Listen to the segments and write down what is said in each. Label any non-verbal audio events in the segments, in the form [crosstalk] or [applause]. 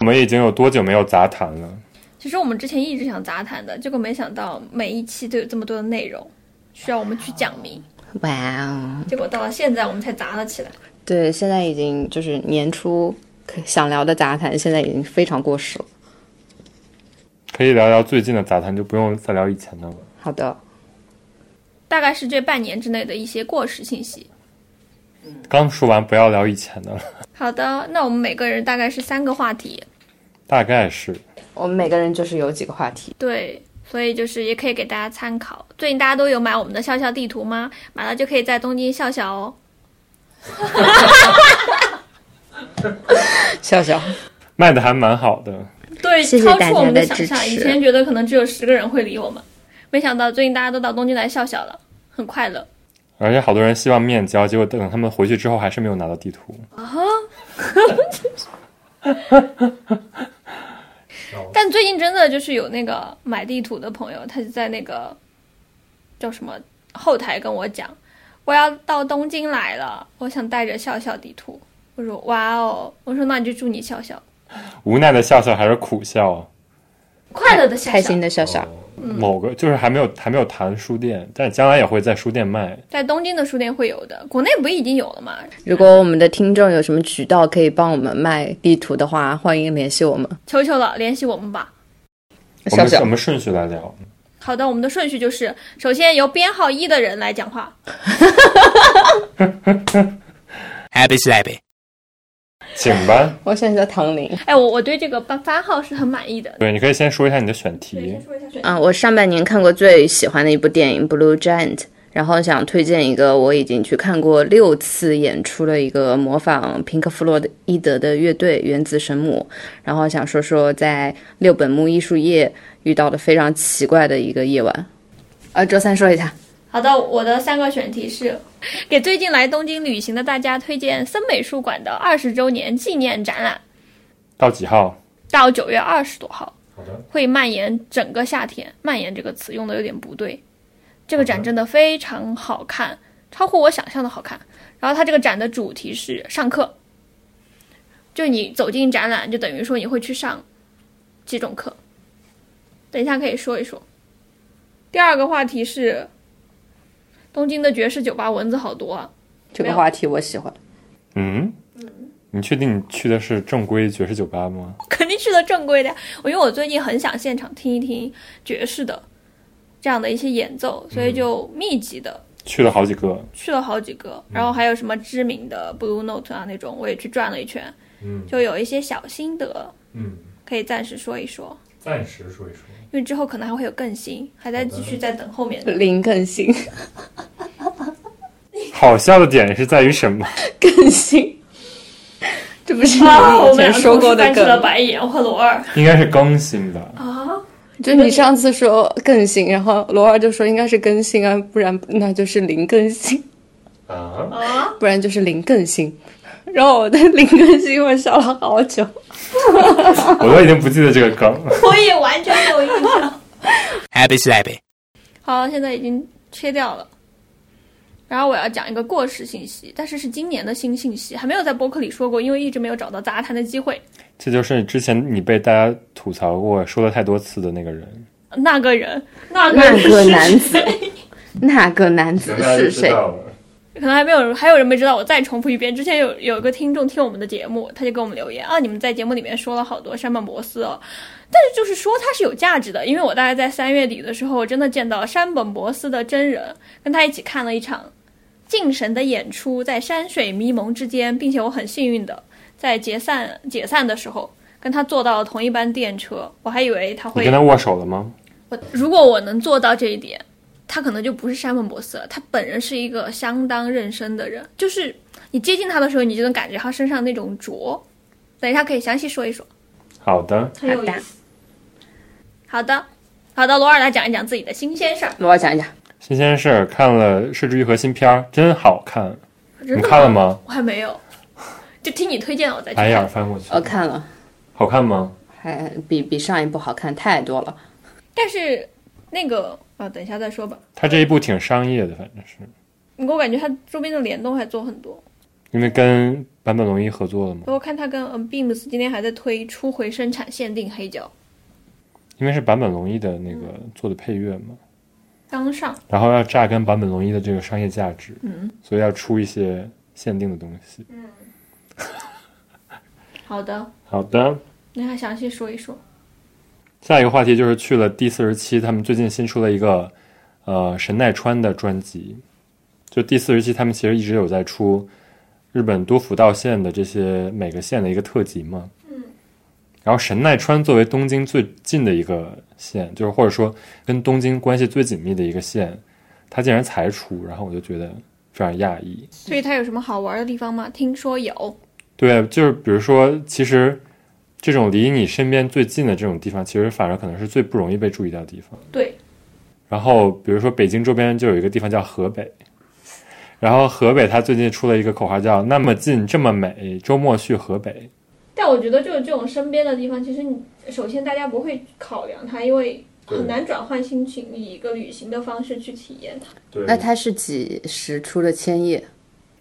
我们已经有多久没有杂谈了？其实我们之前一直想杂谈的，结果没想到每一期都有这么多的内容需要我们去讲明，哇哦！结果到了现在我们才杂了起来。对，现在已经就是年初可想聊的杂谈，现在已经非常过时了。可以聊聊最近的杂谈，就不用再聊以前的了。好的，大概是这半年之内的一些过时信息。刚说完不要聊以前的了，好的，那我们每个人大概是三个话题，大概是我们每个人就是有几个话题。对，所以就是也可以给大家参考。最近大家都有买我们的笑笑地图吗？买了就可以在东京笑笑哦。笑笑，卖的还蛮好的。对，谢谢超大出家我们的的想支象，以持前觉得可能只有十个人会理我们，没想到最近大家都到东京来笑笑了，很快乐。而且好多人希望面交，结果等他们回去之后还是没有拿到地图。但最近真的就是有那个买地图的朋友，他就在那个叫什么后台跟我讲，我要到东京来了，我想带着笑笑地图。我说哇哦，我说那你就祝你笑笑，无奈的笑笑还是苦笑。快乐的笑开笑心，的笑笑，哦某个就是还没有还没有谈书店，但将来也会在书店卖。在东京的书店会有的，国内不是已经有了吗？如果我们的听众有什么渠道可以帮我们卖地图的话，欢迎联系我们。求求了，联系我们吧。我笑们笑我，们顺序来聊，好的，我们的顺序就是，首先由编号一的人来讲话， Happy slappy. 请 [laughs] 吧。我现在叫唐宁。哎，我我对这个番番号是很满意的。对，你可以先说一下你的选题。说一下选嗯，我上半年看过最喜欢的一部电影《Blue Giant》，然后想推荐一个我已经去看过六次演出的一个模仿平克·弗洛伊德的乐队——原子神母，然后想说说在六本木艺术夜遇到的非常奇怪的一个夜晚。呃，周三说一下，好的，我的三个选题是给最近来东京旅行的大家推荐森美术馆的二十周年纪念展览，到几号？到九月二十多号，好的，会蔓延整个夏天。蔓延这个词用的有点不对，这个展真的非常好看，超乎我想象的好看。然后它这个展的主题是上课，就你走进展览，就等于说你会去上几种课。等一下可以说一说。第二个话题是东京的爵士酒吧，蚊子好多啊。这没个有话题我喜欢。嗯，你确定你去的是正规爵士酒吧吗？ [laughs] 肯定去的正规的呀。我因为我最近很想现场听一听爵士的这样的一些演奏，所以就密集的去了好几个，去了好几个，然后还有什么知名的 Blue Note 啊那种，我也去转了一圈，嗯就有一些小心得嗯，可以暂时说一说，暂时说一说。因为之后可能还会有更新，还在继续在等后面的。林更新， [laughs] 好笑的点是在于什么？更新，这不是 [laughs] 啊！你我 [laughs] 以们俩前说过的同时翻起了梗？白眼，我和罗二应该是更新吧。啊， [laughs] 就你上次说更新，然后罗二就说应该是更新啊，不然那就是零更新。啊，不然就是零更 [laughs] 新。然后我在零更新，我笑了好久。我都已经不记得这个梗了。我也完全没有印象。 Happy slappy. 好，现在已经切掉了。然后我要讲一个过时信息，但是是今年的新信息，还没有在播客里说过，因为一直没有找到杂谈的机会。这就是之前你被大家吐槽过、说了太多次的那个人。那个人，那那人个是男 [laughs] 子谁，那个男子是谁？可能还没有人，还有人没知道。我再重复一遍，之前有有一个听众听我们的节目，他就给我们留言啊，你们在节目里面说了好多山本博斯哦，但是就是说他是有价值的，因为我大概在三月底的时候，我真的见到山本博斯的真人，跟他一起看了一场敬神的演出，在山水迷蒙之间，并且我很幸运的在解散解散的时候跟他坐到了同一班电车，我还以为他你会跟他握手了吗？我如果我能做到这一点，他可能就不是山本博斯了。他本人是一个相当认真的人，就是你接近他的时候，你就能感觉他身上那种拙。等一下可以详细说一说，好的，很有意思。好的，好的，罗二来讲一讲自己的新鲜事儿。罗讲一讲，新鲜事儿看了《失之愈合》新片儿，真好看。真你的看了？吗？我还没有，就听你推荐我再去白眼儿看。翻过去，我看了，好看吗？还比比上一部好看太多了。但是那个啊，等一下再说吧。他这一部挺商业的，反正是我感觉他周边的联动还做很多。因为跟坂本龙一合作的吗？我看他跟 M Beams 今天还在推初回生产限定黑胶，因为是坂本龙一的那个做的配乐嘛，刚上。然后要榨干坂本龙一的这个商业价值，嗯，所以要出一些限定的东西。好的，好的，那还详细说一说。下一个话题就是去了第四十七，他们最近新出了一个呃神奈川的专辑，就第四十七他们其实一直有在出日本多府道县的这些每个县的一个特辑嘛。嗯。然后神奈川作为东京最近的一个县，就是或者说跟东京关系最紧密的一个县，它竟然才出，然后我就觉得非常讶异。所以它有什么好玩的地方吗？听说有，对，就是比如说，其实这种离你身边最近的这种地方，其实反而可能是最不容易被注意到的地方。对，然后比如说北京周边就有一个地方叫河北，然后河北它最近出了一个口号叫“那么近这么美，周末去河北但我觉得就是这种身边的地方，其实你首先大家不会考量它，因为很难转换心情，以一个旅行的方式去体验它。”。嗯对那它是几时出的千叶？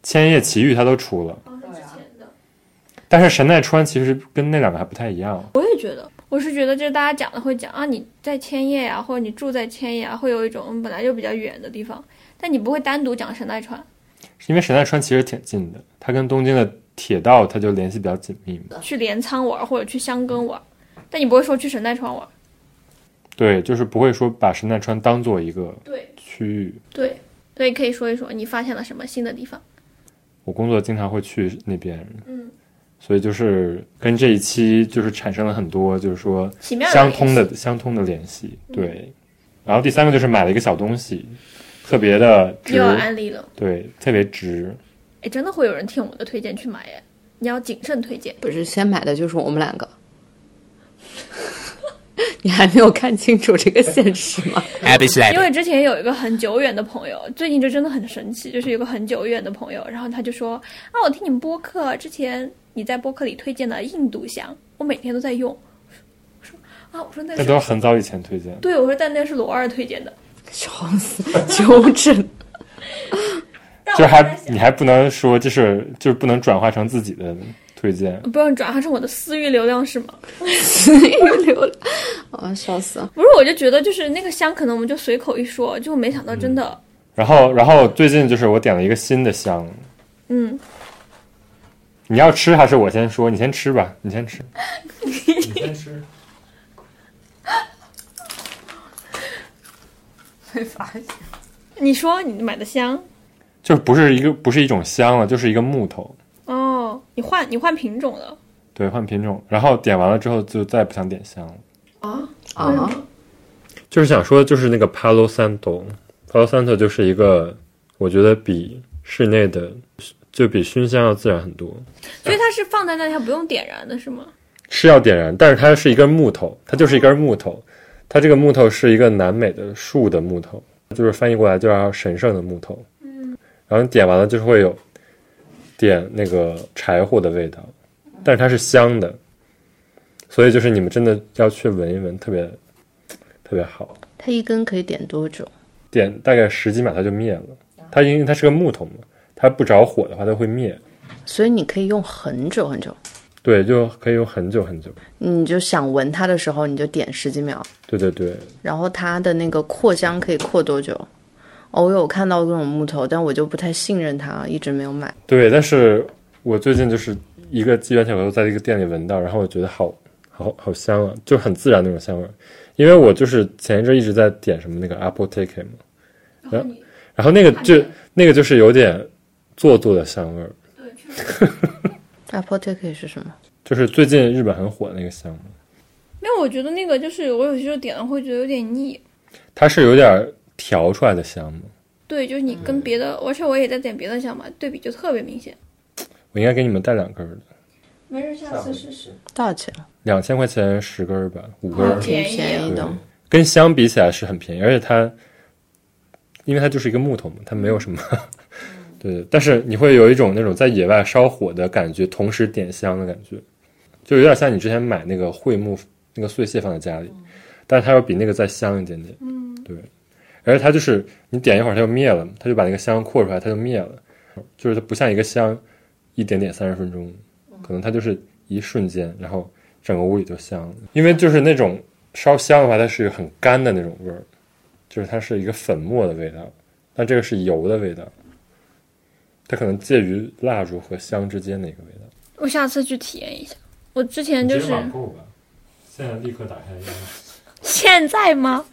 千叶奇遇它都出了，哦，是之前的。但是神奈川其实跟那两个还不太一样。我也觉得，我是觉得就是大家讲的会讲啊，你在千叶呀、或者你住在千叶啊，会有一种嗯本来就比较远的地方，但你不会单独讲神奈川。因为神奈川其实挺近的，它跟东京的铁道它就联系比较紧密嘛。去镰仓玩或者去箱根玩，但你不会说去神奈川玩。对，就是不会说把神奈川当做一个对区域。对，所以可以说一说你发现了什么新的地方。我工作经常会去那边，嗯，所以就是跟这一期就是产生了很多就是说奇妙的相通联嗯的相通的联系，对。然后第三个就是买了一个小东西，特别的又值要，安利了，对，特别值。哎，真的会有人听我们的推荐去买哎，你要谨慎推荐。不是先买的就是我们两个。 [laughs] 你还没有看清楚这个现实 [laughs] 吗？ Happy 因 slappy. 为之前有一个很久远的朋友，最近就真的很神奇，就是有个很久远的朋友，然后他就说啊，我听你们播客，之前你在播客里推荐的印度香，我每天都在用。我说啊，我说那那都是是很早以前推荐的，对，我说但那是罗二推荐的，笑死，纠正。 [laughs] 但就是我还在想你还不能说就是就是不能转化成自己的推荐。不用转化成我的私域流量是吗？流了，啊、笑死了！不是，我就觉得就是那个香，可能我们就随口一说，就没想到真的，然后然后最近就是我点了一个新的香，嗯，你要吃还是我先说？你先吃吧，你先吃，你先吃。没发现，嗯你说你买的香就是不是一个不是一种香了，就是一个木头，哦，你换你换品种了，对，换品种。然后点完了之后就再也不想点香了，啊，嗯就是想说就是那个 Palo Santo，Palo Santo 就是一个我觉得比室内的就比熏香要自然很多，所以它是放在那里，它不用点燃的是吗？是要点燃，但是它是一根木头，它就是一根木头，它这个木头是一个南美的树的木头，就是翻译过来就叫神圣的木头。嗯，然后你点完了就是会有点那个柴火的味道，但是它是香的，所以就是你们真的要去闻一闻，特别特别好。它一根可以点多久？点大概十几秒它就灭了，它因为它是个木头嘛，它不着火的话它会灭，所以你可以用很久很久。对，就可以用很久很久。你就想闻它的时候，你就点十几秒，对对对，然后它的那个扩香可以扩多久？哦，我有看到这种木头，但我就不太信任它，一直没有买。对，但是我最近就是一个机缘巧合，在一个店里闻到，然后我觉得好好好香啊，就很自然那种香味儿。因为我就是前一阵一直在点什么那个 Apple Take 嘛，然后然呃后那个哎就那个就是有点做作的香味儿， Apothecary 是什么？就是最近日本很火的那个香嘛，那我觉得那个就是我有些时候点了会觉得有点腻，它是有点调出来的香嘛。对，就是你跟别嗯的，而且我也在点别的香嘛，对比就特别明显。我应该给你们带两根儿的，没事，下次试试。多少钱？两千块钱十根儿吧，五根儿。哦挺便宜便宜的对。跟香比起来是很便宜，而且它，因为它就是一个木头嘛，它没有什么， [laughs] 对。但是你会有一种那种在野外烧火的感觉，同时点香的感觉，就有点像你之前买那个桧木那个碎屑放在家里，但是它要比那个再香一点点，嗯，对。而且它就是你点一会儿它就灭了，它就把那个香扩出来，它就灭了，就是它不像一个香。一点点三十分钟，可能它就是一瞬间，然后整个屋里就香了。因为就是那种烧香的话，它是很干的那种味儿，就是它是一个粉末的味道，但这个是油的味道，它可能介于蜡烛和香之间的一个味道。我下次去体验一下。我之前你就直是接网购吧，现在立刻打开一个。现在吗？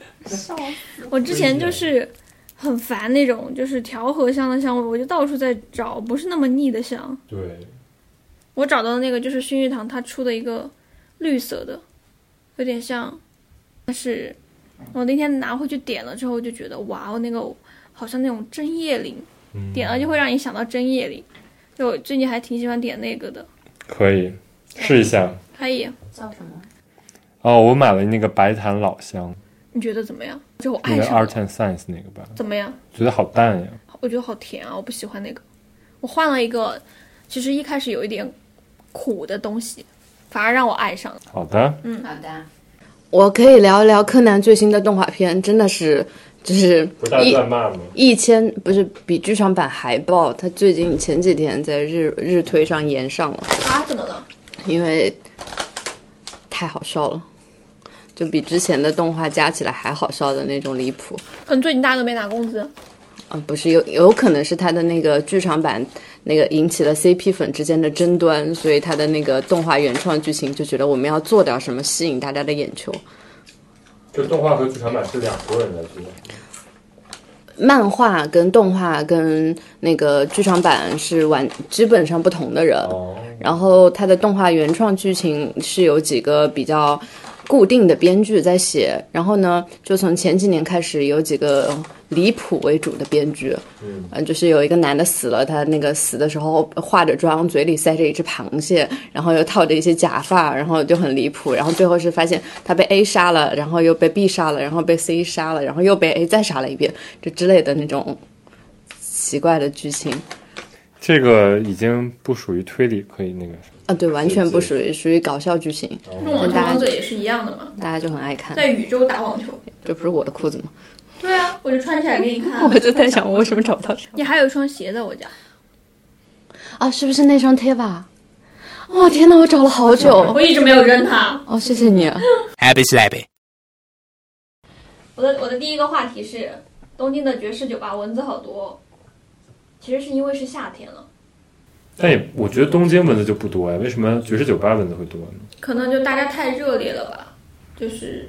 我之前就是很烦那种就是调和香的香味，我就到处在找不是那么腻的香。对，我找到的那个就是薰衣堂它出的一个绿色的，有点像，但是我那天拿回去点了之后就觉得哇哦，那个好像那种针叶林，嗯点了就会让你想到针叶林。就我最近还挺喜欢点那个的，可以试一下。可以，叫什么？哦，我买了那个白檀老香，你觉得怎么样？就我那爱个上 Art 了， and Science 那个吧，怎么样？觉得好淡呀。我觉得好甜啊，我不喜欢那个。我换了一个，其实一开始有一点苦的东西，反而让我爱上了。好的，好的。我可以聊一聊柯南最新的动画片，真的是就是一骂吗？一千不是比剧场版还爆，它最近前几天在日日推上延上了，啊，怎么了？因为太好笑了，就比之前的动画加起来还好笑的那种离谱。可能最近大家都没拿工资。啊，不是有有可能是他的那个剧场版那个引起了 CP 粉之间的争端，所以他的那个动画原创剧情就觉得我们要做点什么吸引大家的眼球。就动画和剧场版是两拨人在做。漫画跟动画跟那个剧场版是完基本上不同的人，哦，然后它的动画原创剧情是有几个比较固定的编剧在写，然后呢，就从前几年开始有几个离谱为主的编剧，嗯、就是有一个男的死了，他那个死的时候化着妆，嘴里塞着一只螃蟹，然后又套着一些假发，然后就很离谱，然后最后是发现他被 A 杀了，然后又被 B 杀了，然后被 C 杀了，然后又被 A 再杀了一遍，这之类的那种奇怪的剧情。这个已经不属于推理，可以那个什么。啊，对，完全不属于属于搞笑剧情，跟网球王者也是一样的嘛，大家就很爱看。在宇宙打网球。这不是我的裤子吗？ [laughs] 对啊，我就穿起来给你看。我就在想，我为什么找不到这样你还有一双鞋在我家，啊？是不是那双 Teva？哦天哪，我找了好久。我一直没有扔它。哦，谢谢你。 Happy slappy. 我的我的第一个话题是东京的爵士酒吧蚊子好多，其实是因为是夏天了，但也，我觉得东京蚊子就不多呀。为什么爵士酒吧蚊子会多呢？可能就大家太热烈了吧，就是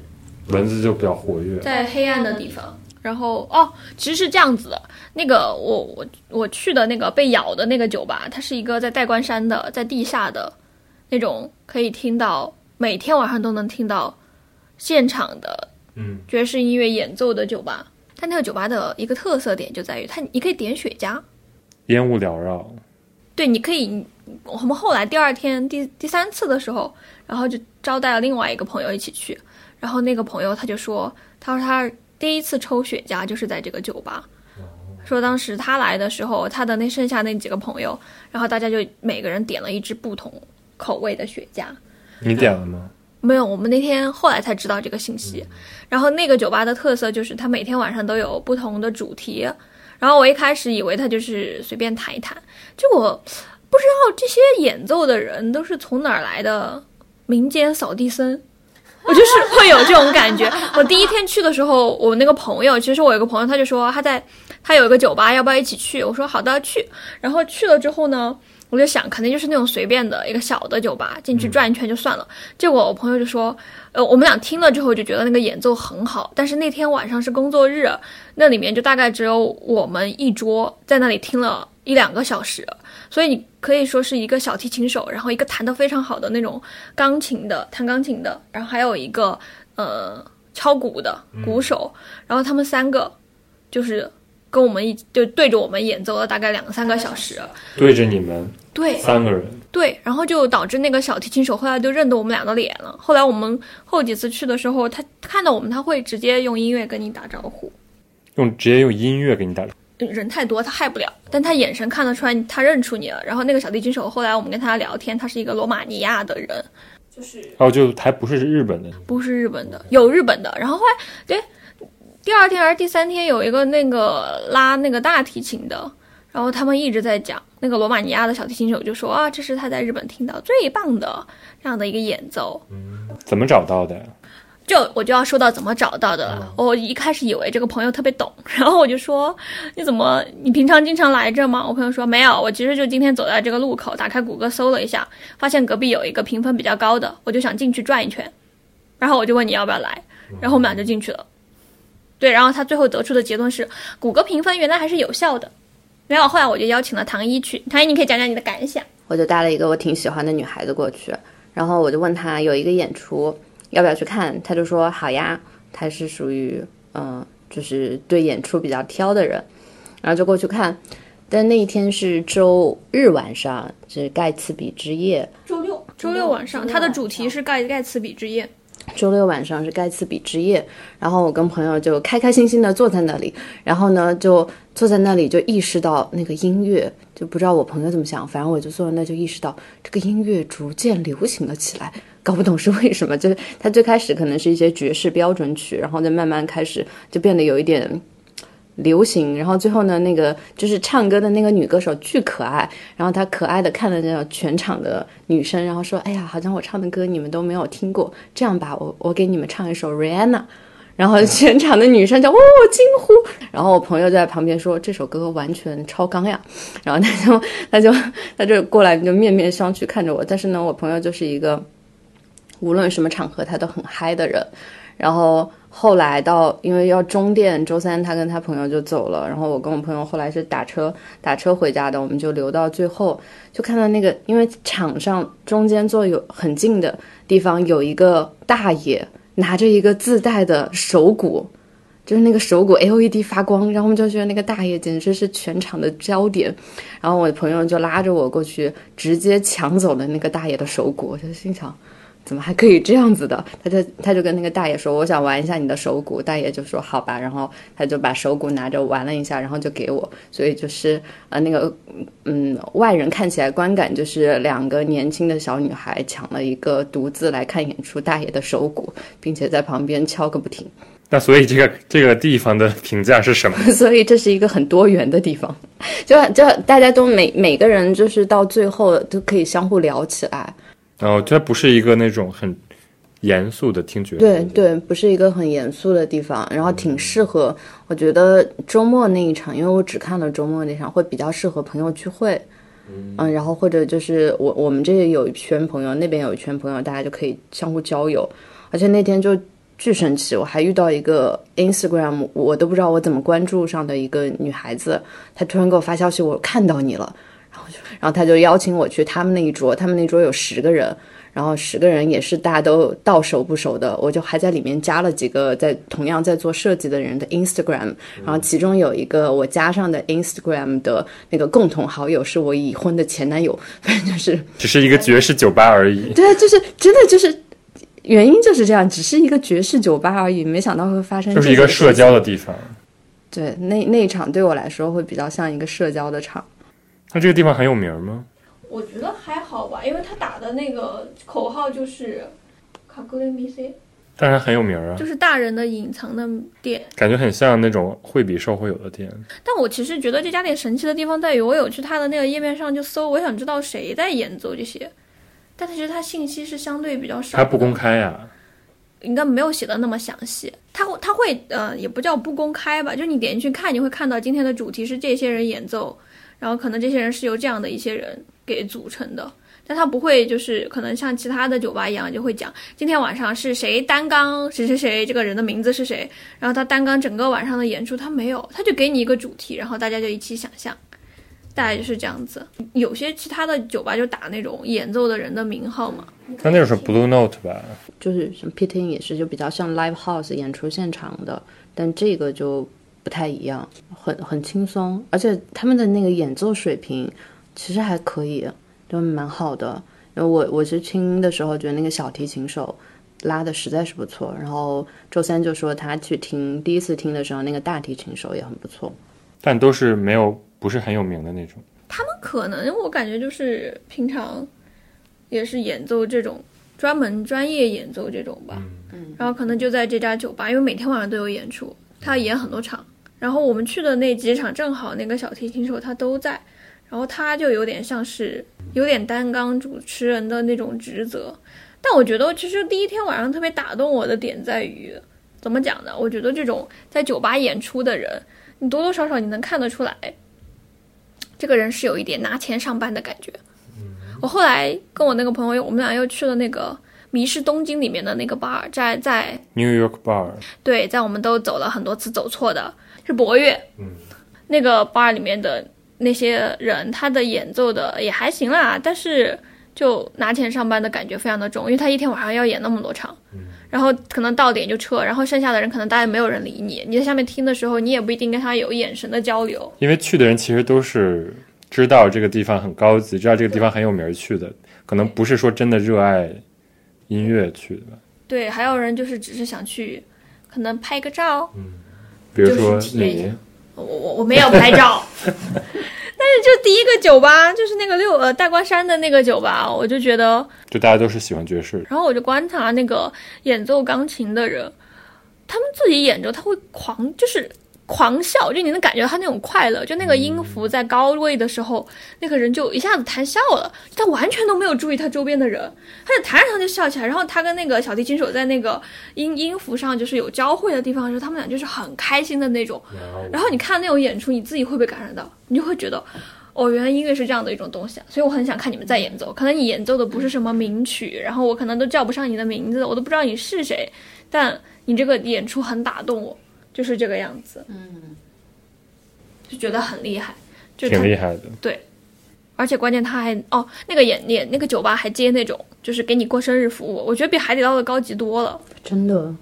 蚊子就比较活跃。在黑暗的地方。然后哦，其实是这样子的，那个我我我去的那个被咬的那个酒吧，它是一个在代官山的，在地下的那种，可以听到每天晚上都能听到现场的嗯，爵士音乐演奏的酒吧。它那个酒吧的一个特色点就在于，它你可以点雪茄，烟雾缭绕。对，你可以，你我们后来第二天、第第三次的时候，然后就招待了另外一个朋友一起去，然后那个朋友他就说，他说他第一次抽雪茄就是在这个酒吧，说当时他来的时候，他的那剩下那几个朋友，然后大家就每个人点了一支不同口味的雪茄，你点了吗？没有，我们那天后来才知道这个信息。然后那个酒吧的特色就是它每天晚上都有不同的主题。然后我一开始以为它就是随便谈一谈，结果不知道这些演奏的人都是从哪儿来的民间扫地僧。我就是会有这种感觉。我第一天去的时候，我那个朋友，其实我有个朋友，他就说啊他在他有一个酒吧，要不要一起去？我说好的，去。然后去了之后呢，我就想肯定就是那种随便的一个小的酒吧，进去转一圈就算了。结果我朋友就说，呃，我们俩听了之后就觉得那个演奏很好，但是那天晚上是工作日，那里面就大概只有我们一桌在那里听了一两个小时，所以你可以说是一个小提琴手，然后一个弹得非常好的那种钢琴的弹钢琴的，然后还有一个呃敲鼓的鼓手，然后他们三个就是跟我们一就对着我们演奏了大概两三个小时，对着你们对，三个人，对，然后就导致那个小提琴手后来就认得我们俩的脸了。后来我们后几次去的时候，他看到我们，他会直接用音乐跟你打招呼。用直接用音乐给你打招呼。嗯人太多，他害不了，但他眼神看得出来，他认出你了。然后那个小提琴手后来我们跟他聊天，他是一个罗马尼亚的人，哦，就还不是日本的。不是日本的，有日本的。然后后来对，第二天还是第三天有一个那个拉那个大提琴的，然然后他们一直在讲那个罗马尼亚的小提琴手就说啊，这是他在日本听到最棒的这样的一个演奏。怎么找到的呀？就我就要说到怎么找到的了。我一开始以为这个朋友特别懂，然后我就说你怎么你平常经常来这吗？我朋友说没有，我其实就今天走在这个路口，打开谷歌搜了一下，发现隔壁有一个评分比较高的，我就想进去转一圈，然后我就问你要不要来，然后我们俩就进去了。对，然后他最后得出的结论是，谷歌评分原来还是有效的。然后后来我就邀请了唐一去，唐一你可以讲讲你的感想。我就带了一个我挺喜欢的女孩子过去，然后我就问她有一个演出要不要去看，她就说好呀。她是属于嗯、呃就是对演出比较挑的人，然后就过去看。但那一天是周日晚上，是盖茨比之夜。周六，周六晚上，它的主题是盖盖茨比之夜。周六晚上是盖茨比之夜，然后我跟朋友就开开心心的坐在那里，然后呢就坐在那里就意识到那个音乐，就不知道我朋友怎么想，反正我就坐在那就意识到这个音乐逐渐流行了起来，搞不懂是为什么，就是它最开始可能是一些爵士标准曲，然后再慢慢开始就变得有一点。流行，然后最后呢，那个就是唱歌的那个女歌手巨可爱，然后她可爱的看了那种全场的女生，然后说：“哎呀，好像我唱的歌你们都没有听过，这样吧，我我给你们唱一首 Rihanna。”然后全场的女生就哦惊呼，然后我朋友就在旁边说：“这首歌完全超纲呀。”然后他就他就他就过来就面面相觑看着我，但是呢，我朋友就是一个无论什么场合他都很嗨的人，然后后来到因为要终电，周三他跟他朋友就走了，然后我跟我朋友后来是打车打车回家的，我们就留到最后，就看到那个因为场上中间坐有很近的地方有一个大爷拿着一个自带的手鼓。就是那个手鼓 LED 发光，然后我们就觉得那个大爷简直是全场的焦点。然后我朋友就拉着我过去，直接抢走了那个大爷的手鼓。我就心想，怎么还可以这样子的？他就他就跟那个大爷说，我想玩一下你的手鼓，大爷就说好吧，然后他就把手鼓拿着玩了一下，然后就给我，所以就是呃那个嗯外人看起来观感就是两个年轻的小女孩抢了一个独自来看演出大爷的手鼓，并且在旁边敲个不停， [laughs] 那所以这个这个地方的 [laughs] 评价是什么？所以这是一个很多元的地方， [laughs] 就就大家都每每个人就是到最后都可以相互聊起来，然后哦它不是一个那种很严肃的听觉，对，对，不是一个很严肃的地方，然后挺适合，我觉得周末那一场，因为我只看了周末那场，会比较适合朋友聚会。嗯，然后或者就是我我们这里有一圈朋友，那边有一圈朋友，大家就可以相互交友。而且那天就巨神奇，我还遇到一个 Instagram，我都不知道我怎么关注上的一个女孩子，她突然给我发消息，我看到你了，然后就然后她就邀请我去他们那一桌，他们那桌有十个人，然后十个人也是大家都到熟不熟的，我就还在里面加了几个在同样在做设计的人的 Instagram，然后其中有一个我加上的 Instagram 的那个共同好友是我已婚的前男友，反正就是只是一个爵士酒吧而已。对，啊就是真的就是原因就是这样，只是一个爵士酒吧而已，没想到会发生就是这一个种社事情交的地方。对，那那一场对我来说会比较像一个社交的场。那这个地方很有名吗？我觉得还好吧，因为他打的那个口号就是“卡格雷米 C”，当然很有名啊就，是大人的隐藏的店。感觉很像那种惠比寿会有的店。但我其实觉得这家店神奇的地方在于，我有去他的那个页面上就搜，我想知道谁在演奏这些，但其实他信息是相对比较少的，它不公开呀、应该没有写的那么详细。他会他会呃，也不叫不公开吧，就是你点进去看，你会看到今天的主题是这些人演奏，然后可能这些人是由这样的一些人给组成的。但他不会，就是可能像其他的酒吧一样，就会讲今天晚上是谁单纲，谁谁谁，这个人的名字是谁，然后他单纲整个晚上的演出他没有，他就给你一个主题，然后大家就一起想象，大概就是这样子。有些其他的酒吧就打那种演奏的人的名号嘛，那那种是 Blue Note 吧？就是什么 p i t i n 也是就比较像 live house 演出现场的，但这个就不太一样，很很轻松，而且他们的那个演奏水平其实还可以，就蛮好的。因为我我是听的时候觉得那个小提琴手拉的实在是不错，然后周三就说他去听第一次听的时候那个大提琴手也很不错。但都是没有不是很有名的那种。可能我感觉就是平常也是演奏这种专门专业演奏这种吧，嗯，然后可能就在这家酒吧，因为每天晚上都有演出，他演很多场，然后我们去的那几场正好那个小提琴手他都在，然后他就有点像是有点担纲主持人的那种职责。但我觉得其实第一天晚上特别打动我的点在于，怎么讲呢？我觉得这种在酒吧演出的人，你多多少少你能看得出来，这个人是有一点拿钱上班的感觉。我后来跟我那个朋友，我们俩又去了那个《迷失东京》里面的那个 bar，在在 New York Bar，对，在我们都走了很多次走错的，是博越，嗯，那个 bar 里面的那些人，他的演奏的也还行啦，但是就拿钱上班的感觉非常的重，因为他一天晚上要演那么多场，然后可能到点就撤，然后剩下的人可能大家没有人理你，你在下面听的时候，你也不一定跟他有眼神的交流，因为去的人其实都是知道这个地方很高级，知道这个地方很有名儿去的，可能不是说真的热爱音乐去的吧。对，还有人就是只是想去，可能拍个照，比如说就是体验一你下，我我我没有拍照，但是就第一个酒吧就是那个六呃大关山的那个酒吧，我就觉得，就大家都是喜欢爵士的，然后我就观察那个演奏钢琴的人，他们自己演奏他会狂就是。狂笑，就你能感觉到他那种快乐，就那个音符在高位的时候，那个人就一下子弹笑了，他完全都没有注意他周边的人，他就弹着弹着就笑起来。然后他跟那个小提琴手在那个音音符上就是有交汇的地方的时候，他们俩就是很开心的那种，然后你看那种演出，你自己会被感染到，你就会觉得，哦，原来音乐是这样的一种东西啊！所以我很想看你们在演奏，可能你演奏的不是什么名曲，然后我可能都叫不上你的名字，我都不知道你是谁，但你这个演出很打动我，就是这个样子，嗯，就觉得很厉害，就是挺他厉害的。而且关键他还哦，那个演演那个酒吧还接那种就是给你过生日服务，我觉得比海底捞的高级多了。真的，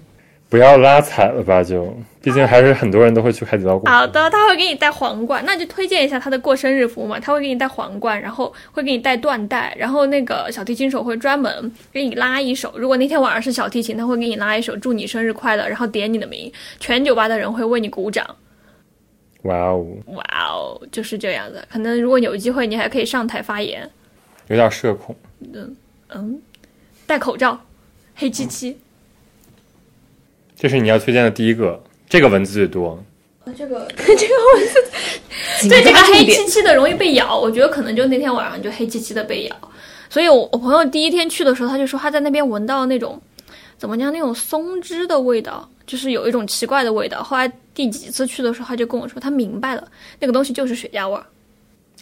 不要拉踩了吧，就毕竟还是很多人都会去海底捞过。好的，嗯他会给你带皇冠，那就推荐一下他的过生日服务嘛，他会给你带皇冠，然后会给你带缎带，然后那个小提琴手会专门给你拉一首，如果那天晚上是小提琴，他会给你拉一首祝你生日快乐，然后点你的名，全酒吧的人会为你鼓掌。哇哦，哇哦，就是这样子。可能如果有机会，你还可以上台发言，有点社恐。嗯，戴口罩，黑漆漆。这是你要推荐的第一个，这个文字最多。啊 [laughs] 这个对对这个黑漆漆的容易被咬，我觉得可能就那天晚上就黑漆漆的被咬。所以我我朋友第一天去的时候，他就说他在那边闻到那种怎么讲那种松脂的味道，就是有一种奇怪的味道。后来第几次去的时候，他就跟我说他明白了，那个东西就是雪茄味儿，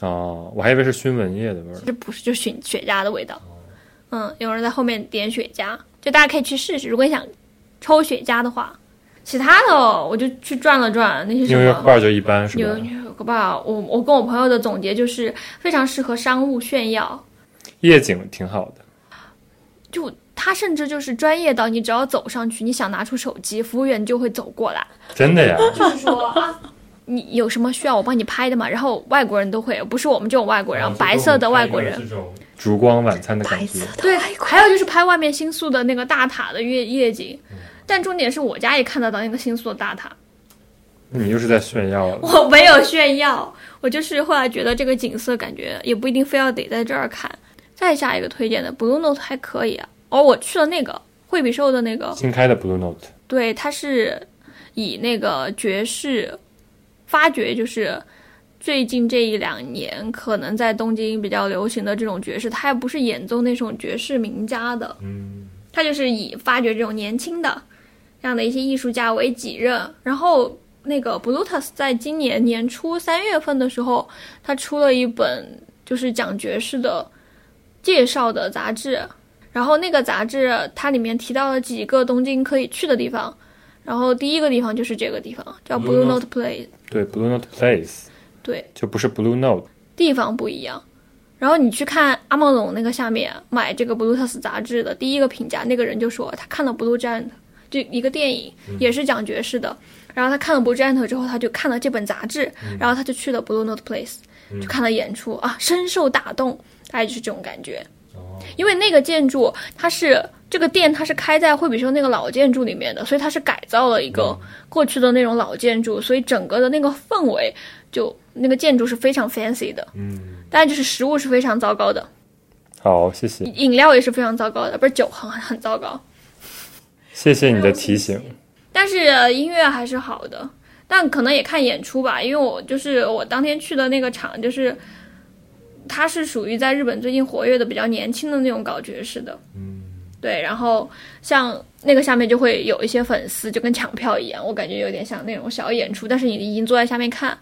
哦，我还以为是熏蚊液的味儿。这不是就是雪雪茄的味道。嗯，有人在后面点雪茄，就大家可以去试试。如果你想抽雪茄的话，其他的哦我就去转了转那些什纽么约块就一般是有吧？有个吧，我我跟我朋友的总结就是非常适合商务炫耀，夜景挺好的，就他甚至就是专业到你只要走上去，你想拿出手机，服务员就会走过来，真的呀。就是说啊。你有什么需要我帮你拍的吗？然后外国人都会，不是我们这种外国人，白色的外国人，烛光晚餐的感觉，对，还有就是拍外面星宿的那个大塔的夜夜景，但重点是我家也看得到那个星宿的大塔，那你又是在炫耀了。 [laughs] 我没有炫耀，我就是后来觉得这个景色感觉也不一定非要得在这儿看。再下一个推荐的 Blue Note 还可以啊，哦，我去了那个惠比寿的那个，新开的 Blue Note，对，它是以那个爵士发掘，就是最近这一两年可能在东京比较流行的这种爵士，它也不是演奏那种爵士名家的，嗯，他就是以发掘这种年轻的这样的一些艺术家为己任。然后那个 Blutus 在今年年初三月份的时候，他出了一本就是讲爵士的介绍的杂志。然后那个杂志它里面提到了几个东京可以去的地方，然后第一个地方就是这个地方，叫 Blue Blue Note Place，对，Blue Note Place 对，就不是 Blue Note，地方不一样。然后你去看阿莫龙那个下面买这个《Blutus》杂志的第一个评价，那个人就说他看了《Blue Giant》就一个电影，也是讲爵士的。然后他看了《Blue Giant》之后，他就看了这本杂志，然后他就去了 Blue Note Place，就看了演出啊，深受打动，大概就是这种感觉。因为那个建筑它是这个店，它是开在惠比寿那个老建筑里面的，所以它是改造了一个过去的那种老建筑，所以整个的那个氛围就那个建筑是非常 fancy 的。当然就是食物是非常糟糕的，好，谢谢，饮料也是非常糟糕的，不是酒很很糟糕，谢谢你的提醒。但是呃音乐还是好的。但可能也看演出吧，因为我就是我当天去的那个场，就是他是属于在日本最近活跃的比较年轻的那种搞爵士的，嗯，对，然后像那个下面就会有一些粉丝，就跟抢票一样，我感觉有点像那种小演出，但是你已经坐在下面看。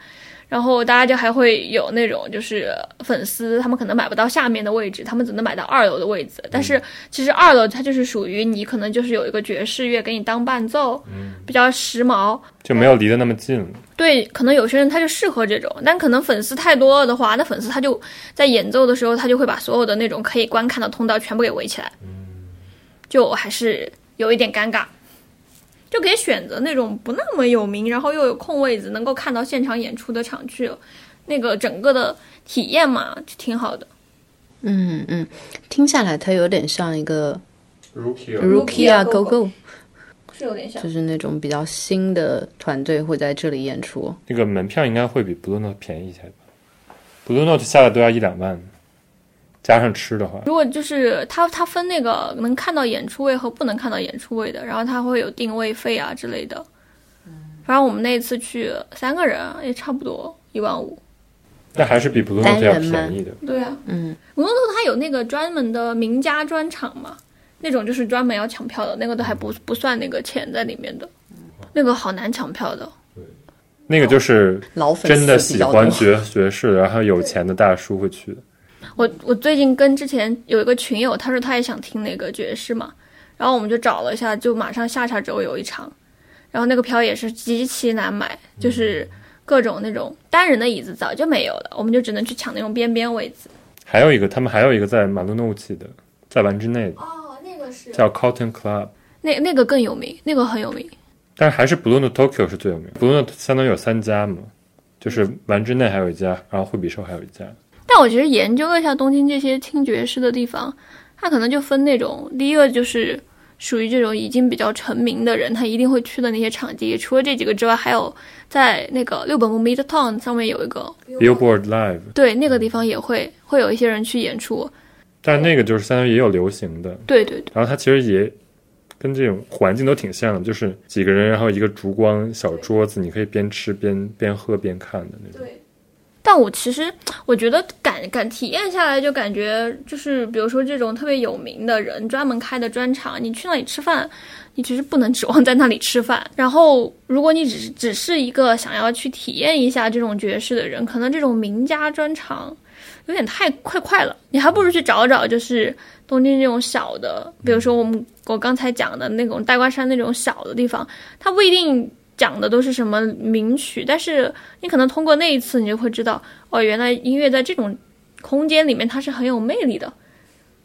然后大家就还会有那种就是粉丝，他们可能买不到下面的位置，他们只能买到二楼的位置。但是其实二楼它就是属于你可能就是有一个爵士乐给你当伴奏，比较时髦。就没有离得那么近了。对，可能有些人他就适合这种，但可能粉丝太多了的话，那粉丝他就在演奏的时候，他就会把所有的那种可以观看的通道全部给围起来，就还是有一点尴尬。就可以选择那种不那么有名，然后又有空位子，能够看到现场演出的场去了，那个整个的体验嘛，就挺好的。嗯嗯，听下来它有点像一个 Rookie， Rukia Go Go，是有点像就是那种比较新的团队会在这里演出。那个门票应该会比 Blue Note 便宜一些吧？Blue Note 下来都要一两万，加上吃的话，如果就是它它分那个能看到演出位和不能看到演出位的，然后它会有定位费啊之类的。反正我们那次去三个人啊也差不多一万五。但还是比 Blue Note 单要人吗便宜的。对啊，嗯，龙头它有那个专门的名家专场嘛，那种就是专门要抢票的，那个都还不不算那个钱在里面的，那个好难抢票的。那个就是老粉丝真的比喜较欢多爵爵士，然后有钱的大叔会去的。我我最近跟之前有一个群友，他说他也想听那个爵士嘛，然后我们就找了一下，就马上下下周有一场，然后那个票也是极其难买，就是各种那种单人的椅子早就没有了，我们就只能去抢那种边边位子。还有一个，他们还有一个在马路诺奇的，在丸之内的哦，那个是叫 Cotton Club，那那个更有名，那个很有名。但是还是 Blue Note Tokyo 是最有名的。Blue Note 相当于有三家嘛，就是丸之内还有一家，然后惠比寿还有一家。但我其实研究了一下东京这些听爵士的地方，它可能就分那种，第一个就是属于这种已经比较成名的人，他一定会去的那些场地。除了这几个之外，还有在那个六本木 Midtown 上面有一个， Billboard Live，对，那个地方也会会有一些人去演出。但是那个就是相当于也有流行的，对对对，然后它其实也跟这种环境都挺像的，就是几个人，然后一个烛光小桌子，你可以边吃边边喝边看的那种。但我其实我觉得感感体验下来，就感觉就是比如说这种特别有名的人专门开的专场，你去那里吃饭，你其实不能指望在那里吃饭。然后，如果你只是只是一个想要去体验一下这种爵士的人，可能这种名家专场有点太快快了，你还不如去找找就是东京这种小的，比如说我们我刚才讲的那种大瓜山那种小的地方，它不一定。讲的都是什么名曲，但是你可能通过那一次，你就会知道，哦，原来音乐在这种空间里面它是很有魅力的。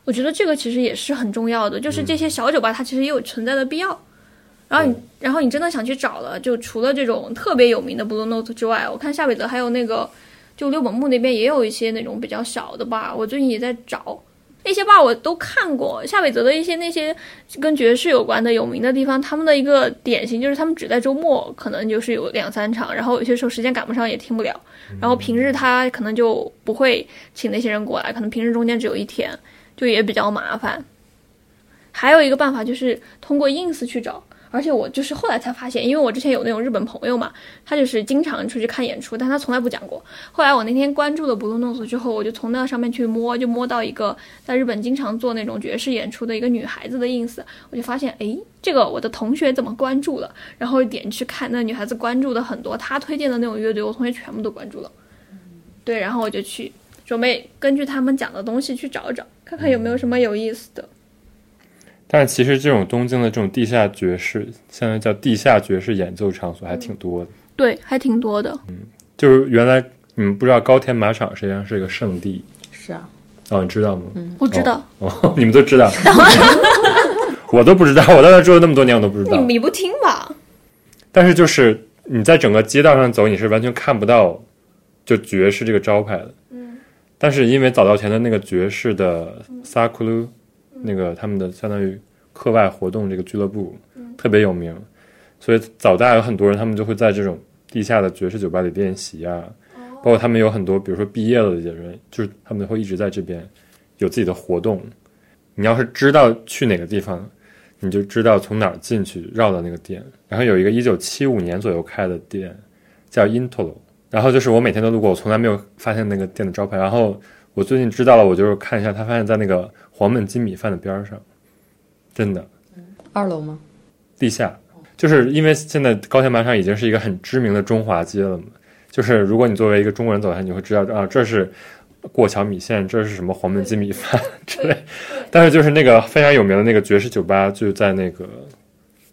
我觉得这个其实也是很重要的，就是这些小酒吧它其实也有存在的必要。然后你，然后你真的想去找了，就除了这种特别有名的 Blue Note 之外，我看夏北泽还有那个，就六本木那边也有一些那种比较小的吧，我最近也在找。那些吧我都看过，夏北泽的一些那些跟爵士有关的有名的地方，他们的一个典型就是他们只在周末可能就是有两三场，然后有些时候时间赶不上也听不了，然后平日他可能就不会请那些人过来，可能平日中间只有一天，就也比较麻烦。还有一个办法就是通过 ins 去找，而且我就是后来才发现，因为我之前有那种日本朋友嘛，他就是经常出去看演出，但他从来不讲过。后来我那天关注了 Blue Note 之后，我就从那上面去摸，就摸到一个在日本经常做那种爵士演出的一个女孩子的 ins，我就发现，诶，这个我的同学怎么关注了？然后点去看，那女孩子关注的很多，她推荐的那种乐队，我同学全部都关注了。对，然后我就去准备根据他们讲的东西去找找，看看有没有什么有意思的。但是其实这种东京的这种地下爵士，相当于叫地下爵士演奏场所还挺多的。对，还挺多的。就是原来你们不知道高田马场实际上是一个圣地是啊，哦，你知道吗？我知道，哦， [laughs] 你们都知道， [laughs] 我都不知道，我在那住了那么多年，我都不知道。你你不听吧？但是就是你在整个街道上走，你是完全看不到就爵士这个招牌的。嗯。但是因为早稻田的那个爵士的 s a k u l 那个他们的相当于课外活动这个俱乐部、特别有名，所以早大有很多人他们就会在这种地下的爵士酒吧里练习啊，包括他们有很多比如说毕业了的人，就是他们会一直在这边有自己的活动。你要是知道去哪个地方，你就知道从哪儿进去绕到那个店。然后有一个一九七五年左右开的店，叫 Intolo，然后就是我每天都路过，我从来没有发现那个店的招牌。然后我最近知道了，我就是看一下，他发现在那个黄焖鸡米饭的边儿上，真的二楼吗？地下，就是因为现在高田马场已经是一个很知名的中华街了嘛。就是如果你作为一个中国人走下，你会知道啊，这是过桥米线，这是什么黄焖鸡米饭之类。 [laughs] 但是就是那个非常有名的那个爵士酒吧，就在那个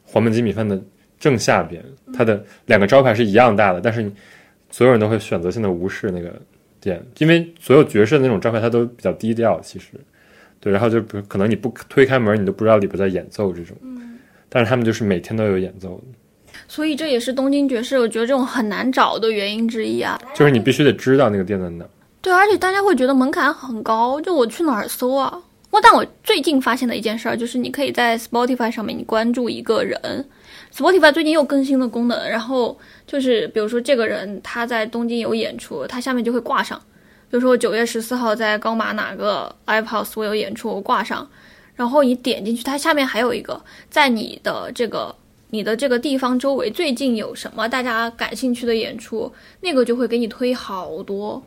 黄焖鸡米饭的正下边，它的两个招牌是一样大的，但是你所有人都会选择性的无视那个店，因为所有爵士的那种招牌它都比较低调，其实对，然后就比如可能你不推开门，你都不知道里边在演奏这种。但是他们就是每天都有演奏的，所以这也是东京爵士，我觉得这种很难找的原因之一啊。就是你必须得知道那个店在哪儿。对，而且大家会觉得门槛很高，就我去哪儿搜啊？我但我最近发现的一件事儿就是，你可以在 Spotify 上面你关注一个人，Spotify 最近又更新了功能，然后就是比如说这个人他在东京有演出，他下面就会挂上，比如说我九月十四号在高马哪个 Live House 我有演出，我挂上，然后你点进去，它下面还有一个在你的这个。你的这个地方周围最近有什么大家感兴趣的演出，那个就会给你推好多。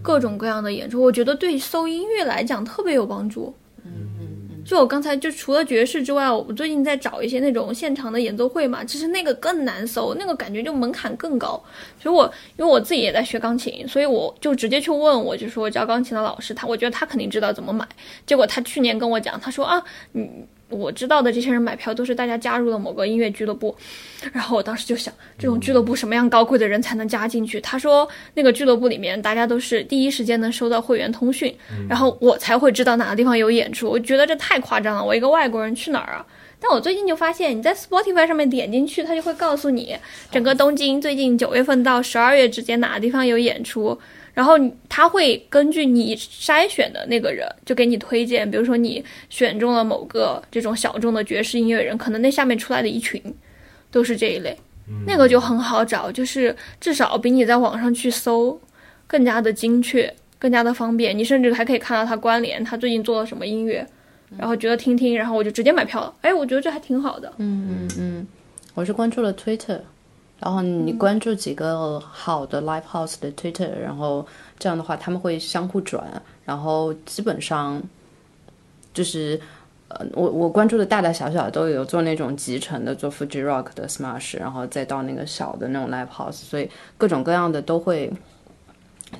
各种各样的演出，我觉得对搜音乐来讲特别有帮助。就我刚才就除了爵士之外，我最近在找一些那种现场的演奏会嘛，其实那个更难搜，那个感觉就门槛更高。所以我因为我自己也在学钢琴，所以我就直接去问我就说教钢琴的老师，他我觉得他肯定知道怎么买。结果他去年跟我讲，他说啊，你我知道的这些人买票都是大家加入了某个音乐俱乐部，然后我当时就想，这种俱乐部什么样高贵的人才能加进去？他说那个俱乐部里面大家都是第一时间能收到会员通讯，然后我才会知道哪个地方有演出。我觉得这太夸张了，我一个外国人去哪儿啊？但我最近就发现，你在 Spotify 上面点进去，它就会告诉你整个东京最近九月份到十二月之间哪个地方有演出，然后你它会根据你筛选的那个人，就给你推荐。比如说你选中了某个这种小众的爵士音乐人，可能那下面出来的一群都是这一类，嗯那个就很好找，就是至少比你在网上去搜更加的精确，更加的方便。你甚至还可以看到它关联，它最近做了什么音乐。嗯然后觉得听听，然后我就直接买票了。哎，我觉得这还挺好的。嗯我是关注了 Twitter，然后你关注几个好的 Live House 的 Twitter，然后这样的话他们会相互转，然后基本上就是呃，我我关注的大大小小都有做那种集成的，做 Fuji Rock 的 Smash，然后再到那个小的那种 Live House，所以各种各样的都会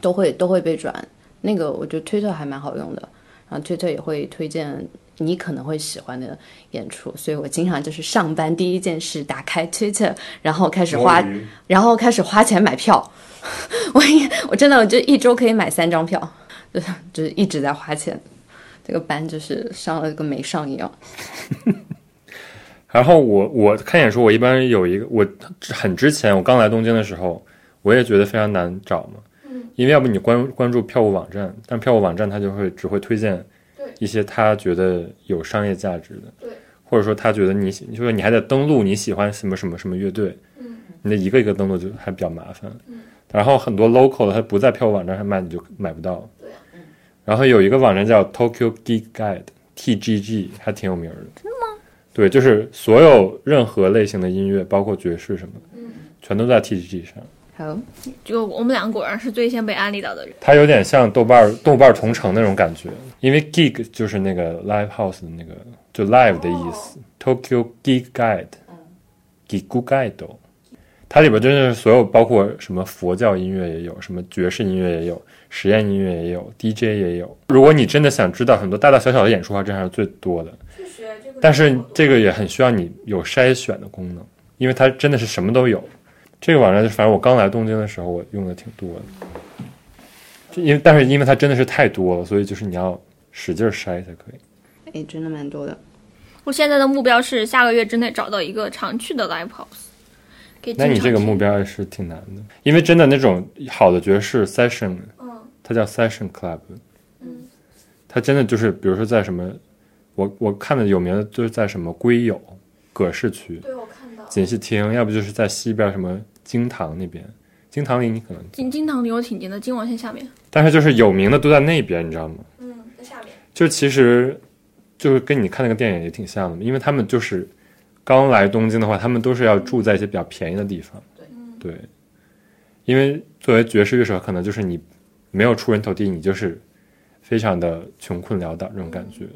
都会都会被转。那个我觉得 Twitter 还蛮好用的，然后 Twitter 也会推荐你可能会喜欢的演出，所以我经常就是上班第一件事打开 Twitter，然后开始花，然后开始花钱买票。 [laughs] 我一我真的我就一周可以买三张票， [laughs] 就是就是一直在花钱。这个班就是上了跟没上一样。然后我我看演出，我一般有一个，我很之前我刚来东京的时候，我也觉得非常难找嘛，因为要不你关关注票务网站，但票务网站它就会只会推荐一些他觉得有商业价值的，或者说他觉得你喜就是你还得登录你喜欢什么什么什么乐队，你得一个一个登录就还比较麻烦，然后很多 local 的它不在票务网站上卖，你就买不到，然后有一个网站叫 Tokyo Geek Guide（TGG），还挺有名的。对，就是所有任何类型的音乐，包括爵士什么的，全都在 TGG 上。好，就我们俩果然是最先被安利到的人。它有点像豆瓣儿豆瓣儿同城那种感觉，因为 geek 就是那个 live house 的那个就 live 的意思。Tokyo Geek Guide，Geek Guide，它里边真的是所有包括什么佛教音乐也有，什么爵士音乐也有，实验音乐也有，DJ 也有。如果你真的想知道很多大大小小的演出的啊话，这还是最多的。但是这个也很需要你有筛选的功能，因为它真的是什么都有。这个网站就反正我刚来东京的时候，我用的挺多的。这因为但是因为它真的是太多了，所以就是你要使劲儿筛才可以。哎，真的蛮多的。我现在的目标是下个月之内找到一个常去的 live house。给那你这个目标也是挺难的，因为真的那种好的爵士 session，它叫 session club，它真的就是比如说在什么，我我看的有名的就是在什么龟友、葛饰区，对我看到锦溪亭，要不就是在西边什么京堂那边，京堂里你可能，金金堂离我挺近的，金王线下面。但是就是有名的都在那边，你知道吗？嗯，在下面。就其实就是跟你看那个电影也挺像的，因为他们就是刚来东京的话，他们都是要住在一些比较便宜的地方。对，因为作为爵士乐手，可能就是你没有出人头地，你就是非常的穷困潦倒这种感觉，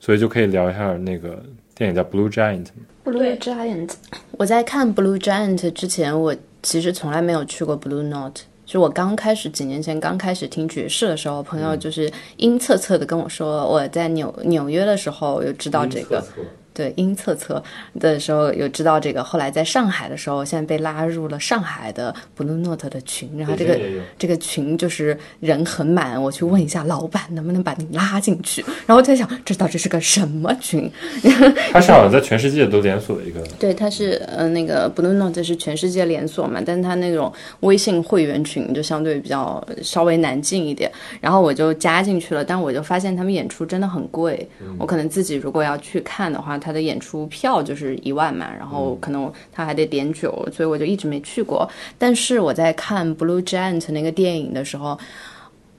所以就可以聊一下那个电影叫《Blue Giant》。对 Blue Giant，我在看 Blue Giant 之前，我其实从来没有去过 Blue Note。就我刚开始几年前刚开始听爵士的时候，朋友嗯就是阴恻恻的跟我说，我在纽纽约的时候有知道这个，对阴恻恻的时候有知道这个，后来在上海的时候，现在被拉入了上海的 Blue Note 的群，然后这个北京也有这个群就是人很满，我去问一下老板能不能把你拉进去，然后我在想这到底是个什么群，它是好像在全世界都连锁的一个，对，它是呃那个 Blue Note 是全世界连锁嘛，但是它那种微信会员群就相对比较稍微难进一点，然后我就加进去了，但我就发现他们演出真的很贵，我可能自己如果要去看的话，他的演出票就是一万嘛，然后可能他还得点酒，所以我就一直没去过。但是我在看 Blue Giant 那个电影的时候，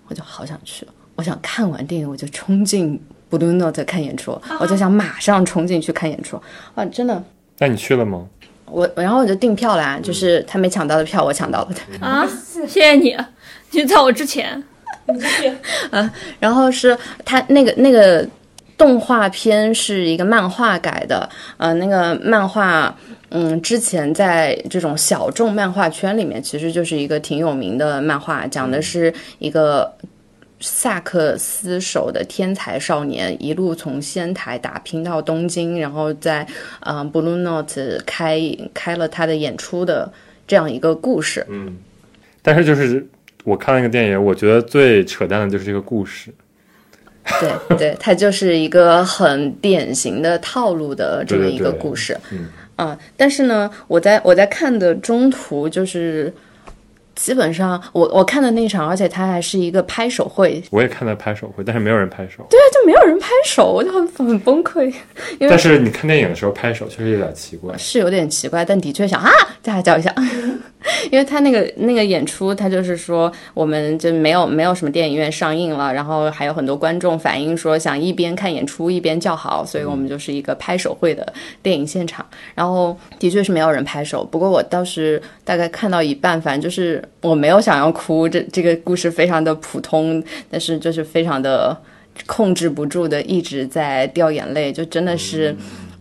我就好想去，我想看完电影我就冲进 Blue Note 看演出，我就想马上冲进去看演出，啊，真的。那你去了吗？我然后我就订票啦，就是他没抢到的 [laughs] 票我抢到了， [laughs] 啊！谢谢你，你在我之前。然后是他那个那个动画片是一个漫画改的，呃，那个漫画。嗯，之前在这种小众漫画圈里面，其实就是一个挺有名的漫画，讲的是一个萨克斯手的天才少年，一路从仙台打拼到东京，然后在嗯、呃 Blue Note 开开了他的演出的这样一个故事。但是就是我看了一个电影，我觉得最扯淡的就是这个故事。对对，它就是一个很典型的套路的这么一个故事。对对对嗯啊，但是呢，我在我在看的中途就是。基本上我，我看的那场，而且它还是一个拍手会，我也看到拍手会，但是没有人拍手。对，就没有人拍手，我就很很崩溃， [laughs] 但是你看电影的时候拍手确实有点奇怪。是有点奇怪，但的确想啊，大叫一下， [laughs] 因为他那个那个演出，他就是说我们就没有没有什么电影院上映了，然后还有很多观众反映说想一边看演出一边叫好，所以我们就是一个拍手会的电影现场，然后的确是没有人拍手，不过我倒是大概看到一半，反正就是我没有想要哭，这这个故事非常的普通，但是就是非常的控制不住的一直在掉眼泪，就真的是。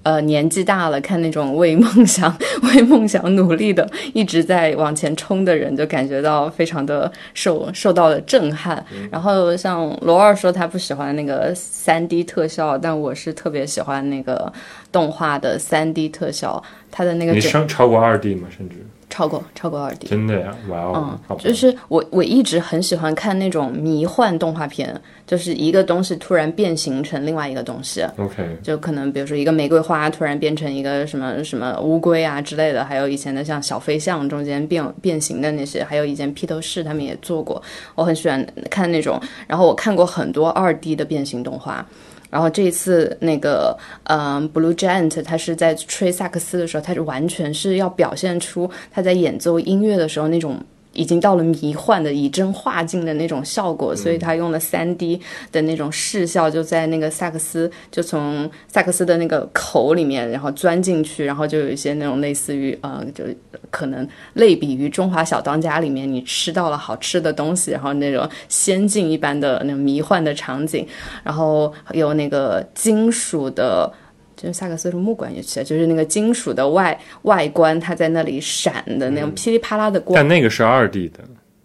呃，年纪大了，看那种为梦想、为梦想努力的，一直在往前冲的人，就感觉到非常的受受到了震撼。嗯然后像罗二说他不喜欢那个三 D 特效，但我是特别喜欢那个动画的三 D 特效，它的那个你整上超过二 D 吗？甚至超过超过二 D。嗯真的呀？哇哦，好吧就是我我一直很喜欢看那种迷幻动画片，就是一个东西突然变形成另外一个东西。 OK，就可能比如说一个玫瑰花突然变成一个什么什么乌龟啊之类的，还有以前的像小飞象中间变变形的那些，还有以前披头士他们也做过，我很喜欢看那种。然后我看过很多二 D 的变形动画。然后这一次那个，嗯，Blue Giant，他是在吹萨克斯的时候，他是完全是要表现出他在演奏音乐的时候那种已经到了迷幻的以真化境的那种效果，所以他用了三 D 的那种视效，就在那个萨克斯，就从萨克斯的那个口里面，然后钻进去，然后就有一些那种类似于呃，就可能类比于《中华小当家》里面你吃到了好吃的东西，然后那种仙境一般的那种迷幻的场景，然后有那个金属的。就是萨克斯是木管乐器，就是那个金属的外外观，它在那里闪的那种噼里啪啦的光，但那个是二 D 的，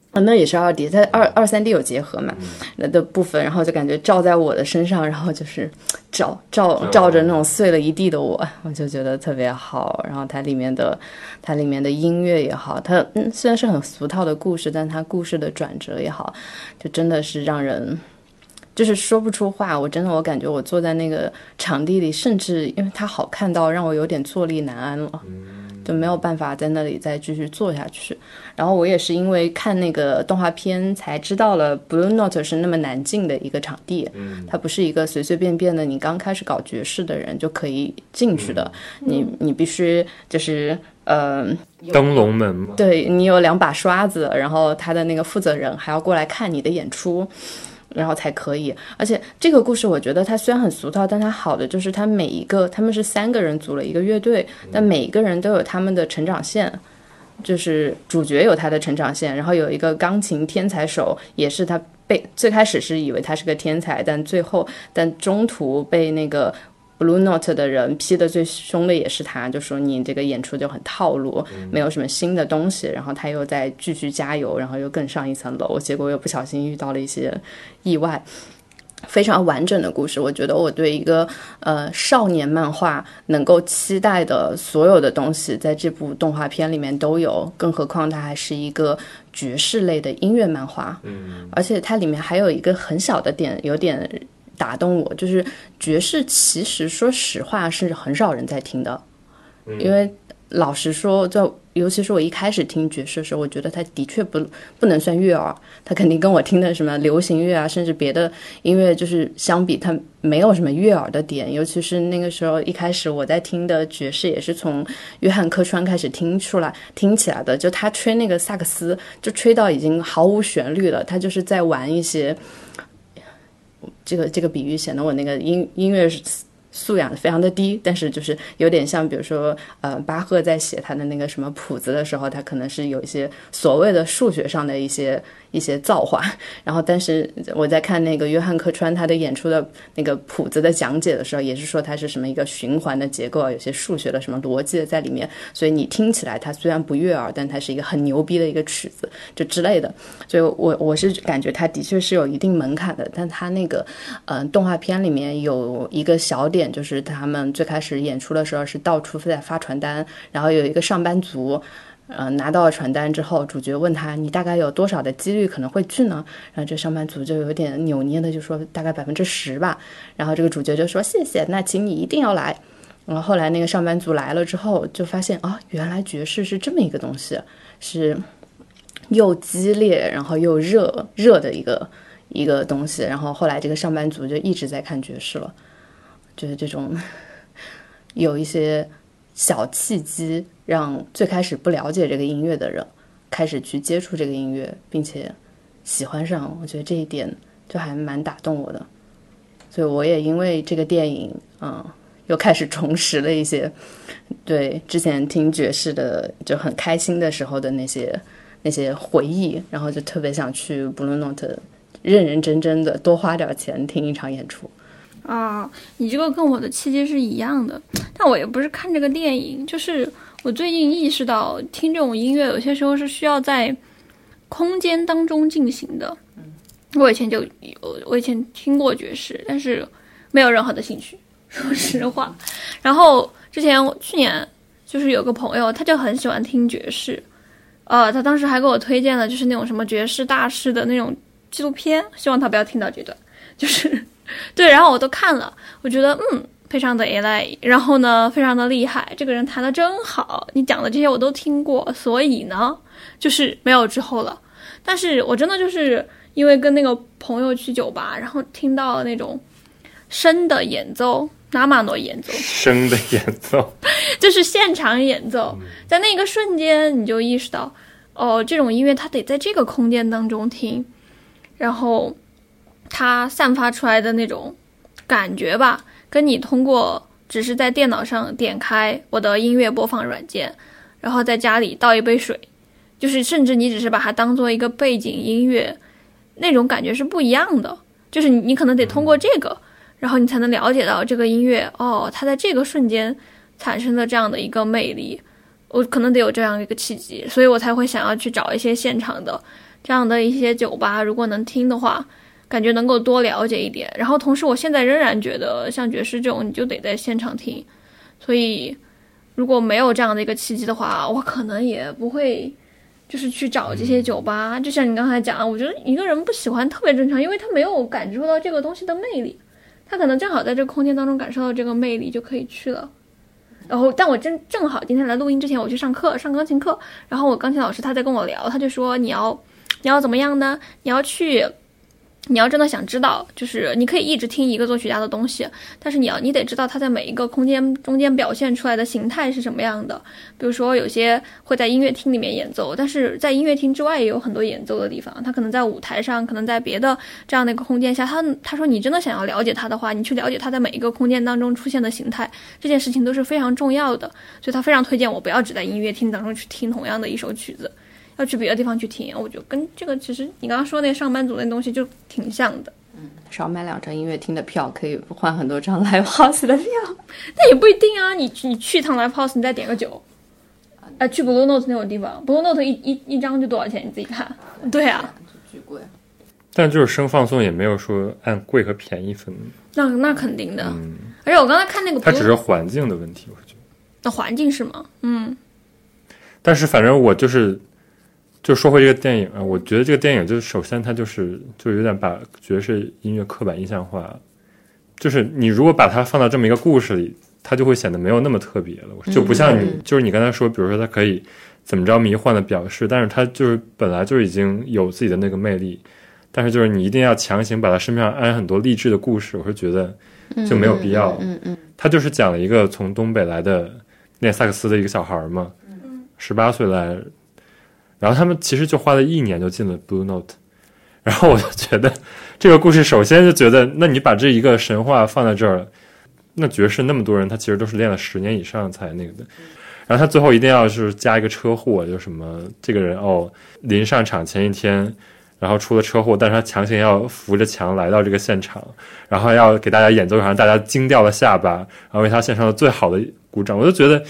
啊，那也是二 D，它二二三 D 有结合嘛，那的部分，然后就感觉照在我的身上，然后就是照照照着那种碎了一地的我，我就觉得特别好。然后它里面的它里面的音乐也好，它嗯虽然是很俗套的故事，但它故事的转折也好，就真的是让人就是说不出话。我真的我感觉我坐在那个场地里，甚至因为它好看到让我有点坐立难安了，就没有办法在那里再继续坐下去。然后我也是因为看那个动画片才知道了 Blue Note 是那么难进的一个场地，它不是一个随随便便的你刚开始搞爵士的人就可以进去的，你你必须就是呃，灯笼门嘛。对你有两把刷子，然后他的那个负责人还要过来看你的演出。然后才可以，而且这个故事我觉得它虽然很俗套，但它好的就是它每一个他们是三个人组了一个乐队，但每一个人都有他们的成长线，就是主角有他的成长线，然后有一个钢琴天才手，也是他被最开始是以为他是个天才，但最后但中途被那个 Blue Note 的人批的最凶的也是他，就说你这个演出就很套路，没有什么新的东西。然后他又在继续加油，然后又更上一层楼，结果又不小心遇到了一些意外。非常完整的故事，我觉得我对一个呃少年漫画能够期待的所有的东西，在这部动画片里面都有，更何况它还是一个爵士类的音乐漫画。嗯，而且它里面还有一个很小的点，有点打动我，就是爵士其实说实话是很少人在听的，因为老实说，在尤其是我一开始听爵士的时候，我觉得它的确不不能算悦耳，它肯定跟我听的什么流行乐啊，甚至别的音乐就是相比，它没有什么悦耳的点。尤其是那个时候一开始我在听的爵士，也是从约翰·科川开始听出来、听起来的，就他吹那个萨克斯，就吹到已经毫无旋律了，他就是在玩一些。这个这个比喻显得我那个音音乐素养非常的低，但是就是有点像，比如说，呃，巴赫在写他的那个什么谱子的时候，他可能是有一些所谓的数学上的一些一些造化。然后，但是我在看那个约翰·科川他的演出的那个谱子的讲解的时候，也是说它是什么一个循环的结构啊，有些数学的什么逻辑在里面。所以你听起来它虽然不悦耳，但它是一个很牛逼的一个曲子，就之类的。所以我我是感觉它的确是有一定门槛的，但它那个嗯、呃动画片里面有一个小点，就是他们最开始演出的时候是到处在发传单，然后有一个上班族。呃，拿到了传单之后，主角问他：“你大概有多少的几率可能会去呢？”然后这上班族就有点扭捏的就说：“大概百分之十吧。”然后这个主角就说：“谢谢，那请你一定要来。”然后后来那个上班族来了之后，就发现啊，原来爵士是这么一个东西，是又激烈然后又热热的一个一个东西。然后后来这个上班族就一直在看爵士了，就是这种有一些小契机，让最开始不了解这个音乐的人开始去接触这个音乐，并且喜欢上。我觉得这一点就还蛮打动我的，所以我也因为这个电影，嗯，又开始重拾了一些对之前听爵士的就很开心的时候的那些那些回忆，然后就特别想去 Blue Note 认认真真的多花点钱听一场演出。啊，你这个跟我的契机是一样的，但我也不是看这个电影，就是我最近意识到，听这种音乐有些时候是需要在空间当中进行的。我以前就有，我以前听过爵士，但是没有任何的兴趣， [laughs] 说实话。然后之前我去年就是有个朋友，他就很喜欢听爵士，呃，他当时还给我推荐了就是那种什么爵士大师的那种纪录片，希望他不要听到这段，就是对，然后我都看了，我觉得嗯，非常的 AI，然后呢，非常的厉害，这个人弹的真好，你讲的这些我都听过，所以呢，就是没有之后了。但是我真的就是因为跟那个朋友去酒吧，然后听到那种声的演奏，拿马诺演奏，生的演奏，就是现场演奏，在那个瞬间你就意识到，哦，这种音乐它得在这个空间当中听，然后它散发出来的那种感觉吧，跟你通过只是在电脑上点开我的音乐播放软件，然后在家里倒一杯水，就是甚至你只是把它当做一个背景音乐，那种感觉是不一样的。就是你你可能得通过这个，然后你才能了解到这个音乐哦，它在这个瞬间产生的这样的一个魅力，我可能得有这样一个契机，所以我才会想要去找一些现场的这样的一些酒吧，如果能听的话，感觉能够多了解一点。然后同时，我现在仍然觉得像爵士这种，你就得在现场听，所以如果没有这样的一个契机的话，我可能也不会。就是去找这些酒吧，就像你刚才讲，我觉得一个人不喜欢特别正常，因为他没有感受到这个东西的魅力，他可能正好在这个空间当中感受到这个魅力就可以去了。然后，但我正正好今天来录音之前，我去上课，上钢琴课。然后我钢琴老师他在跟我聊，他就说你要你要怎么样呢？你要去你要真的想知道，就是你可以一直听一个作曲家的东西，但是你要你得知道他在每一个空间中间表现出来的形态是什么样的。比如说，有些会在音乐厅里面演奏，但是在音乐厅之外也有很多演奏的地方。他可能在舞台上，可能在别的这样的一个空间下，他他说你真的想要了解他的话，你去了解他在每一个空间当中出现的形态，这件事情都是非常重要的。所以他非常推荐我不要只在音乐厅当中去听同样的一首曲子。要去别的地方去听，我觉得跟这个其实你刚刚说那上班族那东西就挺像的，少买两张音乐厅的票，可以换很多张 live house 的票。但也不一定啊。你你去一趟 live house，你再点个酒，啊，去 Blue Note 那种地方，Blue Note 一一一张就多少钱？你自己看。对啊，巨贵。 [laughs] 但就是声放送也没有说按贵和便宜分，那那肯定的。而且我刚才看那个 Blue，嗯它只是环境的问题，我觉得。那环境是吗？嗯，但是反正我就是，就说回这个电影啊，我觉得这个电影就是首先它就是就有点把爵士音乐刻板印象化，就是你如果把它放到这么一个故事里，它就会显得没有那么特别了，嗯就不像你、就是你刚才说，比如说它可以怎么着迷幻的表示，但是它就是本来就已经有自己的那个魅力，但是就是你一定要强行把它身上安很多励志的故事，我是觉得就没有必要。嗯嗯，他就是讲了一个从东北来的练萨克斯的一个小孩儿嘛，十八岁来，然后他们其实就花了一年就进了 Blue Note，然后我就觉得这个故事首先就觉得，那你把这一个神话放在这儿，那爵士那么多人他其实都是练了十年以上才那个的，然后他最后一定要是加一个车祸，就什么这个人哦，临上场前一天。然后出了车祸，但是他强行要扶着墙来到这个现场，然后要给大家演奏一场，让大家惊掉了下巴，然后为他献上了最好的鼓掌。我就觉得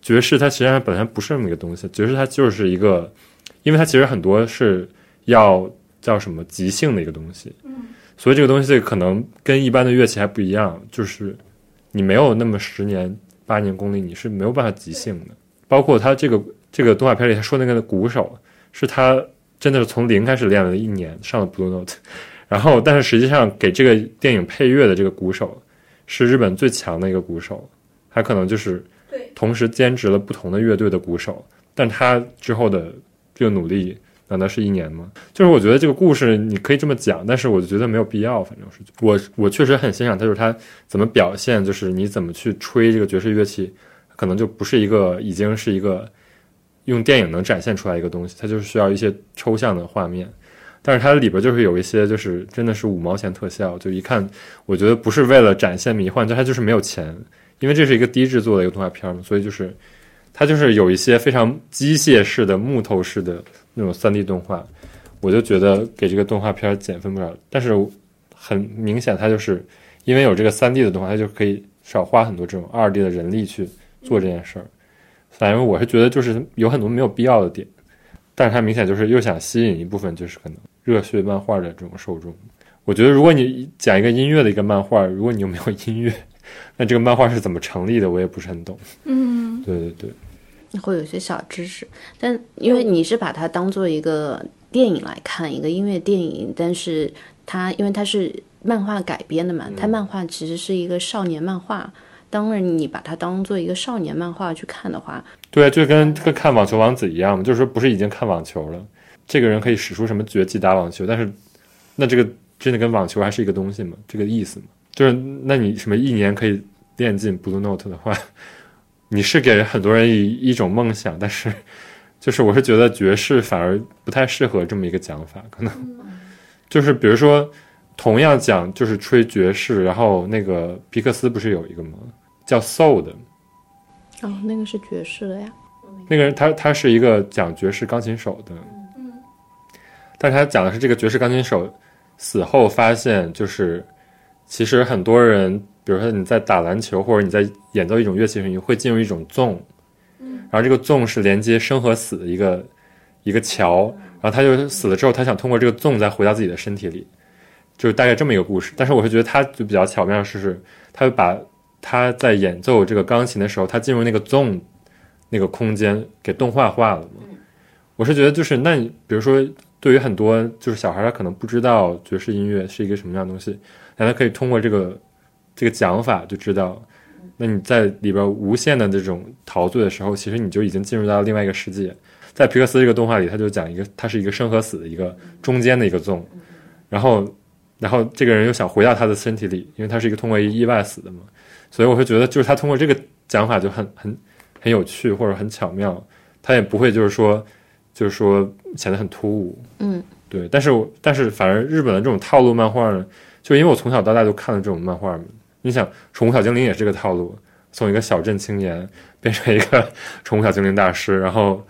爵士它实际上本来不是那么一个东西，爵士它就是一个，因为它其实很多是要叫什么即兴的一个东西，所以这个东西可能跟一般的乐器还不一样，就是你没有那么十年八年功力，你是没有办法即兴的。包括他这个这个动画片里他说那个鼓手，是他真的是从零开始练了一年，上了 Blue Note，然 [laughs] 后但是实际上给这个电影配乐的这个鼓手是日本最强的一个鼓手，他可能就是对同时兼职了不同的乐队的鼓手，但他之后的这个努力难道是一年吗？就是我觉得这个故事你可以这么讲，但是我就觉得没有必要。反正是我我确实很欣赏他，就是他怎么表现，就是你怎么去吹这个爵士乐器，可能就不是一个已经是一个用电影能展现出来一个东西，它就是需要一些抽象的画面。但是它里边就是有一些，就是真的是五毛钱特效，就一看，我觉得不是为了展现迷幻，就它就是没有钱，因为这是一个低制作的一个动画片嘛，所以就是它就是有一些非常机械式的、木头式的那种三 D 动画，我就觉得给这个动画片减分不少。但是很明显，它就是因为有这个三 D 的动画，它就可以少花很多这种二 D 的人力去做这件事儿。反正我是觉得就是有很多没有必要的点，但是它明显就是又想吸引一部分就是可能热血漫画的这种受众。我觉得如果你讲一个音乐的一个漫画，如果你又没有音乐，那这个漫画是怎么成立的，我也不是很懂。嗯，对对对， [laughs] 会有一些小知识，但因为你是把它当做一个电影来看，一个音乐电影，但是它因为它是漫画改编的嘛，它漫画其实是一个少年漫画。当然，你把它当做一个少年漫画去看的话，对，啊就跟跟看网球王子一样嘛，就是说不是已经看网球了，这个人可以使出什么绝技打网球，但是那这个真的跟网球还是一个东西吗？这个意思吗？就是那你什么一年可以练进 Blue Note 的话，你是给很多人以一种梦想，但是就是我是觉得爵士反而不太适合这么一个讲法，可能 [laughs] 就是比如说同样讲就是吹爵士，然后那个皮克斯不是有一个吗？叫 Soul 的，哦，那个是爵士的呀。那个人他他是一个讲爵士钢琴手的，但是他讲的是这个爵士钢琴手死后发现，就是其实很多人，比如说你在打篮球或者你在演奏一种乐器时，你会进入一种纵，然后这个纵是连接生和死的一个一个桥，然后他就死了之后，他想通过这个纵再回到自己的身体里，就是大概这么一个故事。但是我是觉得他就比较巧妙，是是他会把他在演奏这个钢琴的时候，他进入那个纵那个空间给动画化了嘛。我是觉得就是那你比如说，对于很多就是小孩儿，他可能不知道爵士音乐是一个什么样的东西，但他可以通过这个这个讲法就知道。那你在里边无限的这种陶醉的时候，其实你就已经进入到另外一个世界。在皮克斯这个动画里，他就讲一个，它是一个生和死的一个中间的一个纵，然后然后这个人又想回到他的身体里，因为他是一个通过一个意外死的嘛，所以我会觉得就是他通过这个讲法就很很很有趣或者很巧妙，他也不会就是说就是说显得很突兀，嗯，，对，但是我但是反而日本的这种套路漫画呢，就因为我从小到大就看了这种漫画嘛，你想《宠物小精灵》也是这个套路，从一个小镇青年变成一个宠物小精灵大师，然后。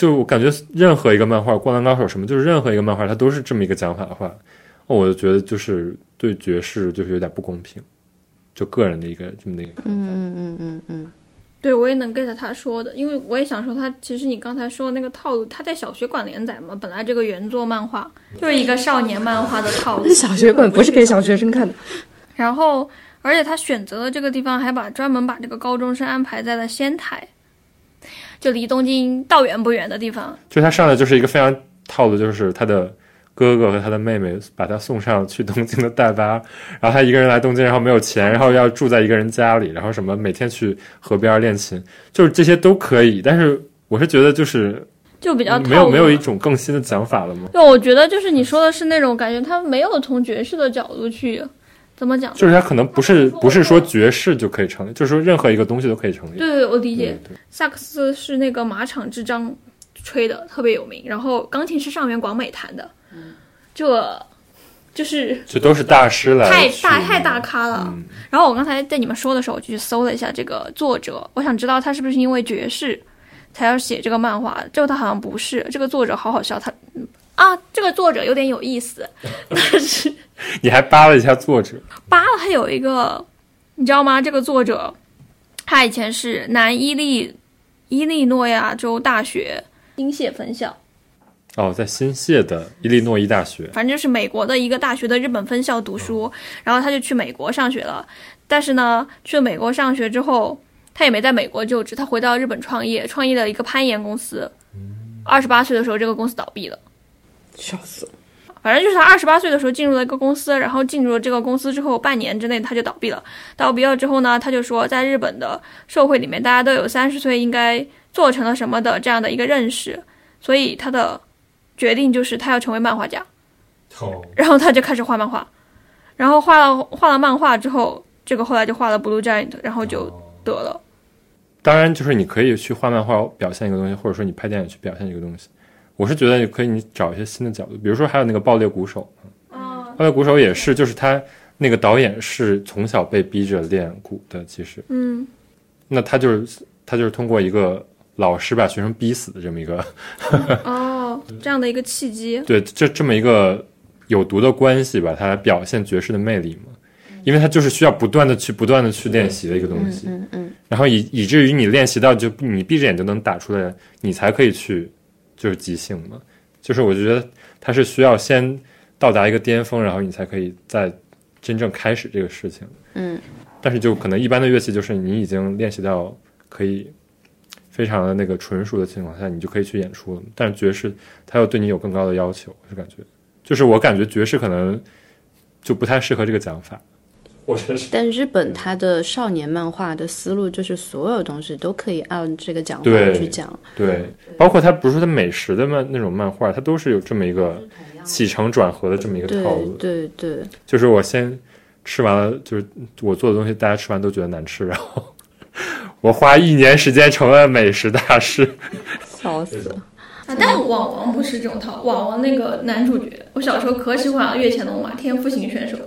就我感觉任何一个漫画，《灌篮高手》什么，就是任何一个漫画，它都是这么一个讲法的话，哦我就觉得就是对爵士就是有点不公平，就个人的一个这么的一个，对，我也能 get 他说的，因为我也想说他，其实你刚才说的那个套路，他在小学馆连载嘛，本来这个原作漫画就是一个少年漫画的套路 [laughs] 小学本不是给小学生看的， [laughs] 然后而且他选择的这个地方还把专门把这个高中生安排在了仙台，就离东京道远不远的地方，就他上来就是一个非常套路，就是他的哥哥和他的妹妹把他送上去东京的大巴，然后他一个人来东京，然后没有钱，然后要住在一个人家里，然后什么每天去河边练琴，就是这些都可以，但是我是觉得就是就比较套路嗯没有没有嘛一种更新的讲法了吗？对，我觉得就是你说的是那种感觉，他没有从爵士的角度去怎么讲。就是它可能不是不是说爵士就可以成立，就是说任何一个东西都可以成立。对对，我理解对。萨克斯是那个马场之章吹的，特别有名。然后钢琴是上原广美弹的，这就是就都是大师来太去大太大咖了。嗯然后我刚才在你们说的时候，我就去搜了一下这个作者，我想知道他是不是因为爵士才要写这个漫画，结果他好像不是。这个作者好好笑，他嗯啊，这个作者有点有意思，但是。你还扒了一下作者，八他有一个，你知道吗？这个作者，他以前是南伊利伊利诺亚州大学新泻分校，哦，在新泻的伊利诺伊大学，反正就是美国的一个大学的日本分校读书，嗯然后他就去美国上学了。但是呢，去了美国上学之后，他也没在美国就职，他回到日本创业，创业了一个攀岩公司。二十八岁的时候，这个公司倒闭了。笑嗯死了。反正就是他二十八岁的时候进入了一个公司，然后进入了这个公司之后，半年之内他就倒闭了。倒闭了之后呢，他就说，在日本的社会里面，大家都有三十岁应该做成了什么的这样的一个认识，所以他的决定就是他要成为漫画家。然后他就开始画漫画，然后画了画了漫画之后，这个后来就画了《Blue Giant》，然后就得了。当然就是你可以去画漫画表现一个东西，或者说你拍电影去表现一个东西。我是觉得也可以，你找一些新的角度，比如说还有那个爆裂鼓手，哦爆裂鼓手也是，就是他那个导演是从小被逼着练鼓的，其实，嗯，那他就是他就是通过一个老师把学生逼死的这么一个 [laughs] 哦，这样的一个契机，对，这这么一个有毒的关系吧，它表现爵士的魅力嘛，因为它就是需要不断的去不断的去练习的一个东西，嗯嗯，然后以以至于你练习到就你闭着眼就能打出来，你才可以去就是即兴嘛，就是我觉得它是需要先到达一个巅峰，然后你才可以再真正开始这个事情，嗯，但是就可能一般的乐器就是你已经练习到可以。非常的那个纯熟的情况下，你就可以去演出了。但是爵士他要对你有更高的要求，我是感觉，就是我感觉爵士可能就不太适合这个讲法。我觉得是但日本它的少年漫画的思路就是所有东西都可以按这个讲法对去讲，对，包括他不是说他美食的漫那种漫画，它都是有这么一个起承转合的这么一个对套路，对对，就是我先吃完了，就是我做的东西大家吃完都觉得难吃，然后 [laughs] 我花一年时间成了美食大师。 [laughs] 笑死了。啊，但网王不是这种套，网王那个男主角，我小时候可喜欢岳乾隆嘛，天赋型选手。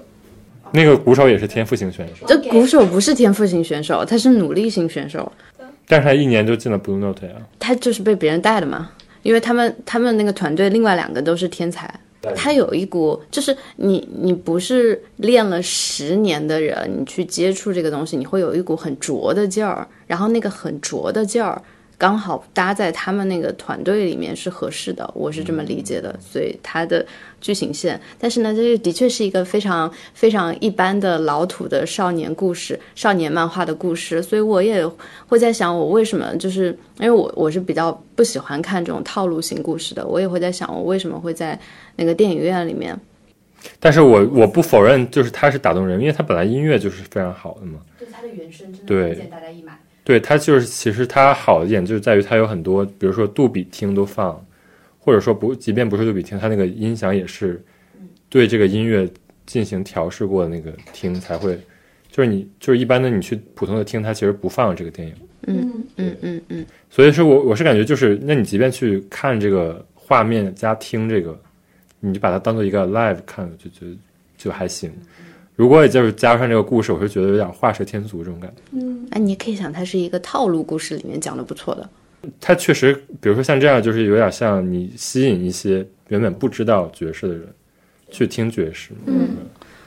那个鼓手也是天赋型选手，这鼓手不是天赋型选手，他是努力型选手，但是他一年就进了 Blue Note 啊呀、他就是被别人带的嘛。因为他们他们那个团队另外两个都是天才，他有一股就是你你不是练了十年的人，你去接触这个东西，你会有一股很拙的劲儿，然后那个很拙的劲儿刚好搭在他们那个团队里面是合适的，我是这么理解的，所以他的剧情线，但是呢，这的确是一个非常非常一般的老土的少年故事、少年漫画的故事，所以我也会在想，我为什么就是因为我我是比较不喜欢看这种套路型故事的，我也会在想，我为什么会在那个电影院里面，但是我我不否认，就是他是打动人，因为他本来音乐就是非常好的嘛。对他的原声真的推荐大家一买。对他就是，其实他好的点就是在于他有很多，比如说杜比听都放，或者说不，即便不是杜比听，他那个音响也是对这个音乐进行调试过的那个厅才会，就是你就是一般的你去普通的厅，它其实不放这个电影。嗯，嗯嗯嗯，所以说我我是感觉就是，那你即便去看这个画面加听这个，你就把它当做一个 live 看，就觉得就还行。如果也就是加上这个故事，我是觉得有点画蛇添足这种感觉。那哎你也可以想，它是一个套路故事里面讲的不错的。它确实，比如说像这样，就是有点像你吸引一些原本不知道爵士的人去听爵士。嗯，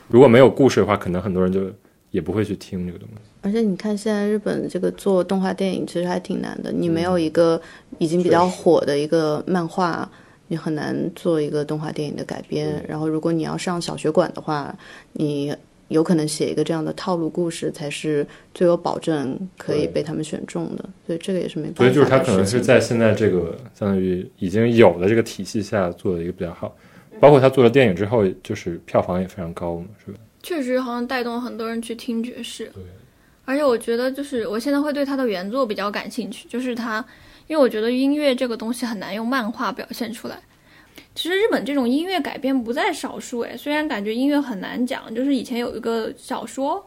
如果没有故事的话，可能很多人就也不会去听这个东西。而且你看，现在日本这个做动画电影其实还挺难的，你没嗯有一个已经比较火的一个漫画，你很难做一个动画电影的改编。然后，如果你要上小学馆的话，你有可能写一个这样的套路故事才是最有保证可以对被他们选中的。所以这个也是没办所法的以事情。就是它可能是在现在这个相当于已经有的这个体系下做的一个比较好，包括他做了电影之后，就是票房也非常高嘛，是吧？确实好像带动很多人去听爵士。而且我觉得，就是我现在会对他的原作比较感兴趣，就是他，因为我觉得音乐这个东西很难用漫画表现出来。其实日本这种音乐改编不在少数，诶，虽然感觉音乐很难讲，就是以前有一个小说，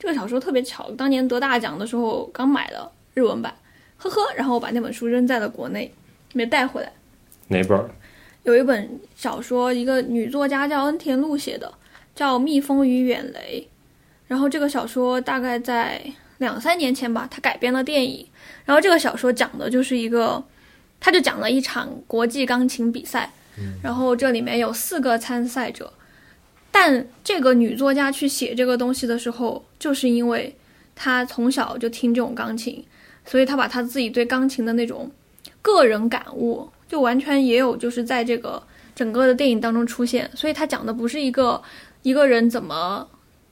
这个小说特别巧，当年得大奖的时候刚买了日文版，呵呵，然后我把那本书扔在了国内，没带回来。哪本儿？有一本小说，一个女作家叫恩田露写的，叫《蜜蜂与远雷》。然后这个小说大概在两三年前吧，它改编了电影。然后这个小说讲的就是一个，它就讲了一场国际钢琴比赛，然后这里面有四个参赛者。但这个女作家去写这个东西的时候，就是因为她从小就听这种钢琴，所以她把她自己对钢琴的那种个人感悟，就完全也有就是在这个整个的电影当中出现。所以他讲的不是一个一个人怎么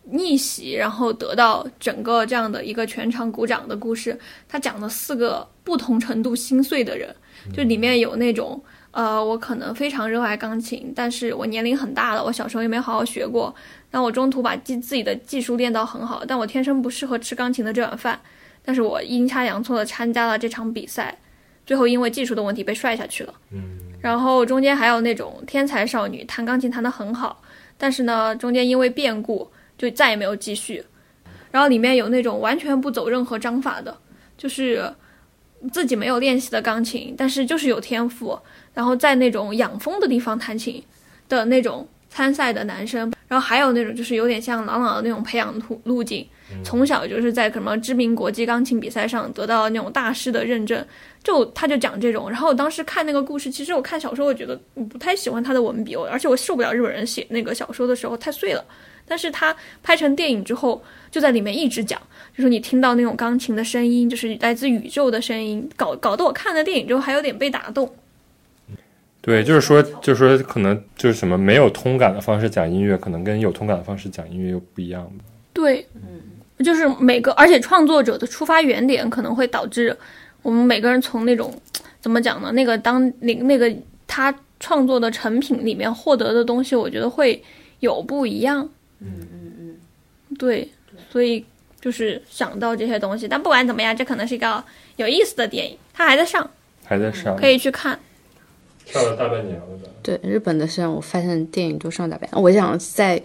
逆袭，然后得到整个这样的一个全场鼓掌的故事，他讲的四个不同程度心碎的人，就里面有那种。呃，我可能非常热爱钢琴，但是我年龄很大了，我小时候也没好好学过。但我中途把技自己的技术练到很好，但我天生不适合吃钢琴的这碗饭。但是我阴差阳错的参加了这场比赛，最后因为技术的问题被摔下去了。嗯，然后中间还有那种天才少女，弹钢琴弹得很好，但是呢，中间因为变故就再也没有继续。然后里面有那种完全不走任何章法的，就是自己没有练习的钢琴，但是就是有天赋，然后在那种养蜂的地方弹琴的那种参赛的男生。然后还有那种就是有点像朗朗的那种培养路路径，从小就是在什么知名国际钢琴比赛上得到那种大师的认证，就他就讲这种，然后我当时看那个故事，其实我看小说，我觉得我不太喜欢他的文笔，我而且我受不了日本人写那个小说的时候太碎了。但是他拍成电影之后，就在里面一直讲，就是你听到那种钢琴的声音，就是来自宇宙的声音，搞搞得我看了电影之后还有点被打动。对，就是说，就是说，可能就是什么没有通感的方式讲音乐，可能跟有通感的方式讲音乐又不一样吧。对，就是每个，而且创作者的出发原点可能会导致我们每个人从那种怎么讲呢？那个当那那个他创作的成品里面获得的东西，我觉得会有不一样。嗯嗯嗯，对，所以就是想到这些东西。但不管怎么样，这可能是一个有意思的电影，它还在上，还在上，可以去看。上了大半年了吧？对日本的，现在我发现电影都上大班。我想再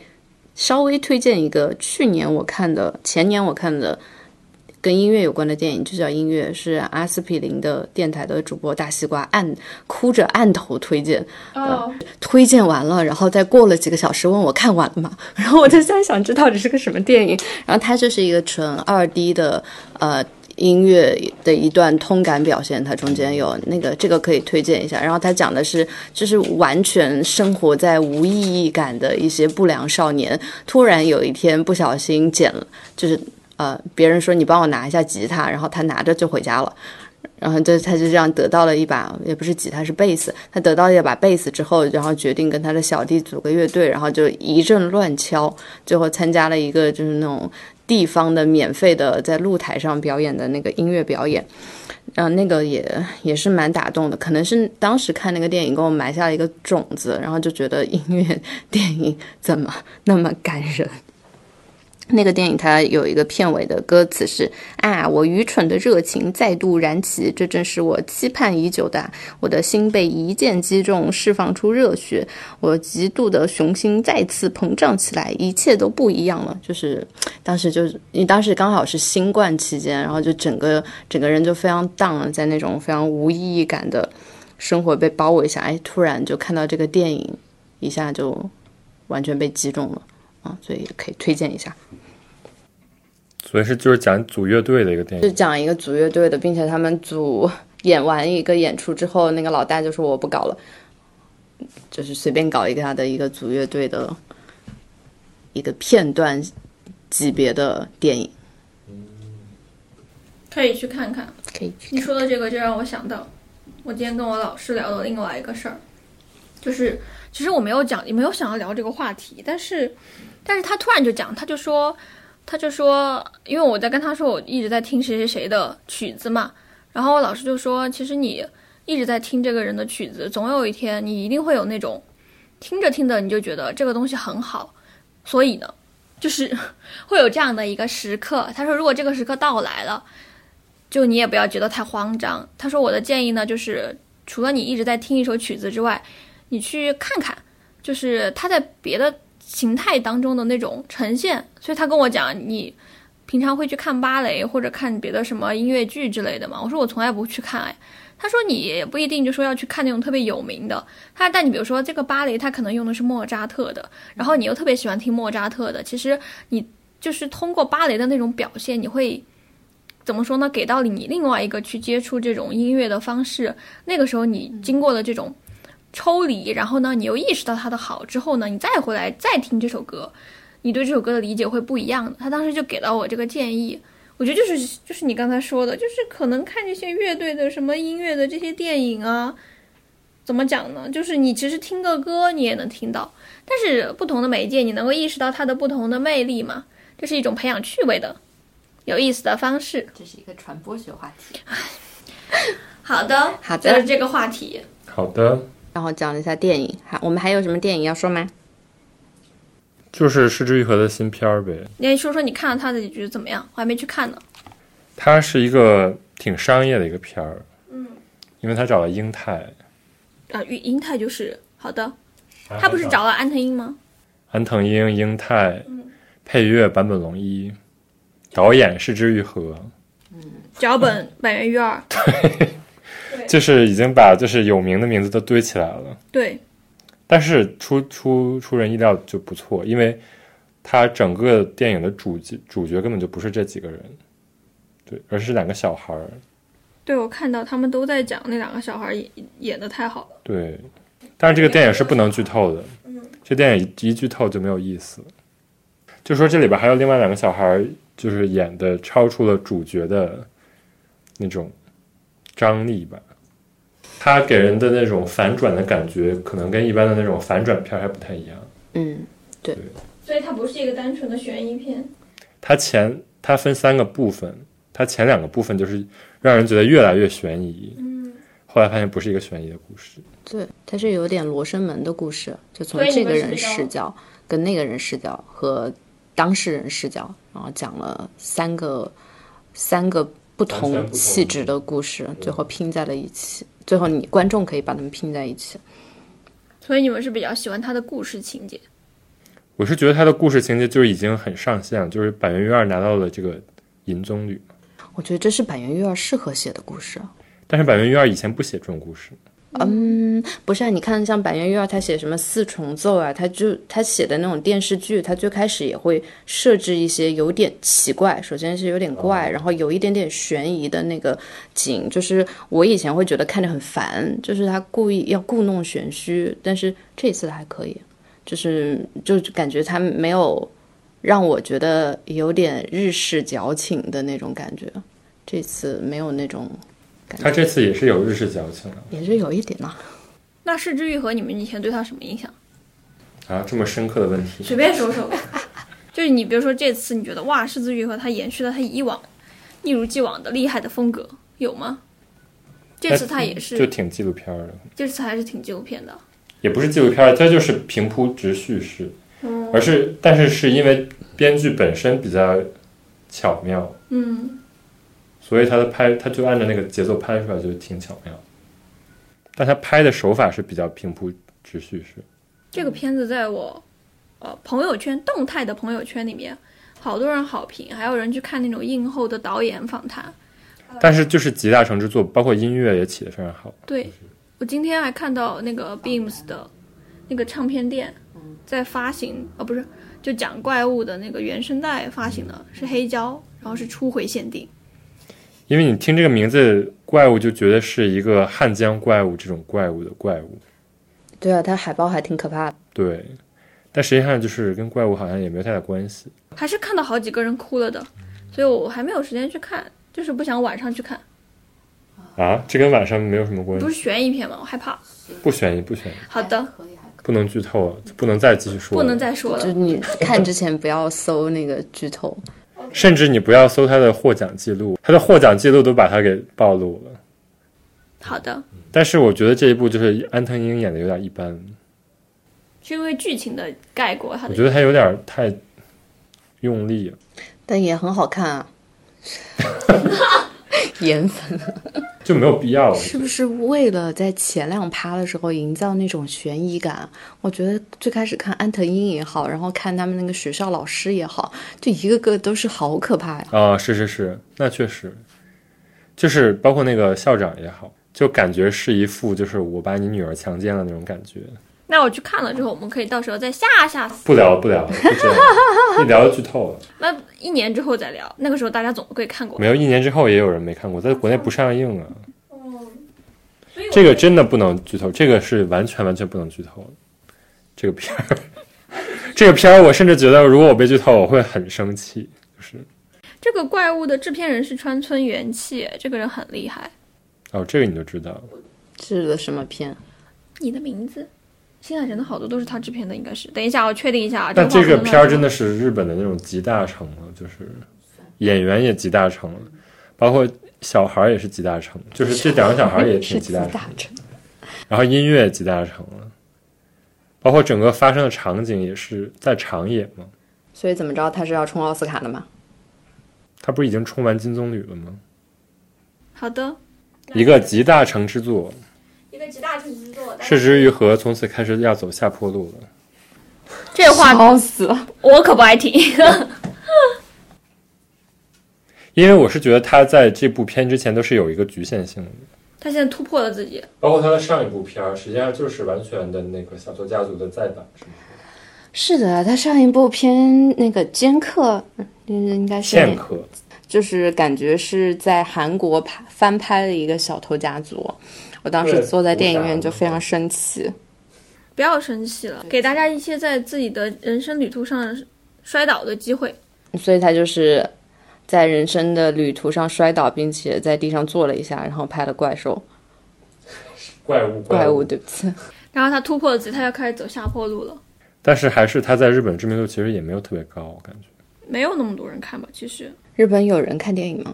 稍微推荐一个去年我看的、前年我看的跟音乐有关的电影，就叫《音乐》，是阿司匹林的电台的主播大西瓜按哭着按头推荐，哦，推荐完了，然后再过了几个小时问我看完了吗？然后我就现在想知道这是个什么电影。然后它就是一个纯二 D 的呃音乐的一段通感表现，它中间有那个这个可以推荐一下。然后它讲的是就是完全生活在无意义感的一些不良少年，突然有一天不小心捡了，就是呃别人说你帮我拿一下吉他，然后他拿着就回家了。然后就他就这样得到了一把，也不是吉他，是贝斯。他得到一把贝斯之后，然后决定跟他的小弟组个乐队，然后就一阵乱敲，最后参加了一个就是那种地方的免费的在露台上表演的那个音乐表演。嗯、那个也也是蛮打动的，可能是当时看那个电影给我埋下了一个种子，然后就觉得音乐电影怎么那么感人。那个电影它有一个片尾的歌词是啊，我愚蠢的热情再度燃起，这正是我期盼已久的啊。我的心被一箭击中，释放出热血，我极度的雄心再次膨胀起来，一切都不一样了。就是当时就是你当时刚好是新冠期间，然后就整个整个人就非常 down，在那种非常无意义感的生活被包围下，哎，突然就看到这个电影，一下就完全被击中了啊，所以可以推荐一下。所以是就是讲组乐队的一个电就影，讲一个组乐队的，并且他 [laughs] 们组演完一个演出之后，那个老大就说我不搞了，就是随便搞一个他的一个组乐队的一个片段级别的电影。可以去看看。可以你说的这个就让我想到，我今天跟我老师聊的另外一个事儿，就是其实我没有讲，也没有想要聊这个话题，但是，但是他突然就讲，他就说，他就说，因为我在跟他说我一直在听谁谁谁的曲子嘛，然后我老师就说，其实你一直在听这个人的曲子，总有一天你一定会有那种听着听着你就觉得这个东西很好，所以呢，就是 [laughs] 会有这样的一个时刻。他说，如果这个时刻到来了。就你也不要觉得太慌张。他说我的建议呢，就是除了你一直在听一首曲子之外，你去看看，就是它在别的形态当中的那种呈现。所以他跟我讲，你平常会去看芭蕾或者看别的什么音乐剧之类的吗？ [laughs] 我说我从来不去看哎。他说你也不一定就说要去看那种特别有名的，他但你比如说这个芭蕾，它可能用的是莫扎特的，然后你又特别喜欢听莫扎特的，其实你就是通过芭蕾的那种表现，你会怎么说呢？给到你另外一个去接触这种音乐的方式，那个时候你经过了这种抽离，然后呢，你又意识到它的好之后呢，你再回来再听这首歌，你对这首歌的理解会不一样的。他当时就给到我这个建议，我觉得就是就是你刚才说的，就是可能看这些乐队的什么音乐的这些电影啊，怎么讲呢？就是你其实听个歌你也能听到，但是不同的媒介你能够意识到它的不同的魅力嘛，这是一种培养趣味的有意思的方式。这是一个传播学话题。好的，好的就是这个话题。好的，然后讲了一下电影，好，我们还有什么电影要说吗？就是失之愈合的新片儿呗。你说说你看了他的几局怎么样？我还没去看呢。它是一个挺商业的一个片儿，嗯，因为他找了英泰，啊，语英泰就是好的，他他不是找了安藤樱吗？安藤英、英泰，配乐坂本龙一，导演是之愈合，脚本板垣裕二， [laughs] 就是已经把就是有名的名字都堆起来了。对，但是出出出人意料就不错，因为他整个电影的主角主角根本就不是这几个人，对，而是两个小孩儿，对我看到他们都在讲那两个小孩演演的太好了。对。但是这个电影是不能剧透的，这电影一一剧透就没有意思。就说这里边还有另外两个小孩儿，就是演的超出了主角的那种张力吧。他给人的那种反转的感觉，可能跟一般的那种反转片儿还不太一样。嗯，所以它不是一个单纯的悬疑片。它前它分三个部分，它前两个部分就是让人觉得越来越悬疑，嗯，后来发现不是一个悬疑的故事。对，它是有点罗生门的故事，就从对这你个们人视角视角、跟那个人视角和当事人视角，然后讲了三个三个不完全同不同气质的故事，最后拼在了一起。最后你观众可以把它们拼在一起。所以你们是比较喜欢他的故事情节。我是觉得它的故事情节就是已经很上线了，就是板垣瑞二拿到了这个银棕榈，我觉得这是板垣瑞二适合写的故事。但是板垣瑞二以前不写这种故事，不是、啊，你看像板垣瑞二，他写什么四重奏啊，他就他写的那种电视剧，他最开始也会设置一些有点奇怪，首先是有点怪，哦然后有一点点悬疑的那个景，就是我以前会觉得看着很烦，就是他故意要故弄玄虚，但是这一次他还可以，就是就感觉他没有让我觉得有点日式矫情的那种感觉，这次没有那种感他觉，这次也是有日式矫情的也是有一点啊。那《失之愈合》，你们以前对他什么影响？啊，这么深刻的问题。随便说说吧。就是你比如说这次你觉得哇，《失之愈合》它延续了他以往一如既往的厉害的风格，有吗？这次他也，就是挺纪录片儿的，这次还是挺纪录片的。嗯也不是纪录片儿，它就是平铺直叙事，而是但是是因为编剧本身比较巧妙，嗯，所以他的拍他就按照那个节奏拍出来就挺巧妙，但他拍的手法是比较平铺直叙式。这个片子在我呃朋友圈动态的朋友圈里面，好多人好评，还有人去看那种映后的导演访谈。但是就是集大成之作，包括音乐也起得非常好。对我今天还看到那个 Beams 的那个唱片店嗯在发行，呃、不是就讲怪物的那个原声带发行的嗯是黑胶，然后是初回限定。因为你听这个名字“怪物”，就觉得是一个汉江怪物这种怪物的怪物，对啊，它海报还挺可怕的。对。但实际上就是跟怪物好像也没有太大关系。还是看到好几个人哭了的，嗯所以我还没有时间去看，就是不想晚上去看。啊，这跟晚上没有什么关不系，是悬疑片吗？我害怕。不悬疑，不悬疑，好的，不能剧透啊，不能再继续说，不能，再说就了。 [laughs] 你看之前不要搜那个剧透，甚至你不要搜他的获奖记录，他的获奖记录都把他给暴露了。好的，但是我觉得这一部就是安藤英演的有点一般，是因为剧情的概括，它我的觉得他有点太用力了， [laughs] 但也很好看啊。 [laughs] 颜粉就没有必要了。是不是为了在前两趴的时候营造那种悬疑感？我觉得最开始看安藤英也好，然后看他们那个学校老师也好，就一个个都是好可怕呀！啊、是是是，那确实，就是包括那个校长也好，就感觉是一副就是我把你女儿强奸了那种感觉。那我去看了之后，我们可以到时候再下下次，不聊了不聊了，就这样， [laughs] 一聊就剧透了。那一年之后再聊。那个时候大家总会看过没。有一年之后也有人没看过，在国内不上映啊。哦所以我这个真的不能剧透，这个是完全完全不能剧透的。这个片儿， [laughs] 这个片儿，我甚至觉得如果我被剧透，我会很生气。就是这个怪物的制片人是川村元气，这个人很厉害。哦，这个你就知道，是的，什么片？你的名字，新海诚的好多都是他制片的，应该是。等一下，我确定一下啊。但这这话不个能片儿乱真说的是日本的那种集大成了，就是演员也集大成了，包括小孩儿也是集大成，就是这两个小孩儿也挺是集集大大成，成。然后音乐也集大成了，包括整个发生的场景也是在长野嘛，所以怎么着，他是要冲奥斯卡的吗？他不是已经冲完金棕榈了吗？好的，一个集大成之作，一个集大成之作，是之愈合从此开始要走下坡路了。这话笑啊死了！我可不爱听。因为我是觉得他在这部片之前都是有一个局限性的， [laughs] 他现在突破了自己，包括他的上一部片儿，实际上就是完全的那个《小偷家族》的再版，是吗？是的，他上一部片那个《尖客》，嗯，应该是剑客，就是感觉是在韩国拍翻拍的一个小偷家族。我当时对坐在电影我院傻就非常生气，不要生气了，给大家一些在自己的人生旅途上摔倒的机会。所以他就是在人生的旅途上摔倒，并且在地上坐了一下，然后拍了怪兽怪物，怪物，对不起。然后他突破了自己，他要开始走下坡路了。但是还是他在日本知名度其实也没有特别高，我感觉。没有那么多人看吧，其实日本有人看电影吗？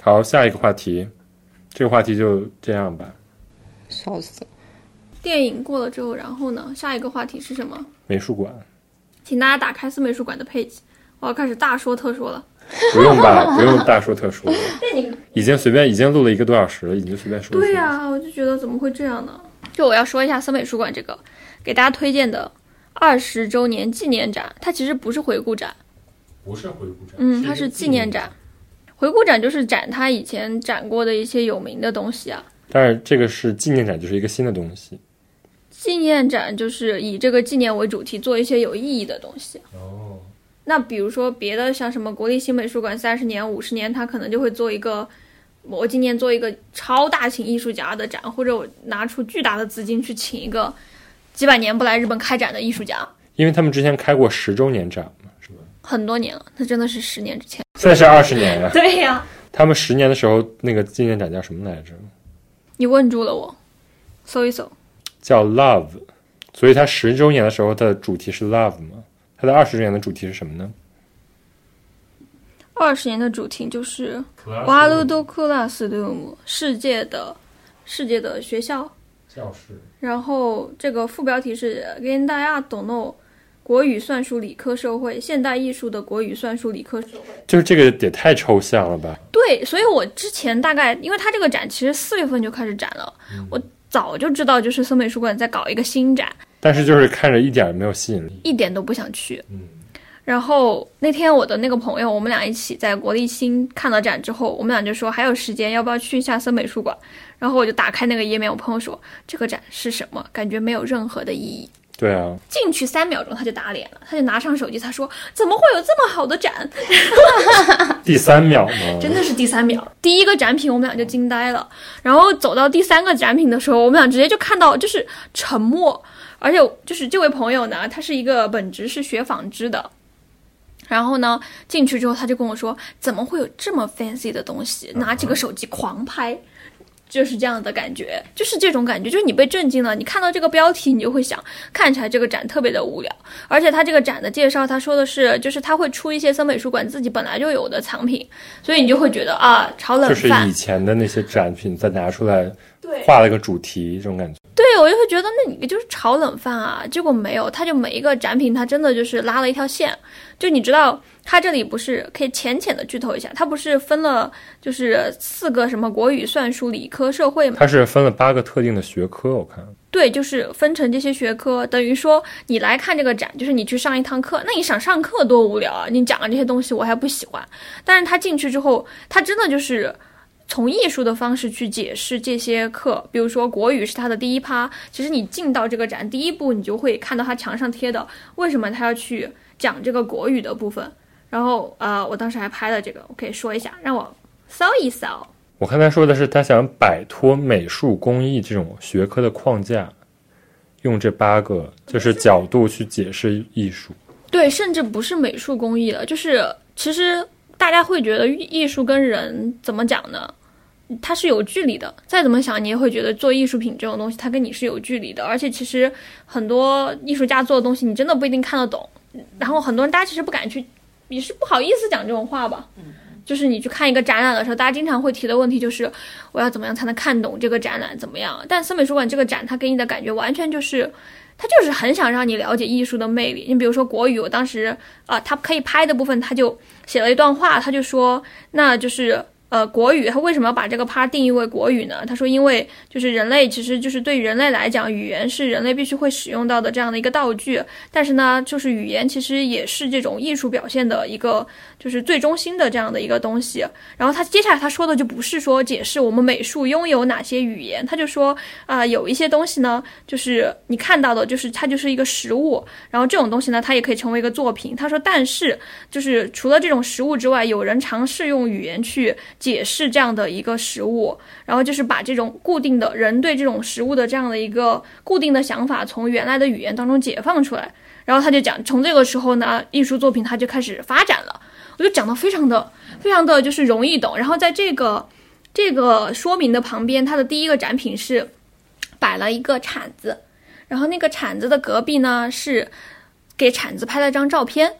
好，下一个话题，这个话题就这样吧，笑死！电影过了之后，然后呢？下一个话题是什么？美术 [laughs] 馆，请大家打开四美术馆的 page，我要开始大说特说了。不用吧，不用大说特说了，那你已经随便已经录了一个多小时了，你就随便说一说。对呀、我就觉得怎么会这样呢？嗯就我要说一下森美术馆这个给大家推荐的二十周年纪念展，它其实不是回顾展，不是回顾展，嗯，它是纪念展。。回顾展就是展它以前展过的一些有名的东西啊。但是这个是纪念展，就是一个新的东西。纪念展就是以这个纪念为主题，做一些有意义的东西。哦，那比如说别的，像什么国立新美术馆三十年、五十年，它可能就会做一个，我今年做一个超大型艺术家的展，或者我拿出巨大的资金去请一个几百年不来日本开展的艺术家，因为他们之前开过十周年展嘛，是吧？很多年了，那真的是十年之前。现在是二十年呀、对呀、他们十年的时候，那个纪念展叫什么来着？你问住了我，搜一搜。叫 Love，所以它十周年的时候，它的主题是 Love 嘛？它的二十周年的主题是什么呢？二十年的主题就是瓦鲁多库拉斯杜姆，世界的世界的学校，教室。然后这个副标题是“跟大家懂 n 国国语算术理科社会，现代艺术的国语算术理科社会。就是这个也太抽象了吧？对，所以我之前大概，因为它这个展其实四月份就开始展了，我早就知道就是森美术馆在搞一个新展，但是就是看着一点儿也没有吸引力。一点都不想去。然后那天我的那个朋友，我们俩一起在国立新看了展之后，我们俩就说还有时间，要不要去一下森美术馆？然后我就打开那个页面，我朋友说这个展是什么？感觉没有任何的意义。对啊，进去三秒钟他就打脸了，他就拿上手机，他说怎么会有这么好的展？第三秒呢？真的是第三秒，第一个展品我们俩就惊呆了，然后走到第三个展品的时候，我们俩直接就看到就是沉默，而且就是这位朋友呢，他是一个本职是学纺织的。然后呢，进去之后他就跟我说：“怎么会有这么 fancy 的东西？嗯拿这个手机狂拍，就是这样的感觉，就是这种感觉，就是你被震惊了。你看到这个标题，你就会想，看起来这个展特别的无聊。而且他这个展的介绍，他说的是，就是他会出一些森美术馆自己本来就有的藏品，所以你就会觉得啊，炒冷就是饭以。前的那些展品再拿出来，画了个主题，这种感觉。对，我就会觉得那你就是炒冷饭啊，结果没有，它就每一个展品它真的就是拉了一条线，就你知道它这里不是可以浅浅的剧透一下，它不是分了就是四个什么国语、算术、理科、社会嘛？它是分了八个特定的学科，我看。对，就是分成这些学科，等于说你来看这个展，就是你去上一堂课，那你想上课多无聊啊！你讲的这些东西我还不喜欢，但是他进去之后，他真的就是。从艺术的方式去解释这些课，比如说国语是他的第一趴。其实你进到这个展第一步，你就会看到他墙上贴的为什么他要去讲这个国语的部分。然后呃，我当时还拍了这个，我可以说一下，让我搜一搜。我看他说的是，他想摆脱美术工艺这种学科的框架，用这八个就是角度去解释艺术。对，甚至不是美术工艺了，就是其实大家会觉得艺艺术跟人怎么讲呢？它是有距离的。再怎么想，你也会觉得做艺术品这种东西，它跟你是有距离的。而且其实很多艺术家做的东西，你真的不一定看得懂。然后很多人大家其实不敢去，也是不好意思讲这种话吧。就是你去看一个展览的时候，大家经常会提的问题就是我要怎么样才能看懂这个展览怎么样？但森美术馆这个展，它给你的感觉完全就是他就是很想让你了解艺术的魅力。你比如说国语，我当时啊、他可以拍的部分，他就写了一段话，他就说，那就是呃，国语，他为什么要把这个趴定义为国语呢？他说，因为就是人类，其实就是对人类来讲，语言是人类必须会使用到的这样的一个道具。但是呢，就是语言其实也是这种艺术表现的一个，就是最中心的这样的一个东西。然后他接下来他说的就不是说解释我们美术拥有哪些语言，他就说啊、有一些东西呢，就是你看到的，就是它就是一个实物，然后这种东西呢，它也可以成为一个作品。他说，但是就是除了这种实物之外，有人尝试用语言去解释这样的一个实物，然后就是把这种固定的人对这种实物的这样的一个固定的想法，从原来的语言当中解放出来。然后他就讲，从这个时候呢，艺术作品它就开始发展了。我就讲的非常的非常的就是容易懂。然后在这个这个说明的旁边，它的第一个展品是摆了一个铲子，然后那个铲子的隔壁呢是给铲子拍了张照片。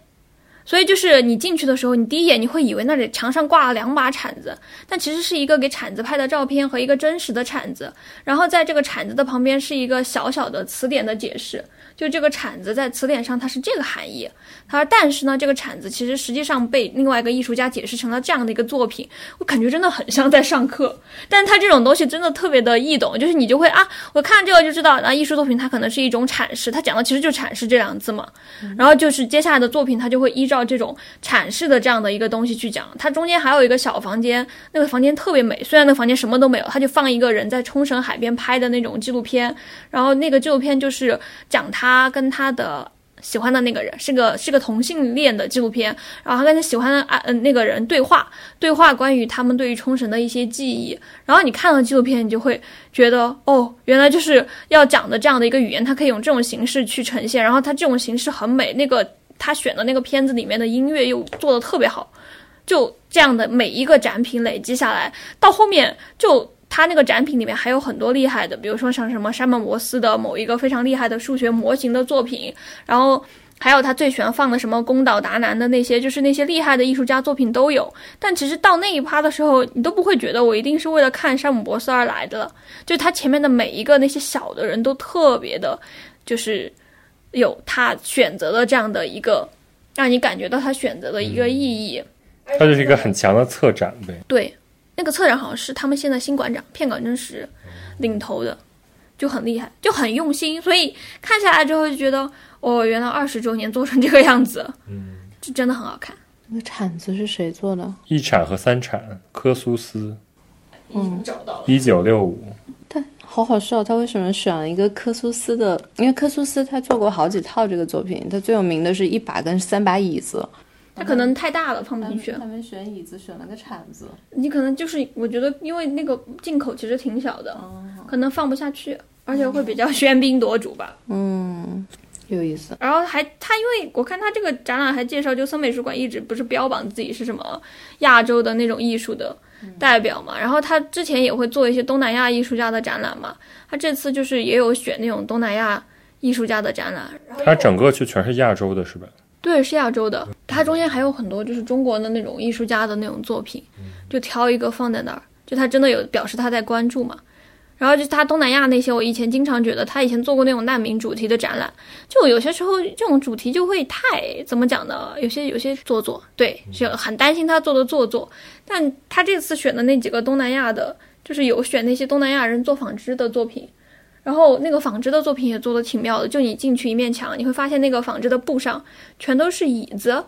所以就是你进去的时候，你第一眼你会以为那里墙上挂了两把铲子，但其实是一个给铲子拍的照片和一个真实的铲子。然后在这个铲子的旁边是一个小小的词典的解释，就这个铲子在词典上它是这个含义。他说，但是呢，这个铲子其实实际上被另外一个艺术家解释成了这样的一个作品，我感觉真的很像在上课。但他这种东西真的特别的易懂，就是你就会啊，我看这个就知道，啊那艺术作品它可能是一种阐释，它讲的其实就阐释这两个字嘛。然后就是接下来的作品，它就会依照这种阐释的这样的一个东西去讲。它中间还有一个小房间，那个房间特别美，虽然那个房间什么都没有，它就放一个人在冲绳海边拍的那种纪录片，然后那个纪录片就是讲他跟他的喜欢的那个人是个是个同性恋的纪录片，然后他跟他喜欢的啊嗯、那个人对话，对话关于他们对于冲绳的一些记忆。然后你看了纪录片，你就会觉得哦，原来就是要讲的这样的一个语言，它可以用这种形式去呈现。然后它这种形式很美，那个他选的那个片子里面的音乐又做的特别好，就这样的每一个展品累积下来，到后面就他那个展品里面还有很多厉害的，比如说像什么山本摩斯的某一个非常厉害的数学模型的作品，然后还有他最喜欢放的什么宫岛达男的那些，就是那些厉害的艺术家作品都有。但其实到那一趴的时候，你都不会觉得我一定是为了看山姆博斯而来的了，就他前面的每一个那些小的人都特别的，就是有他选择的这样的一个，让你感觉到他选择的一个意义。 [laughs] 它就是一个很强的策展呗。对，那个策展好像是他们现在新馆长片冈真实领头的，就很厉害，就很用心，所以看下来之后就觉得，哦，原来二十周年做成这个样子，嗯，就真的很好看。那个铲子是谁做的？一产和三产，科苏斯，嗯，找到了。一九六五，但好好笑，他为什么选了一个科苏斯的？因为科苏斯他做过好几套这个作品，他最有名的是一把跟三把椅子。它可能太大了，放不进去。们选椅子选了个铲子，你可能就是，我觉得因为那个进口其实挺小的，可能放不下去，而且会比较喧宾夺主吧。嗯，有意思。然后还他，因为我看他这个展览还介绍，就森美术馆一直不是标榜自己是什么亚洲的那种艺术的代表嘛，然后他之前也会做一些东南亚艺术家的展览嘛，他这次就是也有选那种东南亚艺术家的展览，它整个去全是亚洲的，是吧？对，是亚洲的，它中间还有很多就是中国的那种艺术家的那种作品，就挑一个放在那儿，就他真的有表示他在关注嘛。然后就他东南亚那些，我以前经常觉得他以前做过那种难民主题的展览，就有些时候这种主题就会太怎么讲呢？有些有些做作，对，就很担心他做的做作。但他这次选的那几个东南亚的，就是有选那些东南亚人做纺织的作品，然后那个纺织的作品也做的挺妙的，就你进去一面墙，你会发现那个纺织的布上全都是椅子，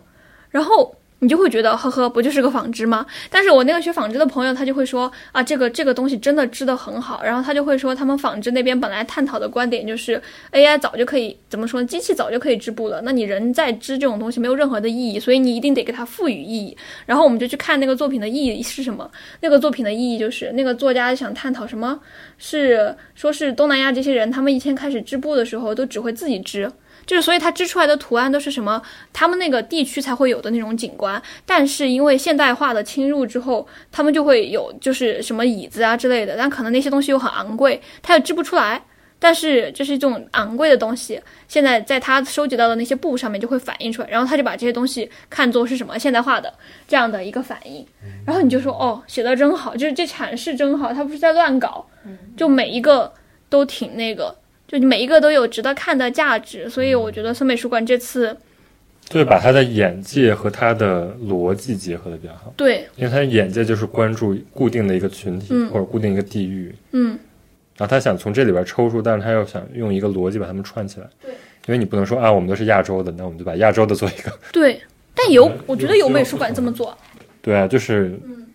然后你就会觉得呵呵，不就是个纺织吗？但是我那个学纺织的朋友他就会说啊，这个这个东西真的织得很好，然后他就会说他们纺织那边本来探讨的观点就是 AI 早就可以怎么说呢，机器早就可以织布了，那你人在织这种东西没有任何的意义，所以你一定得给它赋予意义。然后我们就去看那个作品的意义是什么，那个作品的意义就是那个作家想探讨什么。是说是东南亚这些人，他们以前开始织布的时候都只会自己织，就是所以他织出来的图案都是什么他们那个地区才会有的那种景观，但是因为现代化的侵入之后，他们就会有就是什么椅子啊之类的，但可能那些东西又很昂贵，他又织不出来。但是就是这种昂贵的东西，现在在他收集到的那些布上面就会反映出来，然后他就把这些东西看作是什么现代化的这样的一个反应，然后你就说哦，写的真好，就是这阐释真好，他不是在乱搞，就每一个都挺那个，就每一个都有值得看的价值，所以我觉得森美术馆这次就是把他的眼界和他的逻辑结合的比较好，对，因为他的眼界就是关注固定的一个群体、嗯或者固定一个地域，嗯，然后他想从这里边抽出，但是他又想用一个逻辑把他们串起来，对，因为你不能说啊，我们都是亚洲的，那我们就把亚洲的做一个，对，但有嗯我觉得有美术馆这么做，对啊，就是，嗯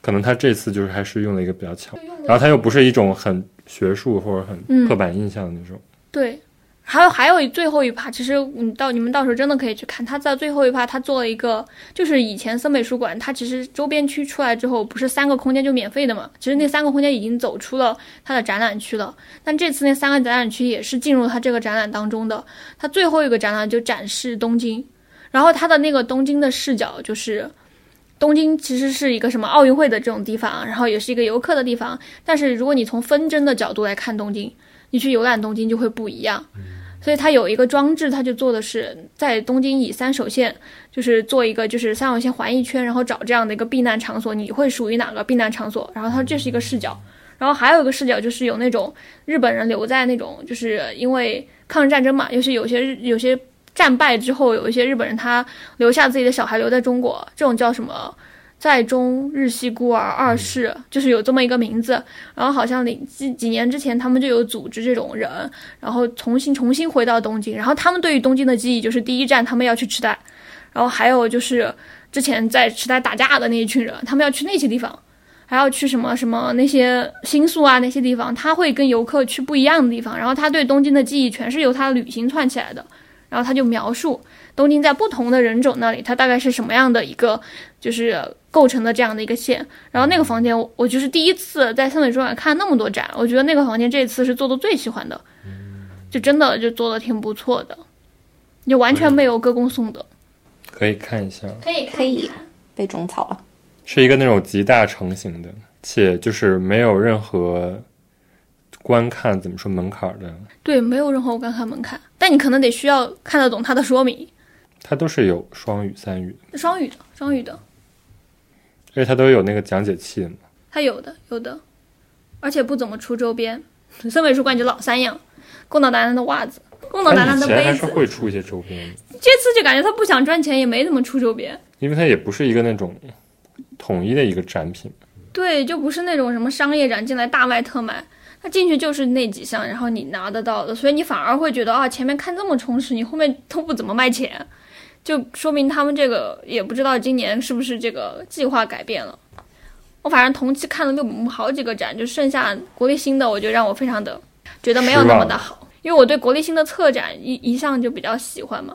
可能他这次就是还是用了一个比较巧，然后他又不是一种很学术或者很嗯刻板印象的那种，对，还有还有最后一趴，其实你到你们到时候真的可以去看，他在最后一趴他做了一个，就是以前森美术馆，它其实周边区出来之后，不是三个空间就免费的嘛？其实那三个空间已经走出了它的展览区了，但这次那三个展览区也是进入它这个展览当中的，它最后一个展览就展示东京，然后它的那个东京的视角就是。东京其实是一个什么奥运会的这种地方，然后也是一个游客的地方。但是如果你从纷争的角度来看东京，你去游览东京就会不一样。所以它有一个装置，它就做的是在东京以三手线，就是做一个就是三手线环一圈，然后找这样的一个避难场所，你会属于哪个避难场所？然后它这是一个视角，然后还有一个视角就是有那种日本人留在那种就是因为抗日战争嘛，就是有些日有些战败之后，有一些日本人他留下自己的小孩留在中国，这种叫什么？在中日系孤儿二世就是有这么一个名字，然后好像零几几年之前，他们就有组织这种人，然后重新重新回到东京。然后他们对于东京的记忆就是第一站他们要去池袋，然后还有就是之前在池袋打架的那一群人，他们要去那些地方，还要去什么什么那些新宿啊那些地方，他会跟游客去不一样的地方。然后他对东京的记忆全是由他的旅行串起来的。然后他就描述东京在不同的人种那里，它大概是什么样的一个，就是构成的这样的一个线。然后那个房间我，我就是第一次在森美术馆看那么多展，我觉得那个房间这次是做的最喜欢的，就真的就做的挺不错的，就完全没有歌功颂德。可以看一下，可以可以被种草了。是一个那种集大成型的，且就是没有任何观看怎么说门槛的，对，没有任何观看门槛，但你可能得需要看得懂它的说明，它都是有双语、三语，双语的，双语的，而且它都有那个讲解器嘛。它有的有的，而且不怎么出周边。森美术馆就老三样，共岛达人的袜子，功能他拿拿哎以的前还杯是子。会出一些周边的，这次就感觉他不想赚钱，也没怎么出周边。因为它也不是一个那种统一的一个展品。对，就不是那种什么商业展进来大卖特卖，他进去就是那几项，然后你拿得到的，所以你反而会觉得啊，前面看这么充实，你后面都不怎么卖钱，就说明他们这个也不知道今年是不是这个计划改变了。我反正同期看了六本木好几个展，就剩下国立新的，我就让我非常的觉得没有那么的好，因为我对国立新的策展一一向就比较喜欢嘛，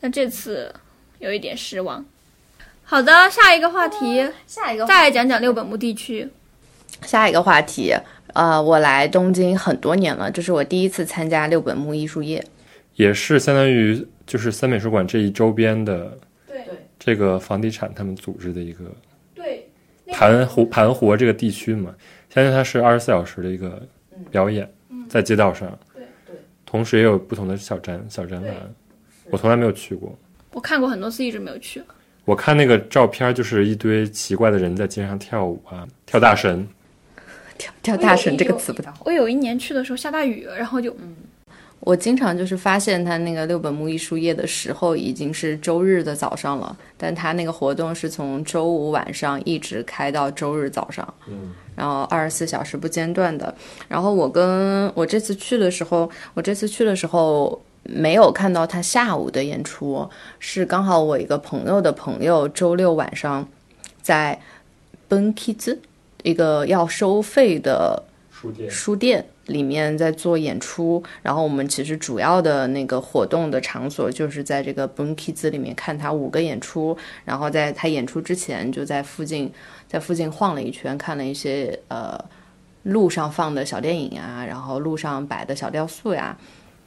那这次有一点失望。好的，下一个话题。下一个再讲讲六本木地区，下一个话题，呃，我来东京很多年了，这是我第一次参加六本木艺术夜。也是相当于就是三美术馆这一周边的，对对这个房地产他们组织的一个对，盘活盘活这个地区嘛，相当于它是二十四小时的一个表演，在街道上，嗯对对同时也有不同的小展小展览对，我从来没有去过。我看过很多次，一直没有去。我看那个照片，就是一堆奇怪的人在街上跳舞啊，跳大神。跳跳大神这个词不大，我有一年去的时候下大雨，然后就我经常就是发现他那个六本木艺术夜的时候已经是周日的早上了，但他那个活动是从周五晚上一直开到周日早上，嗯，然后二十四小时不间断的。然后我跟我这次去的时候，我这次去的时候没有看到他下午的演出，是刚好我一个朋友的朋友周六晚上在 Benkiz 一个要收费的书店书店里面在做演出，然后我们其实主要的那个活动的场所就是在这个 Bunkies 里面看他五个演出，然后在他演出之前就在附近在附近晃了一圈，看了一些呃路上放的小电影啊，然后路上摆的小雕塑呀，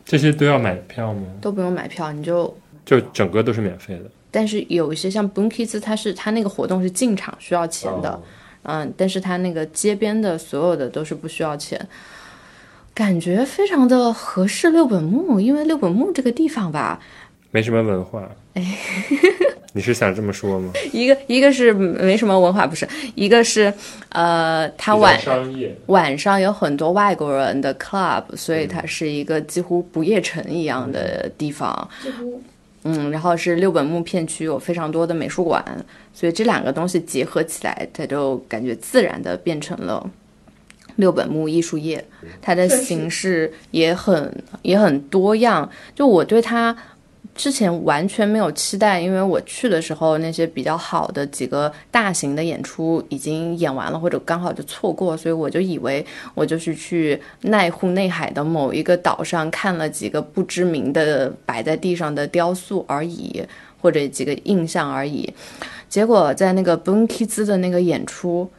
这些都要买票吗？都不用买票，你就就整个都是免费的。但是有一些像 Bunkies，它是它那个活动是进场需要钱的，嗯，但是它那个街边的所有的都是不需要钱，感觉非常的合适六本木，因为六本木这个地方吧，没什么文 [laughs] 化。你是想这么说吗？一个一个是没什么文化，不是，一个是呃，它晚商业，晚上有很多外国人的 club，所以它是一个几乎不夜城一样的地方。嗯，然后是六本木片区有非常多的美术馆，所以这两个东西结合起来，它就感觉自然的变成了六本木艺术业。它的形式也很也很多样，就我对它。之前完全没有期待，因为我去的时候那些比较好的几个大型的演出已经演完了，或者刚好就错过，所以我就以为我就是去濑户内海的某一个岛上看了几个不知名的摆在地上的雕塑而已，或者几个印象而已。结果在那个 b u n k i z 的那个演出，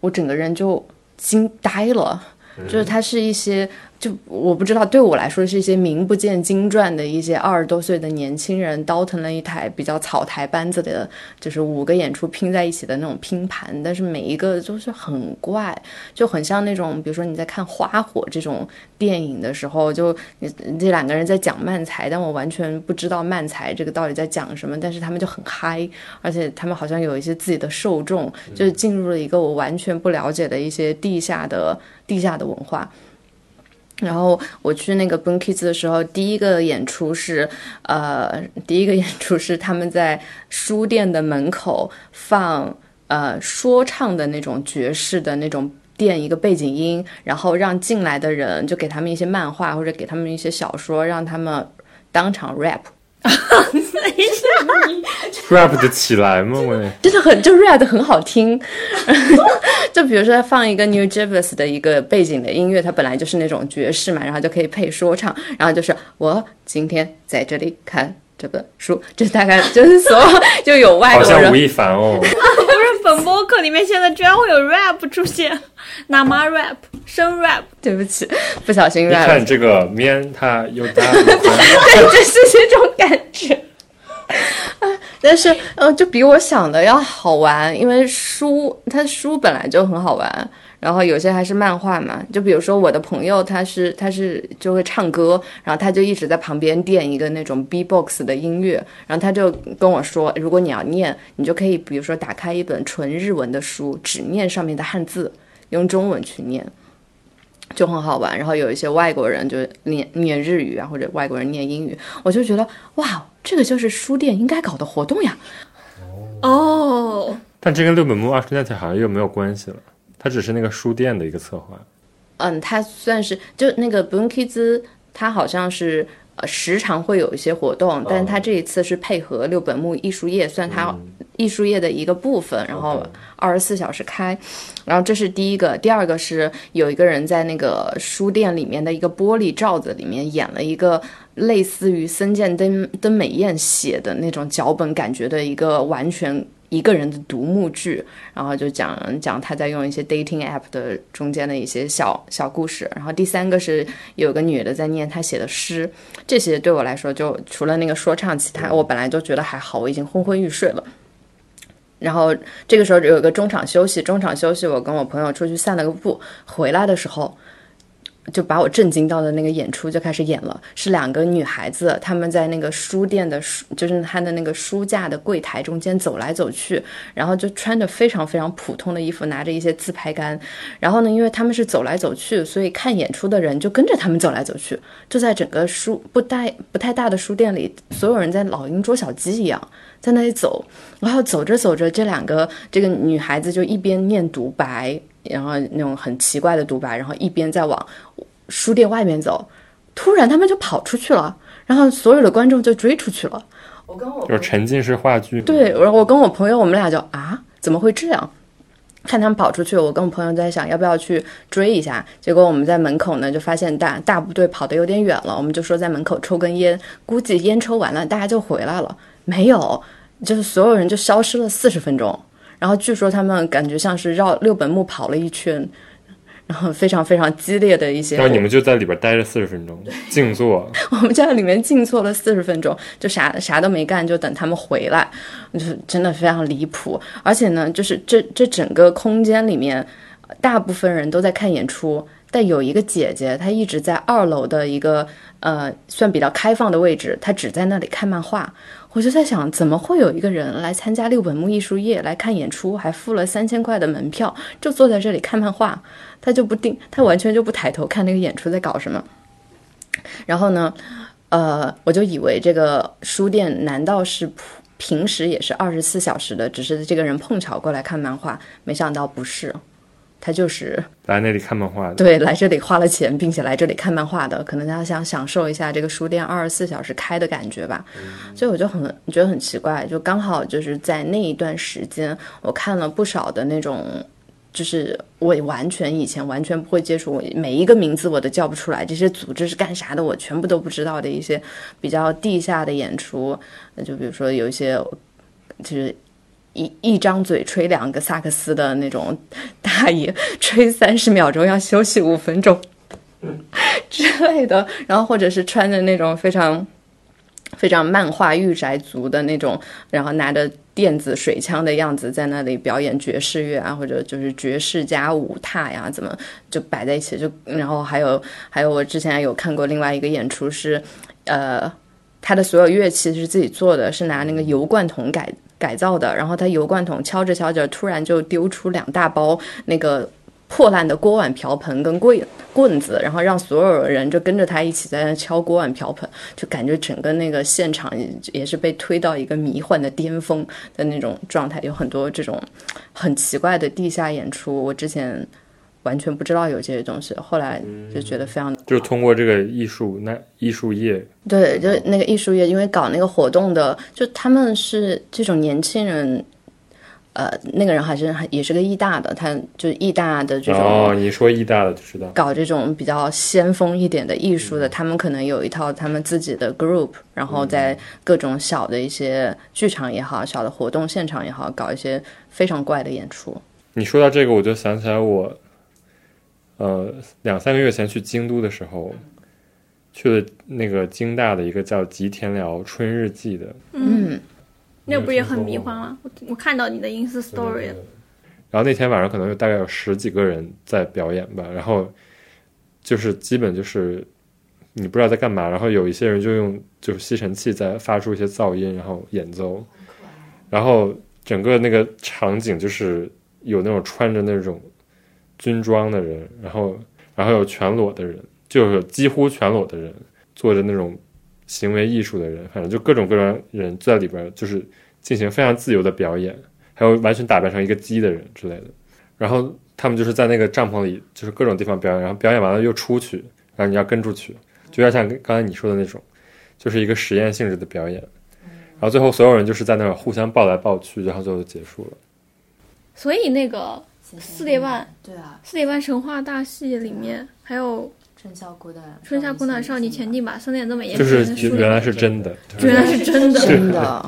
我整个人就惊呆了，就是它是一些。就我不知道，对我来说是一些名不见经传的一些二十多岁的年轻人倒腾了一台比较草台班子的，就是五个演出拼在一起的那种拼盘，但是每一个都是很怪，就很像那种，比如说你在看《花火》这种电影的时候，就你这两个人在讲漫才，但我完全不知道漫才这个到底在讲什么，但是他们就很嗨，而且他们好像有一些自己的受众，就是进入了一个我完全不了解的一些地下的地下的文化。然后我去那个 b u n k i s 的时候，第一个演出是，呃，第一个演出是他们在书店的门口放呃说唱的那种爵士的那种垫一个背景音，然后让进来的人就给他们一些漫画或者给他们一些小说，让他们当场 rap。 rap 的起来吗？我也真的很就 rap 的很好听， [laughs] 就比如说放一个 New Javis 的一个背景的音乐，它本来就是那种爵士嘛，然后就可以配说唱，然后就是我今天在这里看这本书，就大概就是所有就有外好国像吴人，亦凡 [laughs] 哦，不是本播客里面现在居然会有 rap 出现，哪妈 rap 生 rap，对不起，不小心你 rap，了看这个面他又大，对，就是这种感觉。啊 [laughs] 但是，呃，就比我想的要好玩，因为书它书本来就很好玩，然后有些还是漫画嘛。就比如说我的朋友，他是他是就会唱歌，然后他就一直在旁边垫一个那种 B-box 的音乐，然后他就跟我说，如果你要念，你就可以比如说打开一本纯日文的书，只念上面的汉字，用中文去念。就很好玩。然后有一些外国人就念念日语啊，或者外国人念英语，我就觉得哇，哦这个就是书店应该搞的活动呀。哦， [laughs] 但这跟六本木 Art Net 好像又没有关系了，它只是那个书店的一个策划。嗯，它算是就那个 b u n k i z 它好像是呃时常会有一些活动，但是它这一次是配合六本木艺术业，算它艺术业的一个部分，然后二十四小时开。然后这是第一个，第二个是有一个人在那个书店里面的一个玻璃罩子里面演了一个类似于森见登登美彦写的那种脚本感觉的一个完全一个人的独幕剧，然后就讲讲他在用一些 dating app 的中间的一些小小故事。然后第三个是有个女的在念她写的诗，这些对我来说就除了那个说唱，其他我本来就觉得还好，我已经昏昏欲睡了。然后这个时候有一个中场休息，中场休息我跟我朋友出去散了个步，回来的时候就把我震惊到的那个演出就开始演了，是两个女孩子，她们在那个书店的书，就是她的那个书架的柜台中间走来走去，然后就穿着非常非常普通的衣服，拿着一些自拍杆，然后呢，因为他们是走来走去，所以看演出的人就跟着他们走来走去，就在整个书不带不太大的书店里，所有人在老鹰捉小鸡一样在那里走，然后走着走着，这两个这个女孩子就一边念独白，然后那种很奇怪的独白，然后一边在往书店外面走，突然他们就跑出去了，然后所有的观众就追出去了。我跟我就是沉浸式话剧。对，我我跟我朋友，我们俩就啊，怎么会这样？看他们跑出去，我跟我朋友在想要不要去追一下。结果我们在门口呢，就发现大大部队跑得有点远了，我们就说在门口抽根烟，估计烟抽完了大家就回来了。没有，就是所有人就消失了四十分钟。然后据说他们感觉像是绕六本木跑了一圈，然后非常非常激烈的一些活然动。后你们就在里边待着四十分钟，静坐。我们就在里面静坐了四十分钟，就啥啥都没干，就等他们回来，就是真的非常离谱。而且呢，就是这这整个空间里面，呃大部分人都在看演出，但有一个姐姐，她一直在二楼的一个呃算比较开放的位置，她只在那里看漫画。我就在想，怎么会有一个人来参加六本木艺术夜来看演出，还付了三千块的门票，就坐在这里看漫画？他就不定，他完全就不抬头看那个演出在搞什么。然后呢，呃，我就以为这个书店难道是普平时也是二十四小时的，只是这个人碰巧过来看漫画，没想到不是，他就是来那里看漫画的，对来这里花了钱，并且来这里看漫画的，可能他想享受一下这个书店二十四小时开的感觉吧。所以我就很觉得很奇怪，就刚好就是在那一段时间，我看了不少的那种。就是我完全以前完全不会接触，我每一个名字我都叫不出来，这些组织是干啥的，我全部都不知道的一些比较地下的演出，那就比如说有一些就是一一张嘴吹两个萨克斯的那种大爷，吹三十秒钟要休息五分钟之类的，然后或者是穿着那种非常。非常漫画御宅族的那种，然后拿着电子水枪的样子在那里表演爵士乐啊，或者就是爵士加舞踏呀，怎么就摆在一起就，然后还有还有我之前有看过另外一个演出是，呃，他的所有乐器是自己做的，是拿那个油罐桶改改造的，然后他油罐桶敲着敲着，突然就丢出两大包那个。破烂的锅碗瓢盆跟棍棍子，然后让所有人就跟着他一起在那敲锅碗瓢盆，就感觉整个那个现场也也是被推到一个迷幻的巅峰的那种状态，有很多这种很奇怪的地下演出，我之前完全不知道有这些东西，后来就觉得非常就是通过这个艺术那艺术业，对，就是那个艺术业，因为搞那个活动的，就他们是这种年轻人，呃，那个人还是也是个艺大的，他就艺大的这种。哦，你说艺大的就知道，搞这种比较先锋一点的艺术的，他们可能有一套他们自己的 group，然后在各种小的一些剧场也好，小的活动现场也好，搞一些非常怪的演出。你说到这个，我就想起来我，呃，两三个月前去京都的时候，去了那个京大的一个叫吉田寮春日记的，嗯，那不也很迷幻吗？我我看到你的 ins story 了，然后那天晚上可能有大概有十几个人在表演吧，然后就是基本就是你不知道在干嘛，然后有一些人就用就是吸尘器在发出一些噪音，然后演奏，然后整个那个场景就是有那种穿着那种军装的人，然后然后有全裸的人，就是有几乎全裸的人，做着那种行为艺术的人，反正就各种各样人在里边就是进行非常自由的表演，还有完全打扮成一个鸡的人之类的。然后他们就是在那个帐篷里，就是各种地方表演，然后表演完了又出去，然后你要跟出去，就有点像刚才你说的那种，就是一个实验性质的表演。然后最后所有人就是在那儿互相抱来抱去，然后就结束了。所以那个四叠半对啊，四叠半神话大戏里面还有春宵苦短， 《春夏苦短少女前进吧》，三点这么演，就是原来是是真的，原来是 [laughs] 真的，真的，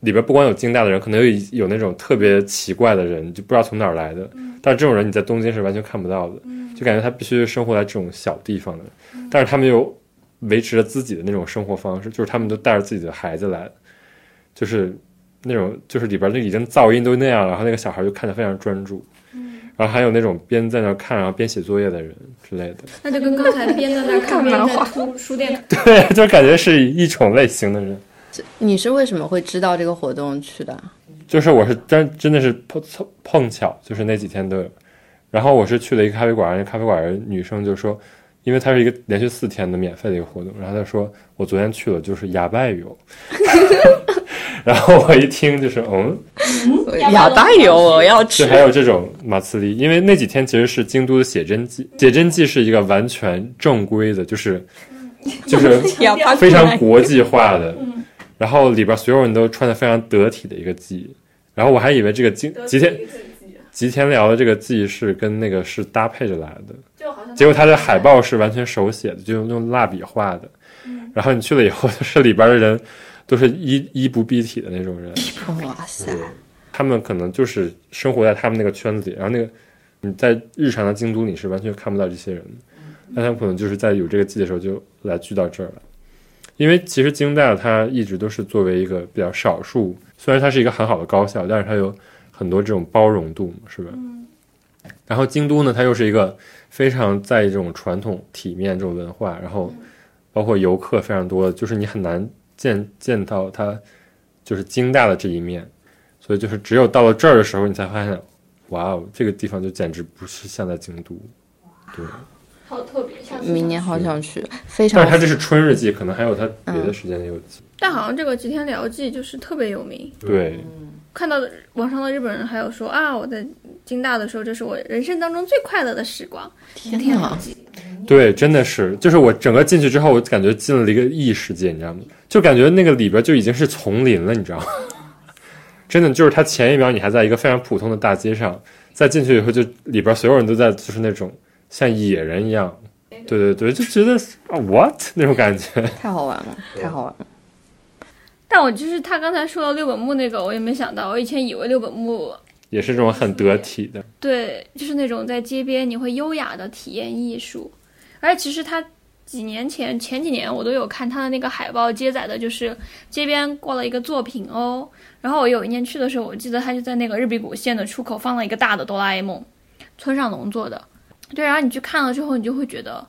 里边不光有惊讶的人，可能有一有那种特别奇怪的人，你就不知道从哪儿来的。但是这种人你在东京是完全看不到的，就感觉他必须生活在这种小地方的。但是他们又维持着自己的那种生活方式，就是他们都带着自己的孩子来，就是那种就是里边那已经噪音都那样了，然后那个小孩就看得非常专注。然后还有那种边在那儿看然后边写作业的人之类的， [laughs] 那就跟刚才边在那儿看边在图书店看，对，就感觉是一种类型的人。你是为什么会知道这个活动去的？就是我是真真的是碰凑碰巧，就是那几天都有。然后我是去了一个咖啡馆，那咖啡馆的女生就说，因为它是一个连续四天的免费的一个活动，然后她说我昨天去了，就是哑巴游。 [laughs] 然后我一听就是嗯，哑巴油我要就吃，还有这种马刺利，因为那几天其实是京都的写真季，写真季是一个完全正规的，就是就是哑巴非 [laughs] 常国际化的，然后里边所有人都穿的非常得体的一个季，然后我还以为这个吉吉田吉田聊的这个季是跟那个是搭配着来的，就好像结果他的海报是完全手写的，就用用蜡笔画的，然后你去了以后， [laughs] 就是里边的人都是衣衣不蔽体的那种人，哇塞，他们可能就是生活在他们那个圈子里，然后那个你在日常的京都你是完全看不到这些人的，那他们可能就是在有这个季的时候就来聚到这儿了。因为其实京大它一直都是作为一个比较少数，虽然它是一个很好的高校，但是它有很多这种包容度，是吧？然后京都呢，它又是一个非常在意这种传统体面这种文化，然后包括游客非常多，就是你很难见见到它就是京大的这一面。所以就是只有到了这儿的时候，你才发现，哇哦，这个地方就简直不是像在京都。对，好特别，下次明年好想去，非但常是它这是春日季，可能还有它别的时间也有季。但好像这个吉田辽记就是特别有名，对，看到的网上的日本人还有说啊，我在京大的时候，这是我人生当中最快乐的时光。天啊，对，真的是，就是我整个进去之后，我感觉进了一个异世界，你知道吗？就感觉那个里边就已经是丛林了，你知道吗？ [laughs] 真的就是它前一秒你还在一个非常普通的大街上，再进去以后就里边所有人都在就是那种像野人一样，对对对，就觉得啊 what 那种感觉。太好玩了，太好玩了，但我就是他刚才说到六本木那个，我也没想到，我以前以为六本木也是这种很得体的，对，就是那种在街边你会优雅的体验艺术，而其实他几年前前几年我都有看他的那个海报，接载的就是街边挂了一个作品哦。然后我有一年去的时候，我记得他就在那个日比谷线的出口放了一个大的哆啦 A 梦，村上龙做的。对，啊然后你去看了之后，你就会觉得，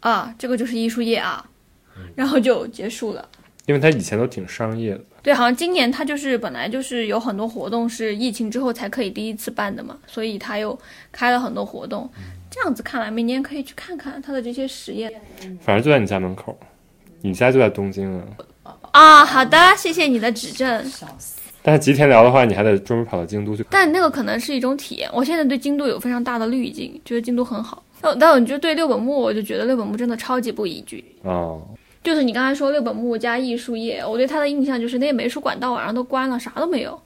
啊，这个就是艺术业啊，然后就结束了。因为他以前都挺商业的。对，好像今年它就是本来就是有很多活动是疫情之后才可以第一次办的嘛，所以它又开了很多活动。这样子看来，明年可以去看看它的这些实验反正就在你家门口，你家就在东京啊。啊。好的，谢谢你的指正。但是吉田寮的话，你还得专门跑到京都去。但那个可能是一种体验。我现在对京都有非常大的滤镜，觉得京都很好。但但我就对六本木，我就觉得六本木真的超级不宜居。哦，就是你刚才说六本木加艺术业，我对它的印象就是那些美术馆到晚上都关了，啥都没有。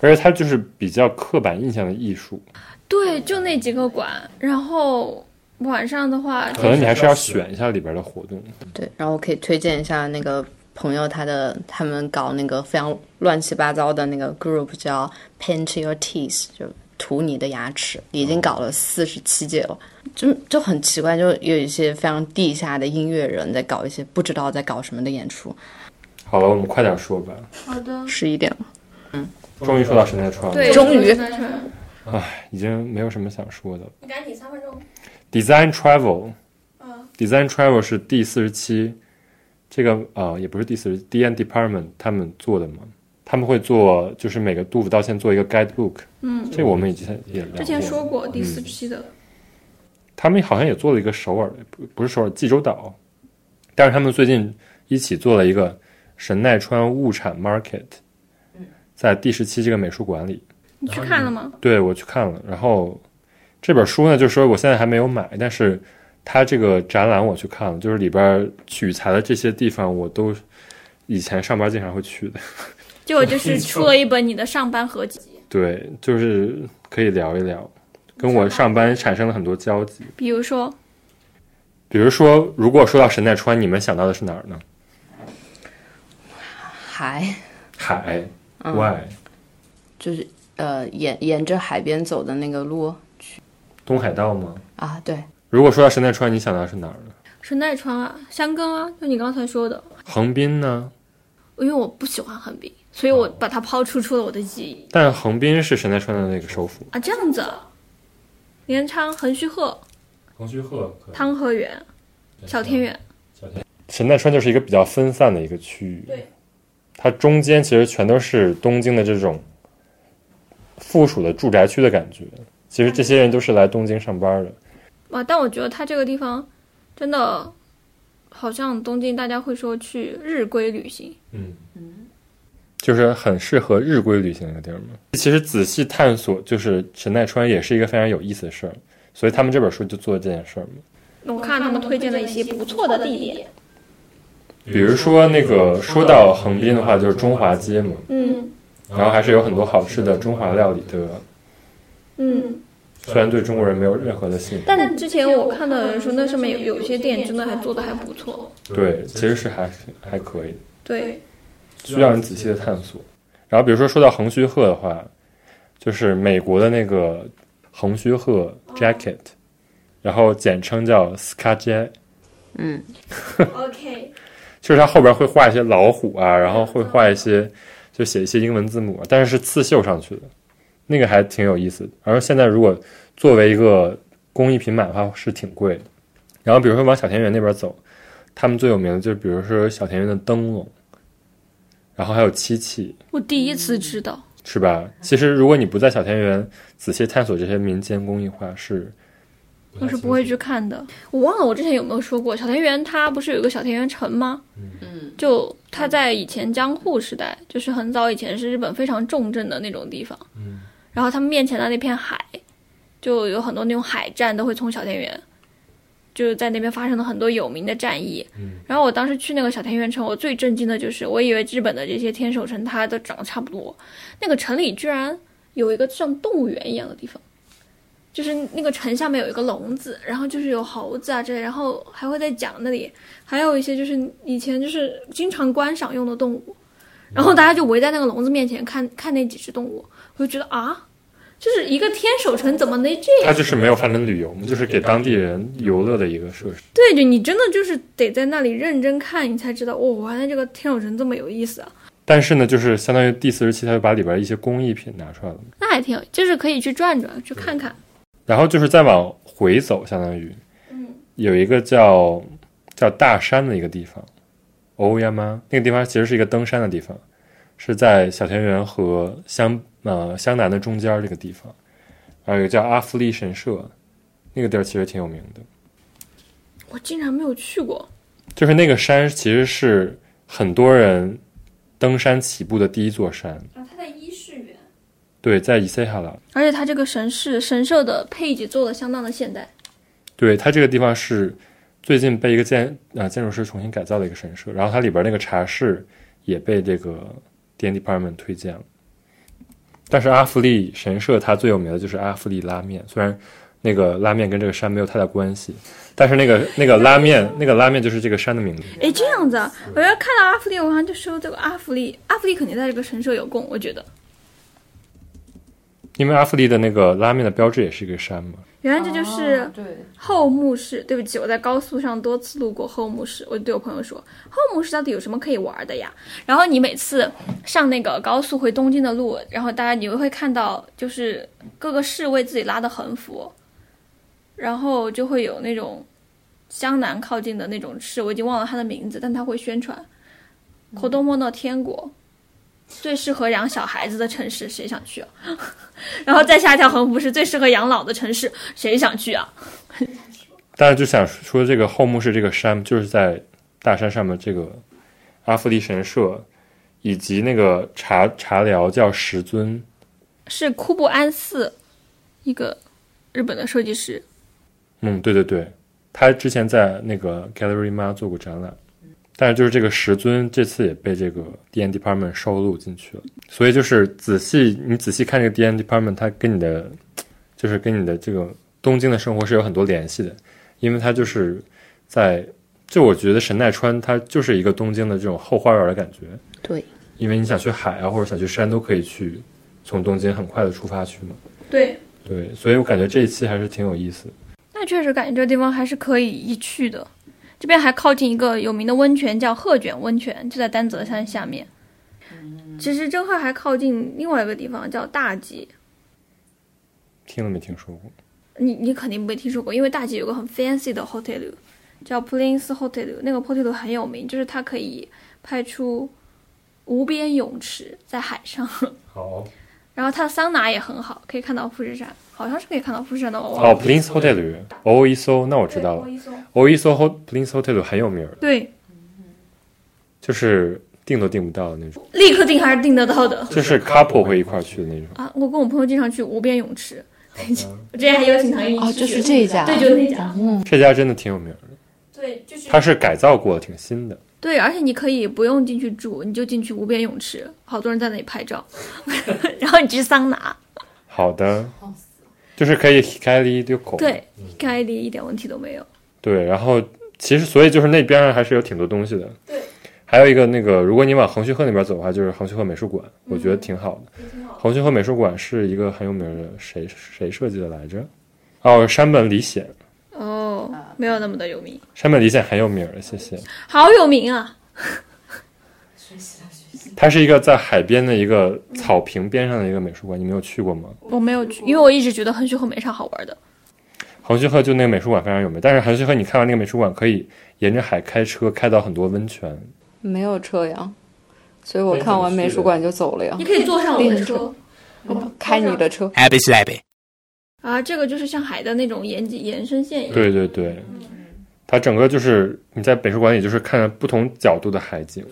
而且它就是比较刻板印象的艺术，对，就那几个馆，然后晚上的话，可能你还是要选一下里边的活动。对，然后我可以推荐一下那个朋友他的他们搞那个非常乱七八糟的那个 group 叫 Paint Your Teeth，就涂你的牙齿，已经搞了四十七届了。就就很奇怪，就有一些非常地下的音乐人在搞一些不知道在搞什么的演出。好了，我们快点说吧，好的，十一点了，终于说到神奈川了，对，终于你已经没有什么想说的了。赶紧三分钟。 Design Travel，Design Travel 是第四十七，这个呃也不是第四十，D N Department 他们做的嘛，他们会做就是每个杜甫道县做一个 guidebook，嗯，这个我们以前也聊过之前说过第四期的，他们好像也做了一个首尔，不不是首尔，济州岛，但是他们最近一起做了一个神奈川物产 market，在第十七这个美术馆里，你去看了吗？对我去看了，然后这本书呢，就是说我现在还没有买，但是它这个展览我去看了，就是里边取材的这些地方，我都以前上班经常会去的。 [laughs] 结果就是出了一本你的上班合集，对，就是可以聊一聊，跟我上班产生了很多交集。比如说比如说，如果说到神奈川，你们想到的是哪儿呢？海海，why？、就是呃沿沿着海边走的那个路东海道吗？啊，对，如果说到神奈川，你想到的是哪儿呢？神奈川啊、香根啊，就你刚才说的，横滨呢？因为我不喜欢横滨，所以我把它抛出出了我的记忆但横滨是神奈川的那个首府。啊。这样子啊，镰仓、横须贺、横须贺、汤和园、小田园，神奈川就是一个比较分散的一个区域。对，它中间其实全都是东京的这种附属的住宅区的感觉。其实这些人都是来东京上班的。哇！但我觉得它这个地方真的好像东京，大家会说去日归旅行，嗯，就是很适合日归旅行的地儿嘛。其实仔细探索，就是神奈川也是一个非常有意思的事儿，所以他们这本书就做这件事儿嘛。我看他们推荐了一些不错的地点。比如说那个说到横滨的话，就是中华街嘛，嗯然后还是有很多好吃的中华料理的，嗯，虽然对中国人没有任何的吸引力，但之前我看到有人说那上面有有一些店真的还做的还不错。对，其实是还还可以的。对，需要你仔细的探索。然后比如说说到横须贺的话，就是美国的那个横须贺 jacket，、然后简称叫 ska j 嗯 OK，就是它后边会画一些老虎啊，然后会画一些就写一些英文字母，啊但是是刺绣上去的，那个还挺有意思的。而现在如果作为一个工艺品买的话，是挺贵的。然后比如说往小田园那边走，他们最有名的就是比如说小田园的灯笼，然后还有漆器，我第一次知道，是吧？其实如果你不在小田园仔细探索这些民间工艺画，是我是不会去看的。我忘了我之前有没有说过，小田园它不是有一个小田园城吗？嗯，就它在以前江户时代，就是很早以前是日本非常重镇的那种地方。嗯，然后他们面前的那片海，就有很多那种海战都会从小田园，就是在那边发生了很多有名的战役。嗯，然后我当时去那个小田园城，我最震惊的就是，我以为日本的这些天守城它都长得差不多，那个城里居然有一个像动物园一样的地方。就是那个城下面有一个笼子，然后就是有猴子啊之类，然后还会在讲那里，还有一些就是以前就是经常观赏用的动物，然后大家就围在那个笼子面前看看那几只动物，我就觉得啊，就是一个天守城怎么能这它样？就是没有发展旅游嘛，就是给当地人游乐的一个设施。对，就你真的就是得在那里认真看，你才知道哦，原来这个天守城这么有意思啊！但是呢，就是相当于第四十七，它就把里边一些工艺品拿出来了。那还挺有，就是可以去转转，去看看。然后就是再往回走，相当于，有一个叫叫大山的一个地方，欧亚吗？啊那个地方其实是一个登山的地方，是在小田园和湘呃湘南的中间儿这个地方，然后有一个叫阿夫利神社，那个地儿其实挺有名的。我竟然没有去过，就是那个山其实是很多人登山起步的第一座山，啊，它在伊势园，对，在伊塞哈拉，而且它这个神是神社的配置做的相当的现代。对，它这个地方是最近被一个建啊、建筑师重新改造的一个神社，然后它里边那个茶室也被这个 D N Department 推荐了。但是阿弗利神社它最有名的就是阿弗利拉面，虽然那个拉面跟这个山没有太大关系，但是那个那个拉面那个拉面就是这个山的名字。哎，这样子啊，我要看到阿弗利，我好像就说这个阿弗利，阿弗利肯定在这个神社有供，我觉得因为阿弗利的那个拉面的标志也是一个山嘛，原来这就是对，后木市。对不起，我在高速上多次路过后木市，我就对我朋友说，后木市到底有什么可以玩的呀？然后你每次上那个高速回东京的路，然后大家你会看到就是各个市为自己拉的横幅，然后就会有那种湘南靠近的那种市，我已经忘了它的名字，但它会宣传。口东莫诺天国，最适合养小孩子的城市，谁想去啊？ [laughs] 然后再下一条横幅是最适合养老的城市，谁想去啊？大家就想说这个后木是这个山，就是在大山上面这个阿弗利神社，以及那个茶茶寮叫石尊，是库布安寺，一个日本的设计师。嗯，对对对，他之前在那个 Gallery Ma 做过展览，但是就是这个石尊这次也被这个 D N Department 收录进去了，所以就是仔细你仔细看这个 D N Department，它跟你的就是跟你的这个东京的生活是有很多联系的，因为它就是在就我觉得神奈川它就是一个东京的这种后花园的感觉，对，因为你想去海啊或者想去山都可以去从东京很快的出发去嘛，对，对，所以我感觉这一期还是挺有意思的。那确实感觉这地方还是可以一去的。这边还靠近一个有名的温泉，叫鹤卷温泉，就在丹泽山下面。其实真鹤还靠近另外一个地方叫大吉，听都没听说过，你你肯定没听说过，因为大吉有个很 fancy 的 hotel，叫 Prince Hotel，那个 hotel 很有名，就是它可以拍出无边泳池在海上，好。然后它的桑拿也很好，可以看到富士山，好像是可以看到富士山的，我忘了。哦，Prince Hotel，o i s o 那我知道了，o i s o Prince Hotel 很有名儿，对，就是订都订不到的那种，立刻订还是订得到的就是 couple 会一块儿去的那种。啊！我跟我朋友经常去无边泳池，嗯 [laughs] 我之前还邀请唐一哦，起就是这一家，对，啊就是那家，这家真的挺有名儿的，对，就是它是改造过的，挺新的。对，而且你可以不用进去住，你就进去无边泳池，好多人在那里拍 [laughs] 照，然后你去桑拿，嗯好的，就是可以开了一丢口。对，盖里一点问题都没有。对，然后其实所以就是那边儿还是有挺多东西的。对，还有一个那个，如果你往横须贺那边走的话，就是横须贺美术馆，我觉得嗯挺好的。横须贺美术馆是一个很有名儿的，谁谁设计的来着？哦，山本理显，哦，没有那么的有名，山本理显很有名儿，谢谢。好有名啊！它是一个在海边的一个草坪边上的一个美术馆，你没有去过吗？我没有去，因为我一直觉得横须贺没啥好玩的。横须贺就那个美术馆非常有名，但是横须贺你看完那个美术馆，可以沿着海开车开到很多温泉。没有车呀，所以我没看完怎么美去术的馆就走了呀你。可以坐上我的车开你的车， Happy slappy. 啊，这个就是上海的那种延延伸线一样。对对对，它整个就是你在美术馆里就是看了不同角度的海景。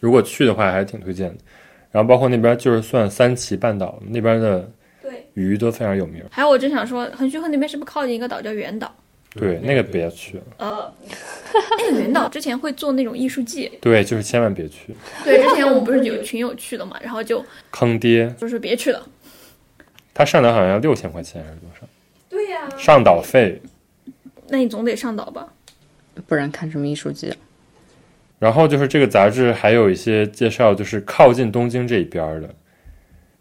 如果去的话，还是挺推荐的。然后包括那边就是算三旗半岛那边的对鱼都非常有名，还有，我真想说，横须贺那边是不是靠近一个岛叫圆岛？对那个别去了，那个圆岛之前会做那种艺术季，对就是千万别去，对，之前我们不是有群友去了嘛，然后就坑爹。就是别去了。它上岛好像要六千块钱还是多少？对呀、上岛费。那你总得上岛吧？不然看什么艺术季？然后就是这个杂志还有一些介绍，就是靠近东京这一边儿的，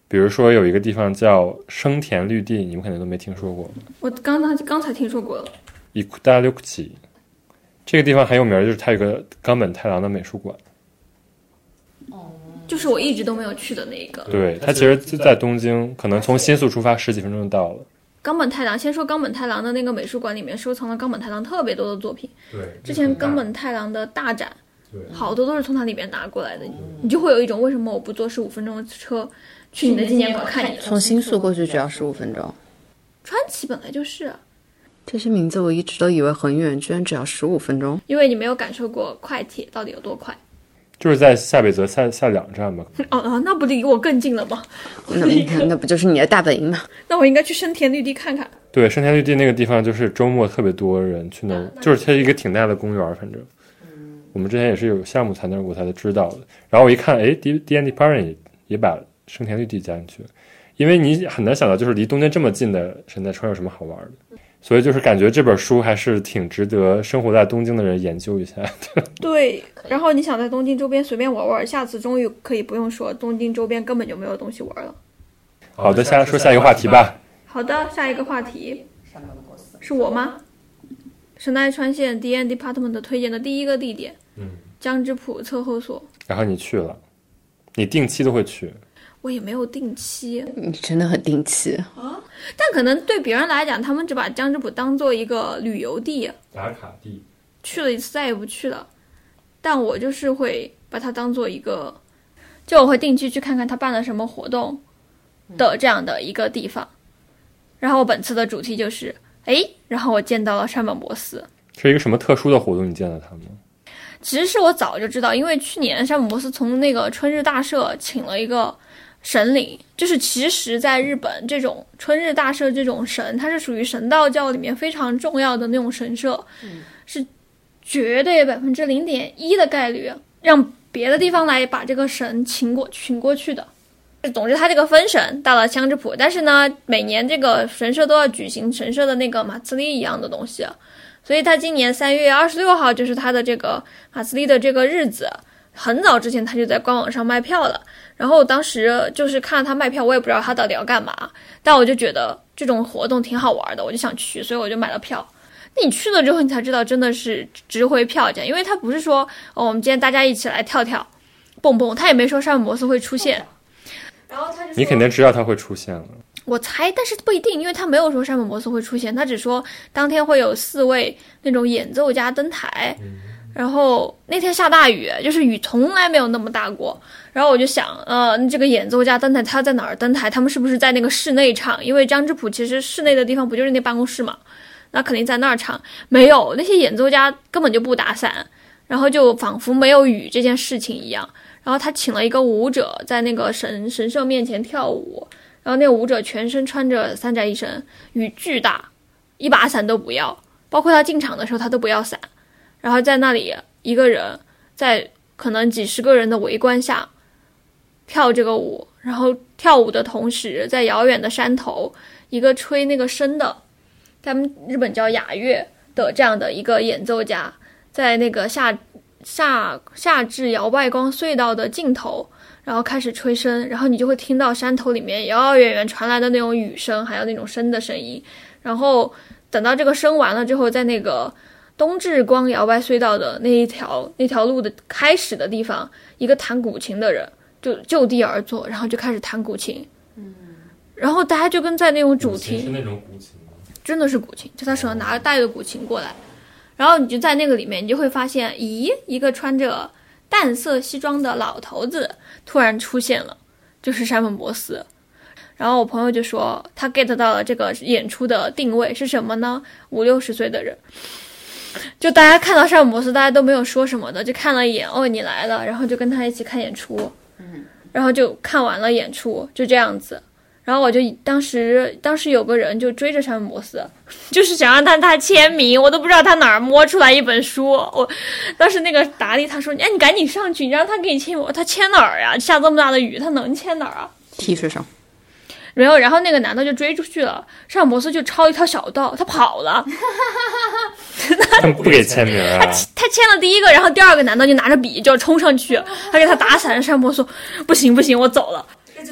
比如说有一个地方叫生田绿地，你们可能都没听说过。我刚刚刚才听说过了，伊库达六奇，这个地方很有名儿，就是它有个冈本太郎的美术馆。就是我一直都没有去的那个。对，它其实就在东京，可能从新宿出发十几分钟就到了。冈本太郎，先说冈本太郎的那个美术馆里面收藏了冈本太郎特别多的作品。对，之前冈本太郎的大展，好多都是从他里面拿过来的，你就会有一种为什么我不坐十五分钟的车去你的纪念馆看一眼？从新宿过去只要十五分钟。川崎本来就是啊，这些名字我一直都以为很远，居然只要十五分钟。因为你没有感受过快铁到底有多快。就是在下北泽下下两站吧。哦哦，那不离我更近了吗？ [laughs] [laughs] 那那那不就是你的大本营吗？那我应该去生田绿地看看。对，生田绿地那个地方就是周末特别多人去那儿，就是嗯它一个挺大的公园儿，反正。我们之前也是有项目才那儿我才知道的。然后我一看，哎，D D N D p a r e n 也也把生田绿地加进去了，因为你很难想到，就是离东京这么近的神奈川有什么好玩的。所以就是感觉这本书还是挺值得生活在东京的人研究一下。对，然后你想在东京周边随便玩玩，下次终于可以不用说东京周边根本就没有东西玩了。好的，哦下说下一个话题吧。好的，下一个话题是我吗？神奈川县 D N Department 推荐的第一个地点，江之浦测候所。然后你去了，你定期都会去，我也没有定期，你真的很定期，但可能对别人来讲，他们只把江之浦当做一个旅游地，啊打卡地。去了一次再也不去了。但我就是会把它当做一个，就我会定期去看看他办了什么活动的这样的一个地方。然后我本次的主题就是，诶，然后我见到了山本博司。是一个什么特殊的活动？你见到他们吗？其实是我早就知道，因为去年山本博斯从那个春日大社请了一个神灵，就是其实在日本这种春日大社这种神，它是属于神道教里面非常重要的那种神社，是绝对百分之零点一的概率让别的地方来把这个神请过请过去的。总之，它这个分神到了江之浦，但是呢，每年这个神社都要举行神社的那个马自立一样的东西，啊所以它今年三月二十六号就是它的这个马斯利的这个日子，很早之前他就在官网上卖票了。然后我当时就是看到他卖票，我也不知道他到底要干嘛，但我就觉得这种活动挺好玩的，我就想去，所以我就买了票。那你去了之后，你才知道真的是值回票价，因为他不是说、哦、我们今天大家一起来跳跳、蹦蹦，他也没说山姆摩斯会出现。然后他就你肯定知道他会出现了。我猜，但是不一定，因为他没有说山本博斯会出现，他只说当天会有四位那种演奏家登台。然后那天下大雨，就是雨从来没有那么大过。然后我就想，呃，那这个演奏家登台，他在哪儿登台？他们是不是在那个室内唱？因为江之浦其实室内的地方不就是那办公室嘛，那肯定在那儿唱。没有，那些演奏家根本就不打伞，然后就仿佛没有雨这件事情一样。然后他请了一个舞者在那个神神社面前跳舞，然后那个舞者全身穿着三宅一生，雨巨大，一把伞都不要，包括他进场的时候他都不要伞，然后在那里一个人在可能几十个人的围观下跳这个舞，然后跳舞的同时，在遥远的山头，一个吹那个笙的，他们日本叫雅乐的这样的一个演奏家，在那个下下下至摇外光隧道的尽头，然后开始吹笙，然后你就会听到山头里面遥遥远远传来的那种雨声，还有那种笙的声音。然后等到这个笙完了之后，在那个东至光摇摆隧道的那一条那条路的开始的地方，一个弹古琴的人就就地而坐，然后就开始弹古琴。然后大家就跟在那种主题那种古琴吗？真的是古琴，就他手上拿着带着古琴过来，然后你就在那个里面，你就会发现，咦，一个穿着淡色西装的老头子突然出现了，就是山本博斯。然后我朋友就说，他 get 到了这个演出的定位是什么呢？五六十岁的人，就大家看到山本博斯，大家都没有说什么的，就看了一眼，哦，你来了，然后就跟他一起看演出，然后就看完了演出，就这样子。然后我就当时当时有个人就追着山本博斯，就是想让他他签名，我都不知道他哪儿摸出来一本书。我当时那个达利他说：“哎，你赶紧上去，你让他给你签名。”我说他签哪儿呀、下这么大的雨，他能签哪儿啊？ T 恤上，没有，然后那个男的就追出去了，山本博斯就抄一条小道，他跑了。他们不给签名啊？他签了第一个，然后第二个男的就拿着笔就要冲上去，他给他打伞。山本博斯说：“不行不行，我走了。”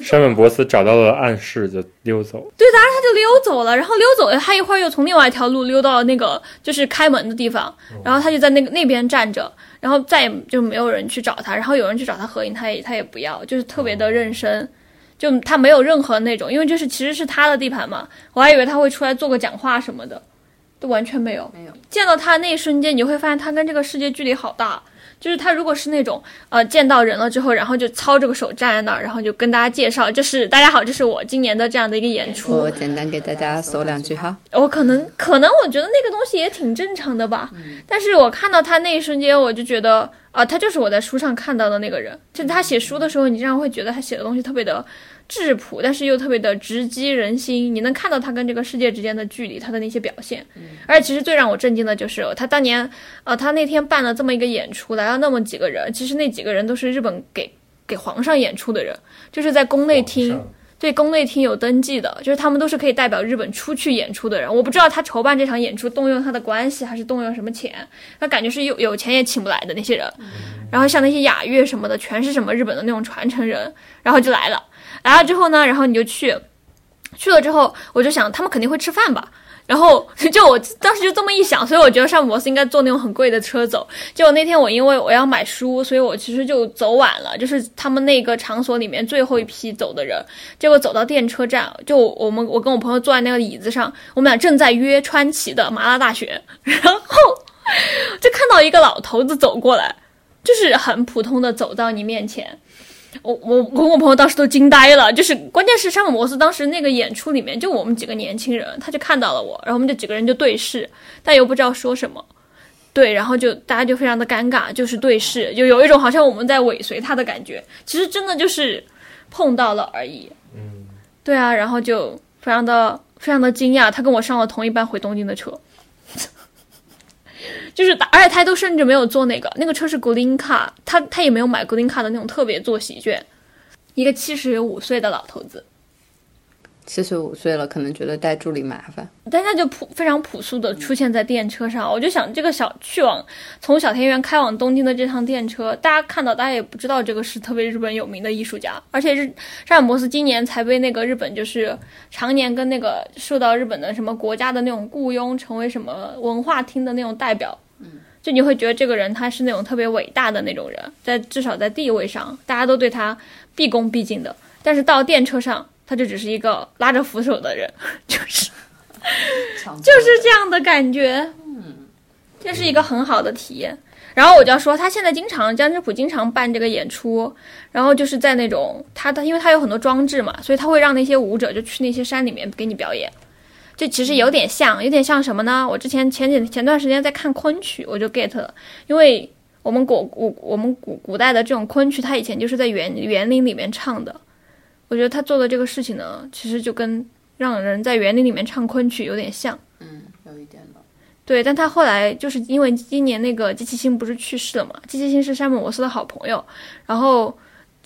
山本博斯找到了暗示就溜走，对，当然他就溜走了，然后溜走了，他一会儿又从另外一条路溜到了那个就是开门的地方，然后他就在那个那边站着，然后再也就没有人去找他，然后有人去找他合影，他也他也不要，就是特别的认真，就他没有任何那种，因为这是其实是他的地盘嘛，我还以为他会出来做个讲话什么的，都完全没有。没有见到他那一瞬间，你会发现他跟这个世界距离好大。就是他如果是那种呃见到人了之后，然后就操着个手站在那儿，然后就跟大家介绍，就是大家好，这是我今年的这样的一个演出。我简单给大家说两句哈。我可能可能我觉得那个东西也挺正常的吧，但是我看到他那一瞬间，我就觉得啊、他就是我在书上看到的那个人。就他写书的时候，你这样会觉得他写的东西特别的质朴，但是又特别的直击人心。你能看到他跟这个世界之间的距离，他的那些表现。而且其实最让我震惊的就是，他当年呃，他那天办了这么一个演出，来了那么几个人，其实那几个人都是日本给给皇上演出的人，就是在宫内厅。对宫内厅有登记的，就是他们都是可以代表日本出去演出的人。我不知道他筹办这场演出动用他的关系还是动用什么钱，那感觉是有有钱也请不来的那些人。然后像那些雅乐什么的，全是什么日本的那种传承人，然后就来了。来了之后呢，然后你就去，去了之后我就想他们肯定会吃饭吧。然后 [laughs] 就我当时就这么一想，所以我觉得上博斯应该坐那种很贵的车走。结果那天我因为我要买书，所以我其实就走晚了，就是他们那个场所里面最后一批走的人。结果走到电车站，就我们我跟我朋友坐在那个椅子上，我们俩正在约川崎的麻辣大学， [laughs] 然后就看到一个老头子走过来，就是很普通的走到你面前，我我我跟我朋友当时都惊呆了，就是关键是山本博斯当时那个演出里面，就我们几个年轻人，他就看到了我，然后我们就几个人就对视，但又不知道说什么，对，然后就大家就非常的尴尬，就是对视，就有一种好像我们在尾随他的感觉，其实真的就是碰到了而已，嗯，对啊，然后就非常的非常的惊讶，他跟我上了同一班回东京的车。就是打，而且他都甚至没有坐那个，那个车是格林卡，他他也没有买格林卡的那种特别坐席券，一个七十五岁的老头子，七十五岁了，可能觉得带助理麻烦。但他就朴非常朴素的出现在电车上，我就想这个小去往从小田园开往东京的这趟电车，大家看到大家也不知道这个是特别日本有名的艺术家，而且日山本博斯今年才被那个日本就是常年跟那个受到日本的什么国家的那种雇佣，成为什么文化厅的那种代表，就你会觉得这个人他是那种特别伟大的那种人，在至少在地位上，大家都对他毕恭毕敬的，但是到电车上，他就只是一个拉着扶手的人，就是。就是这样的感觉。嗯，这是一个很好的体验。然后我就要说，他现在经常江之浦经常办这个演出，然后就是在那种他他，因为他有很多装置嘛，所以他会让那些舞者就去那些山里面给你表演。就其实有点像，有点像什么呢？我之前前几前段时间在看昆曲，我就 get 了，因为我们古古我们古古代的这种昆曲，它以前就是在园园林里面唱的。我觉得他做的这个事情呢，其实就跟让人在园林里面唱昆曲有点像。嗯，有一点吧。对，但他后来就是因为今年那个季其星不是去世了嘛？季其星是山本博斯的好朋友，然后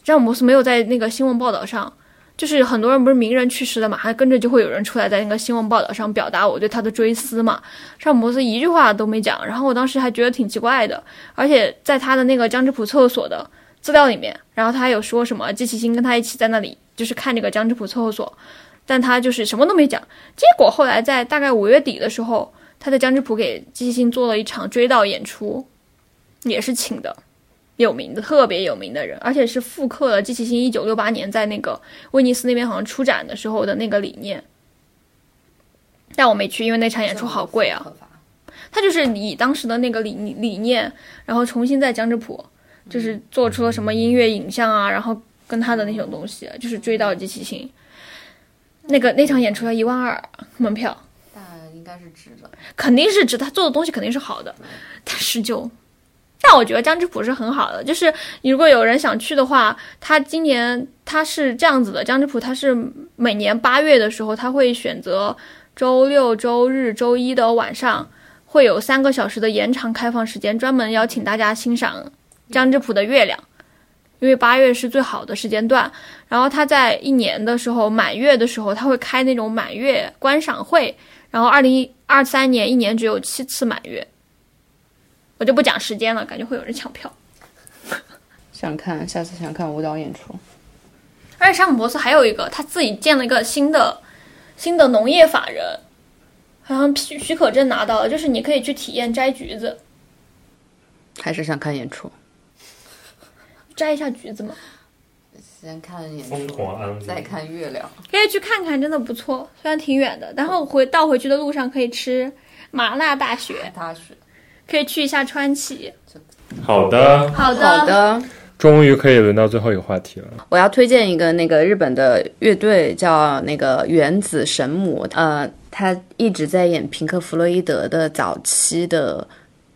山本博斯没有在那个新闻报道上，就是很多人不是名人去世了嘛，还跟着就会有人出来在那个新闻报道上表达我对他的追思嘛。山本博斯一句话都没讲，然后我当时还觉得挺奇怪的，而且在他的那个江之浦厕所的资料里面，然后他还有说什么季其星跟他一起在那里就是看这个江之浦厕所，但他就是什么都没讲。结果后来在大概五月底的时候。他在江之浦给季星做了一场追悼演出，也是请的有名的特别有名的人，而且是复刻了季星一九六八年在那个威尼斯那边好像出展的时候的那个理念。但我没去，因为那场演出好贵啊。他就是以当时的那个理理念，然后重新在江之浦，就是做出了什么音乐影像啊，然后跟他的那种东西，就是追悼季星。那个那场演出要一万二门票，但应该是值的。肯定是指他做的东西肯定是好的，但是就，但我觉得江之浦是很好的，就是如果有人想去的话，他今年他是这样子的，江之浦他是每年八月的时候，他会选择周六、周日、周一的晚上，会有三个小时的延长开放时间，专门邀请大家欣赏江之浦的月亮。因为八月是最好的时间段，然后他在一年的时候满月的时候，他会开那种满月观赏会，然后二零二三年一年只有七次满月，我就不讲时间了，感觉会有人抢票。想看，下次想看舞蹈演出。而且山姆博斯还有一个，他自己建了一个新的新的农业法人，好像许许可证拿到了，就是你可以去体验摘橘子，还是想看演出。摘一下橘子嘛，先看演疯狂安利再看月亮。可以去看看，真的不错，虽然挺远的，然后回到回去的路上可以吃麻辣大雪，大雪。可以去一下川崎。好的，好的，好的，终于可以轮到最后一个话题了。我要推荐一个那个日本的乐队，叫那个原子神母。呃，他一直在演平克·弗洛伊德的早期的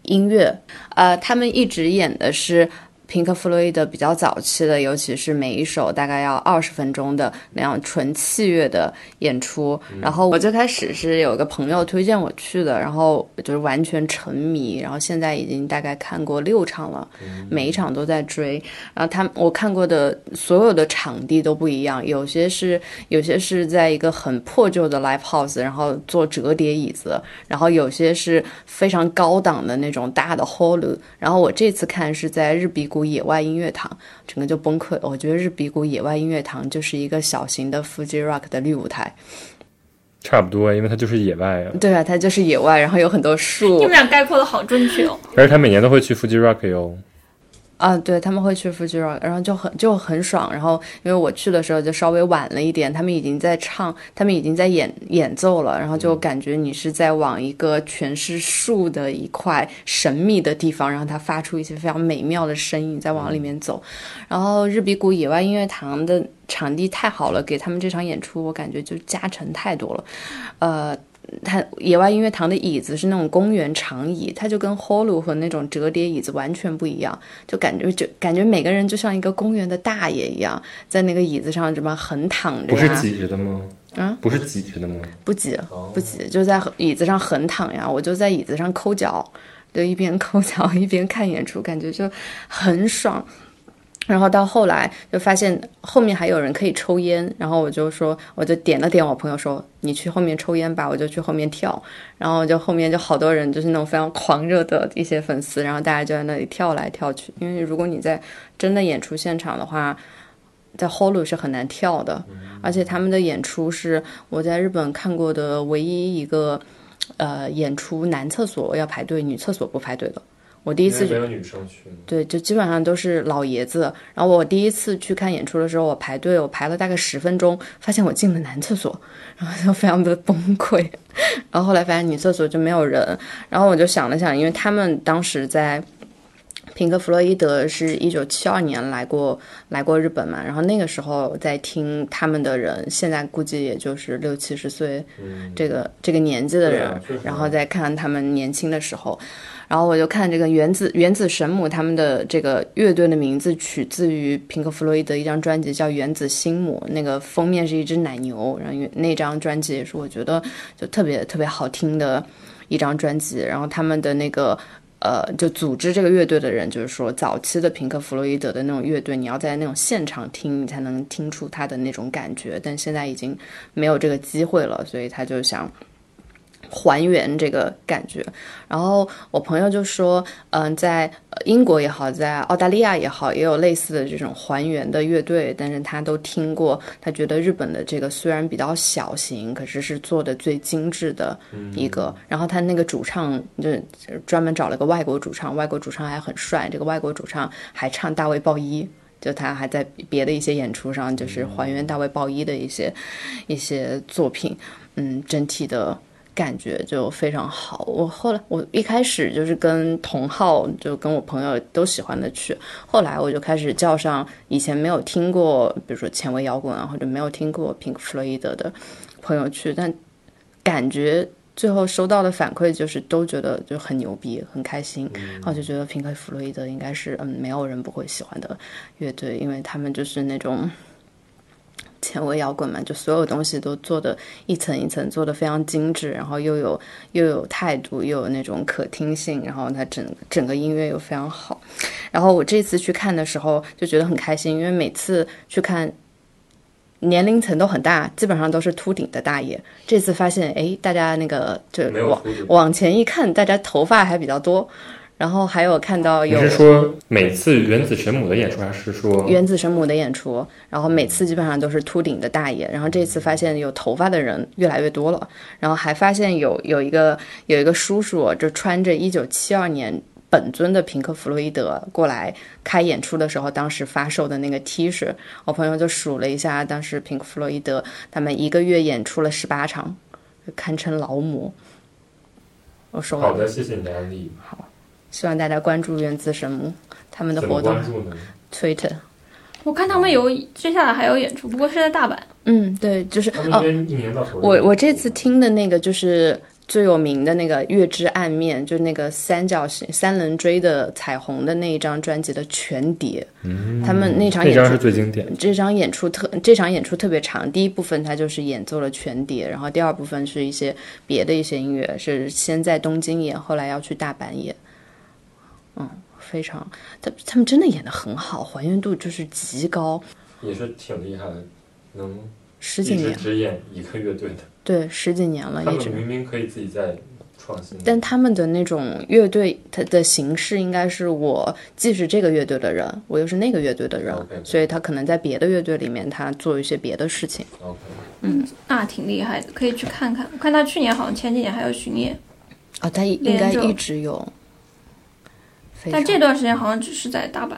音乐。呃，他们一直演的是平克·弗洛伊德比较早期的，尤其是每一首大概要二十分钟的那样纯器乐的演出。然后我最开始是有一个朋友推荐我去的，然后我就是完全沉迷，然后现在已经大概看过六场了，每一场都在追。然后他我看过的所有的场地都不一样，有些是有些是在一个很破旧的 live house，然后做折叠椅子，然后有些是非常高档的那种大的 hall。然后我这次看是在日比谷野外音乐堂，整个就崩溃了。我觉得日比谷野外音乐堂就是一个小型的 Fuji Rock 的绿舞台。差不多，因为它就是野外啊，对啊，它就是野外，然后有很多树你们。俩概括的好准确哦。而且他每年都会去 Fuji Rock 哟。啊，对他们会去 Fuji，然后就很就很爽。然后因为我去的时候就稍微晚了一点，他们已经在唱，他们已经在演演奏了，然后就感觉你是在往一个全是树的一块神秘的地方，然后它发出一些非常美妙的声音，在往里面走。然后日比谷野外音乐堂的场地太好了，给他们这场演出我感觉就加成太多了，呃。它野外音乐堂的椅子是那种公园长椅，它就跟 Holu 和那种折叠椅子完全不一样，就感觉就感觉每个人就像一个公园的大爷一样，在那个椅子上什么横躺着不是呀，挤着的吗？啊，不是挤着的吗？不挤不挤，就在椅子上横躺呀，我就在椅子上抠脚，就一边抠脚一边看演出，感觉就很爽。然后到后来就发现后面还有人可以抽烟，然后我就说，我就点了点我朋友说，你去后面抽烟吧，我就去后面跳，然后就后面就好多人就是那种非常狂热的一些粉丝，然后大家就在那里跳来跳去，因为如果你在真的演出现场的话，在 Holu 是很难跳的，而且他们的演出是我在日本看过的唯一一个，呃，演出男厕所要排队，女厕所不排队的。我第一次没有女生去。对，就基本上都是老爷子。然后我第一次去看演出的时候，我排队，我排了大概十分钟，发现我进了男厕所，然后就非常的崩溃。然后后来发现女厕所就没有人，然后我就想了想，因为他们当时在。平克·弗洛伊德是一九七二年来过来过日本嘛，然后那个时候在听他们的人，现在估计也就是六七十岁这个、这个年纪的嗯对人，啊确实然后再看他们年轻的时候，然后我就看这个原子原子神母他们的这个乐队的名字取自于平克·弗洛伊德一张专辑叫《原子心魔》，那个封面是一只奶牛，然后那张专辑也是我觉得就特别特别好听的一张专辑，然后他们的那个。呃，就组织这个乐队的人，就是说，早期的平克·弗洛伊德的那种乐队，你要在那种现场听，你才能听出他的那种感觉。但现在已经没有这个机会了，所以他就想还原这个感觉。然后我朋友就说，嗯、在呃英国也好，在澳大利亚也好，也有类似的这种还原的乐队，但是他都听过。他觉得日本的这个虽然比较小型，可是是做的最精致的一个。然后他那个主唱就是专门找了个外国主唱，外国主唱还很帅，这个外国主唱还唱大卫鲍伊。就他还在别的一些演出上，就是还原大卫鲍伊的一些一些作品，嗯，整体的感觉就非常好。我后来我一开始就是跟同号，就跟我朋友都喜欢的去，后来我就开始叫上以前没有听过，比如说前卫摇滚啊，或者没有听过 Pink Floyd 的朋友去，但感觉。最后收到的反馈就是都觉得就很牛逼，很开心，然后就觉得平克·弗洛伊德应该是嗯没有人不会喜欢的乐队，因为他们就是那种前卫摇滚嘛，就所有东西都做的一层一层，做的非常精致，然后又有又有态度，又有那种可听性，然后它整整个音乐又非常好。然后我这次去看的时候就觉得很开心，因为每次去看。年龄层都很大，基本上都是秃顶的大爷。这次发现，哎，大家那个就没有往秃顶往前一看，大家头发还比较多。然后还有看到你有是说每次原子神母的演出，还是说原子神母的演出，然后每次基本上都是秃顶的大爷，然后这次发现有头发的人越来越多了，然后还发现有有一个有一个叔叔，就穿着一九七二年本尊的平克·弗洛伊德过来开演出的时候，当时发售的那个 T 恤，我朋友就数了一下，当时平克·弗洛伊德他们一个月演出了十八场，就堪称劳模。我说完好了，的？谢谢你的案例，希望大家关注原子神母他们的怎活么动哦关注呢？ ，Twitter。我看他们有接下来还有演出，不过是在大阪。嗯，对，就是他们哦应，该一年到头。我我这次听的那个就是最有名的那个《月之暗面》，就那个三角形三棱锥的彩虹的那一张专辑的全碟。嗯，他们那场那演张出是最经典的。这场演出特这场演出特别长，第一部分它就是演奏了全碟，然后第二部分是一些别的一些音乐，是先在东京演，后来要去大阪演。嗯，非常，他他们真的演得很好，还原度就是极高，也是挺厉害的，能十一几直年，只演一个乐队的，对，十几年了，他一们直。明明可以自己在创新。但他们的那种乐队，它的形式应该是我既是这个乐队的人，我又是那个乐队的人 OK，OK 所以他可能在别的乐队里面，他做一些别的事情。 OK，那挺厉害的，可以去看看。我看他去年好像前几年还有巡演，啊、他应该连着一直有。非但常这段时间好像只是在大阪。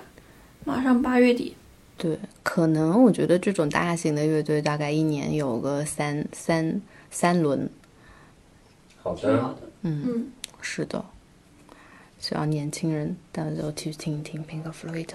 马上八月底，对，可能我觉得这种大型的乐队大概一年有个三三三轮，好挺好的。是的。希望年轻人大家都去听一听 Pink Floyd。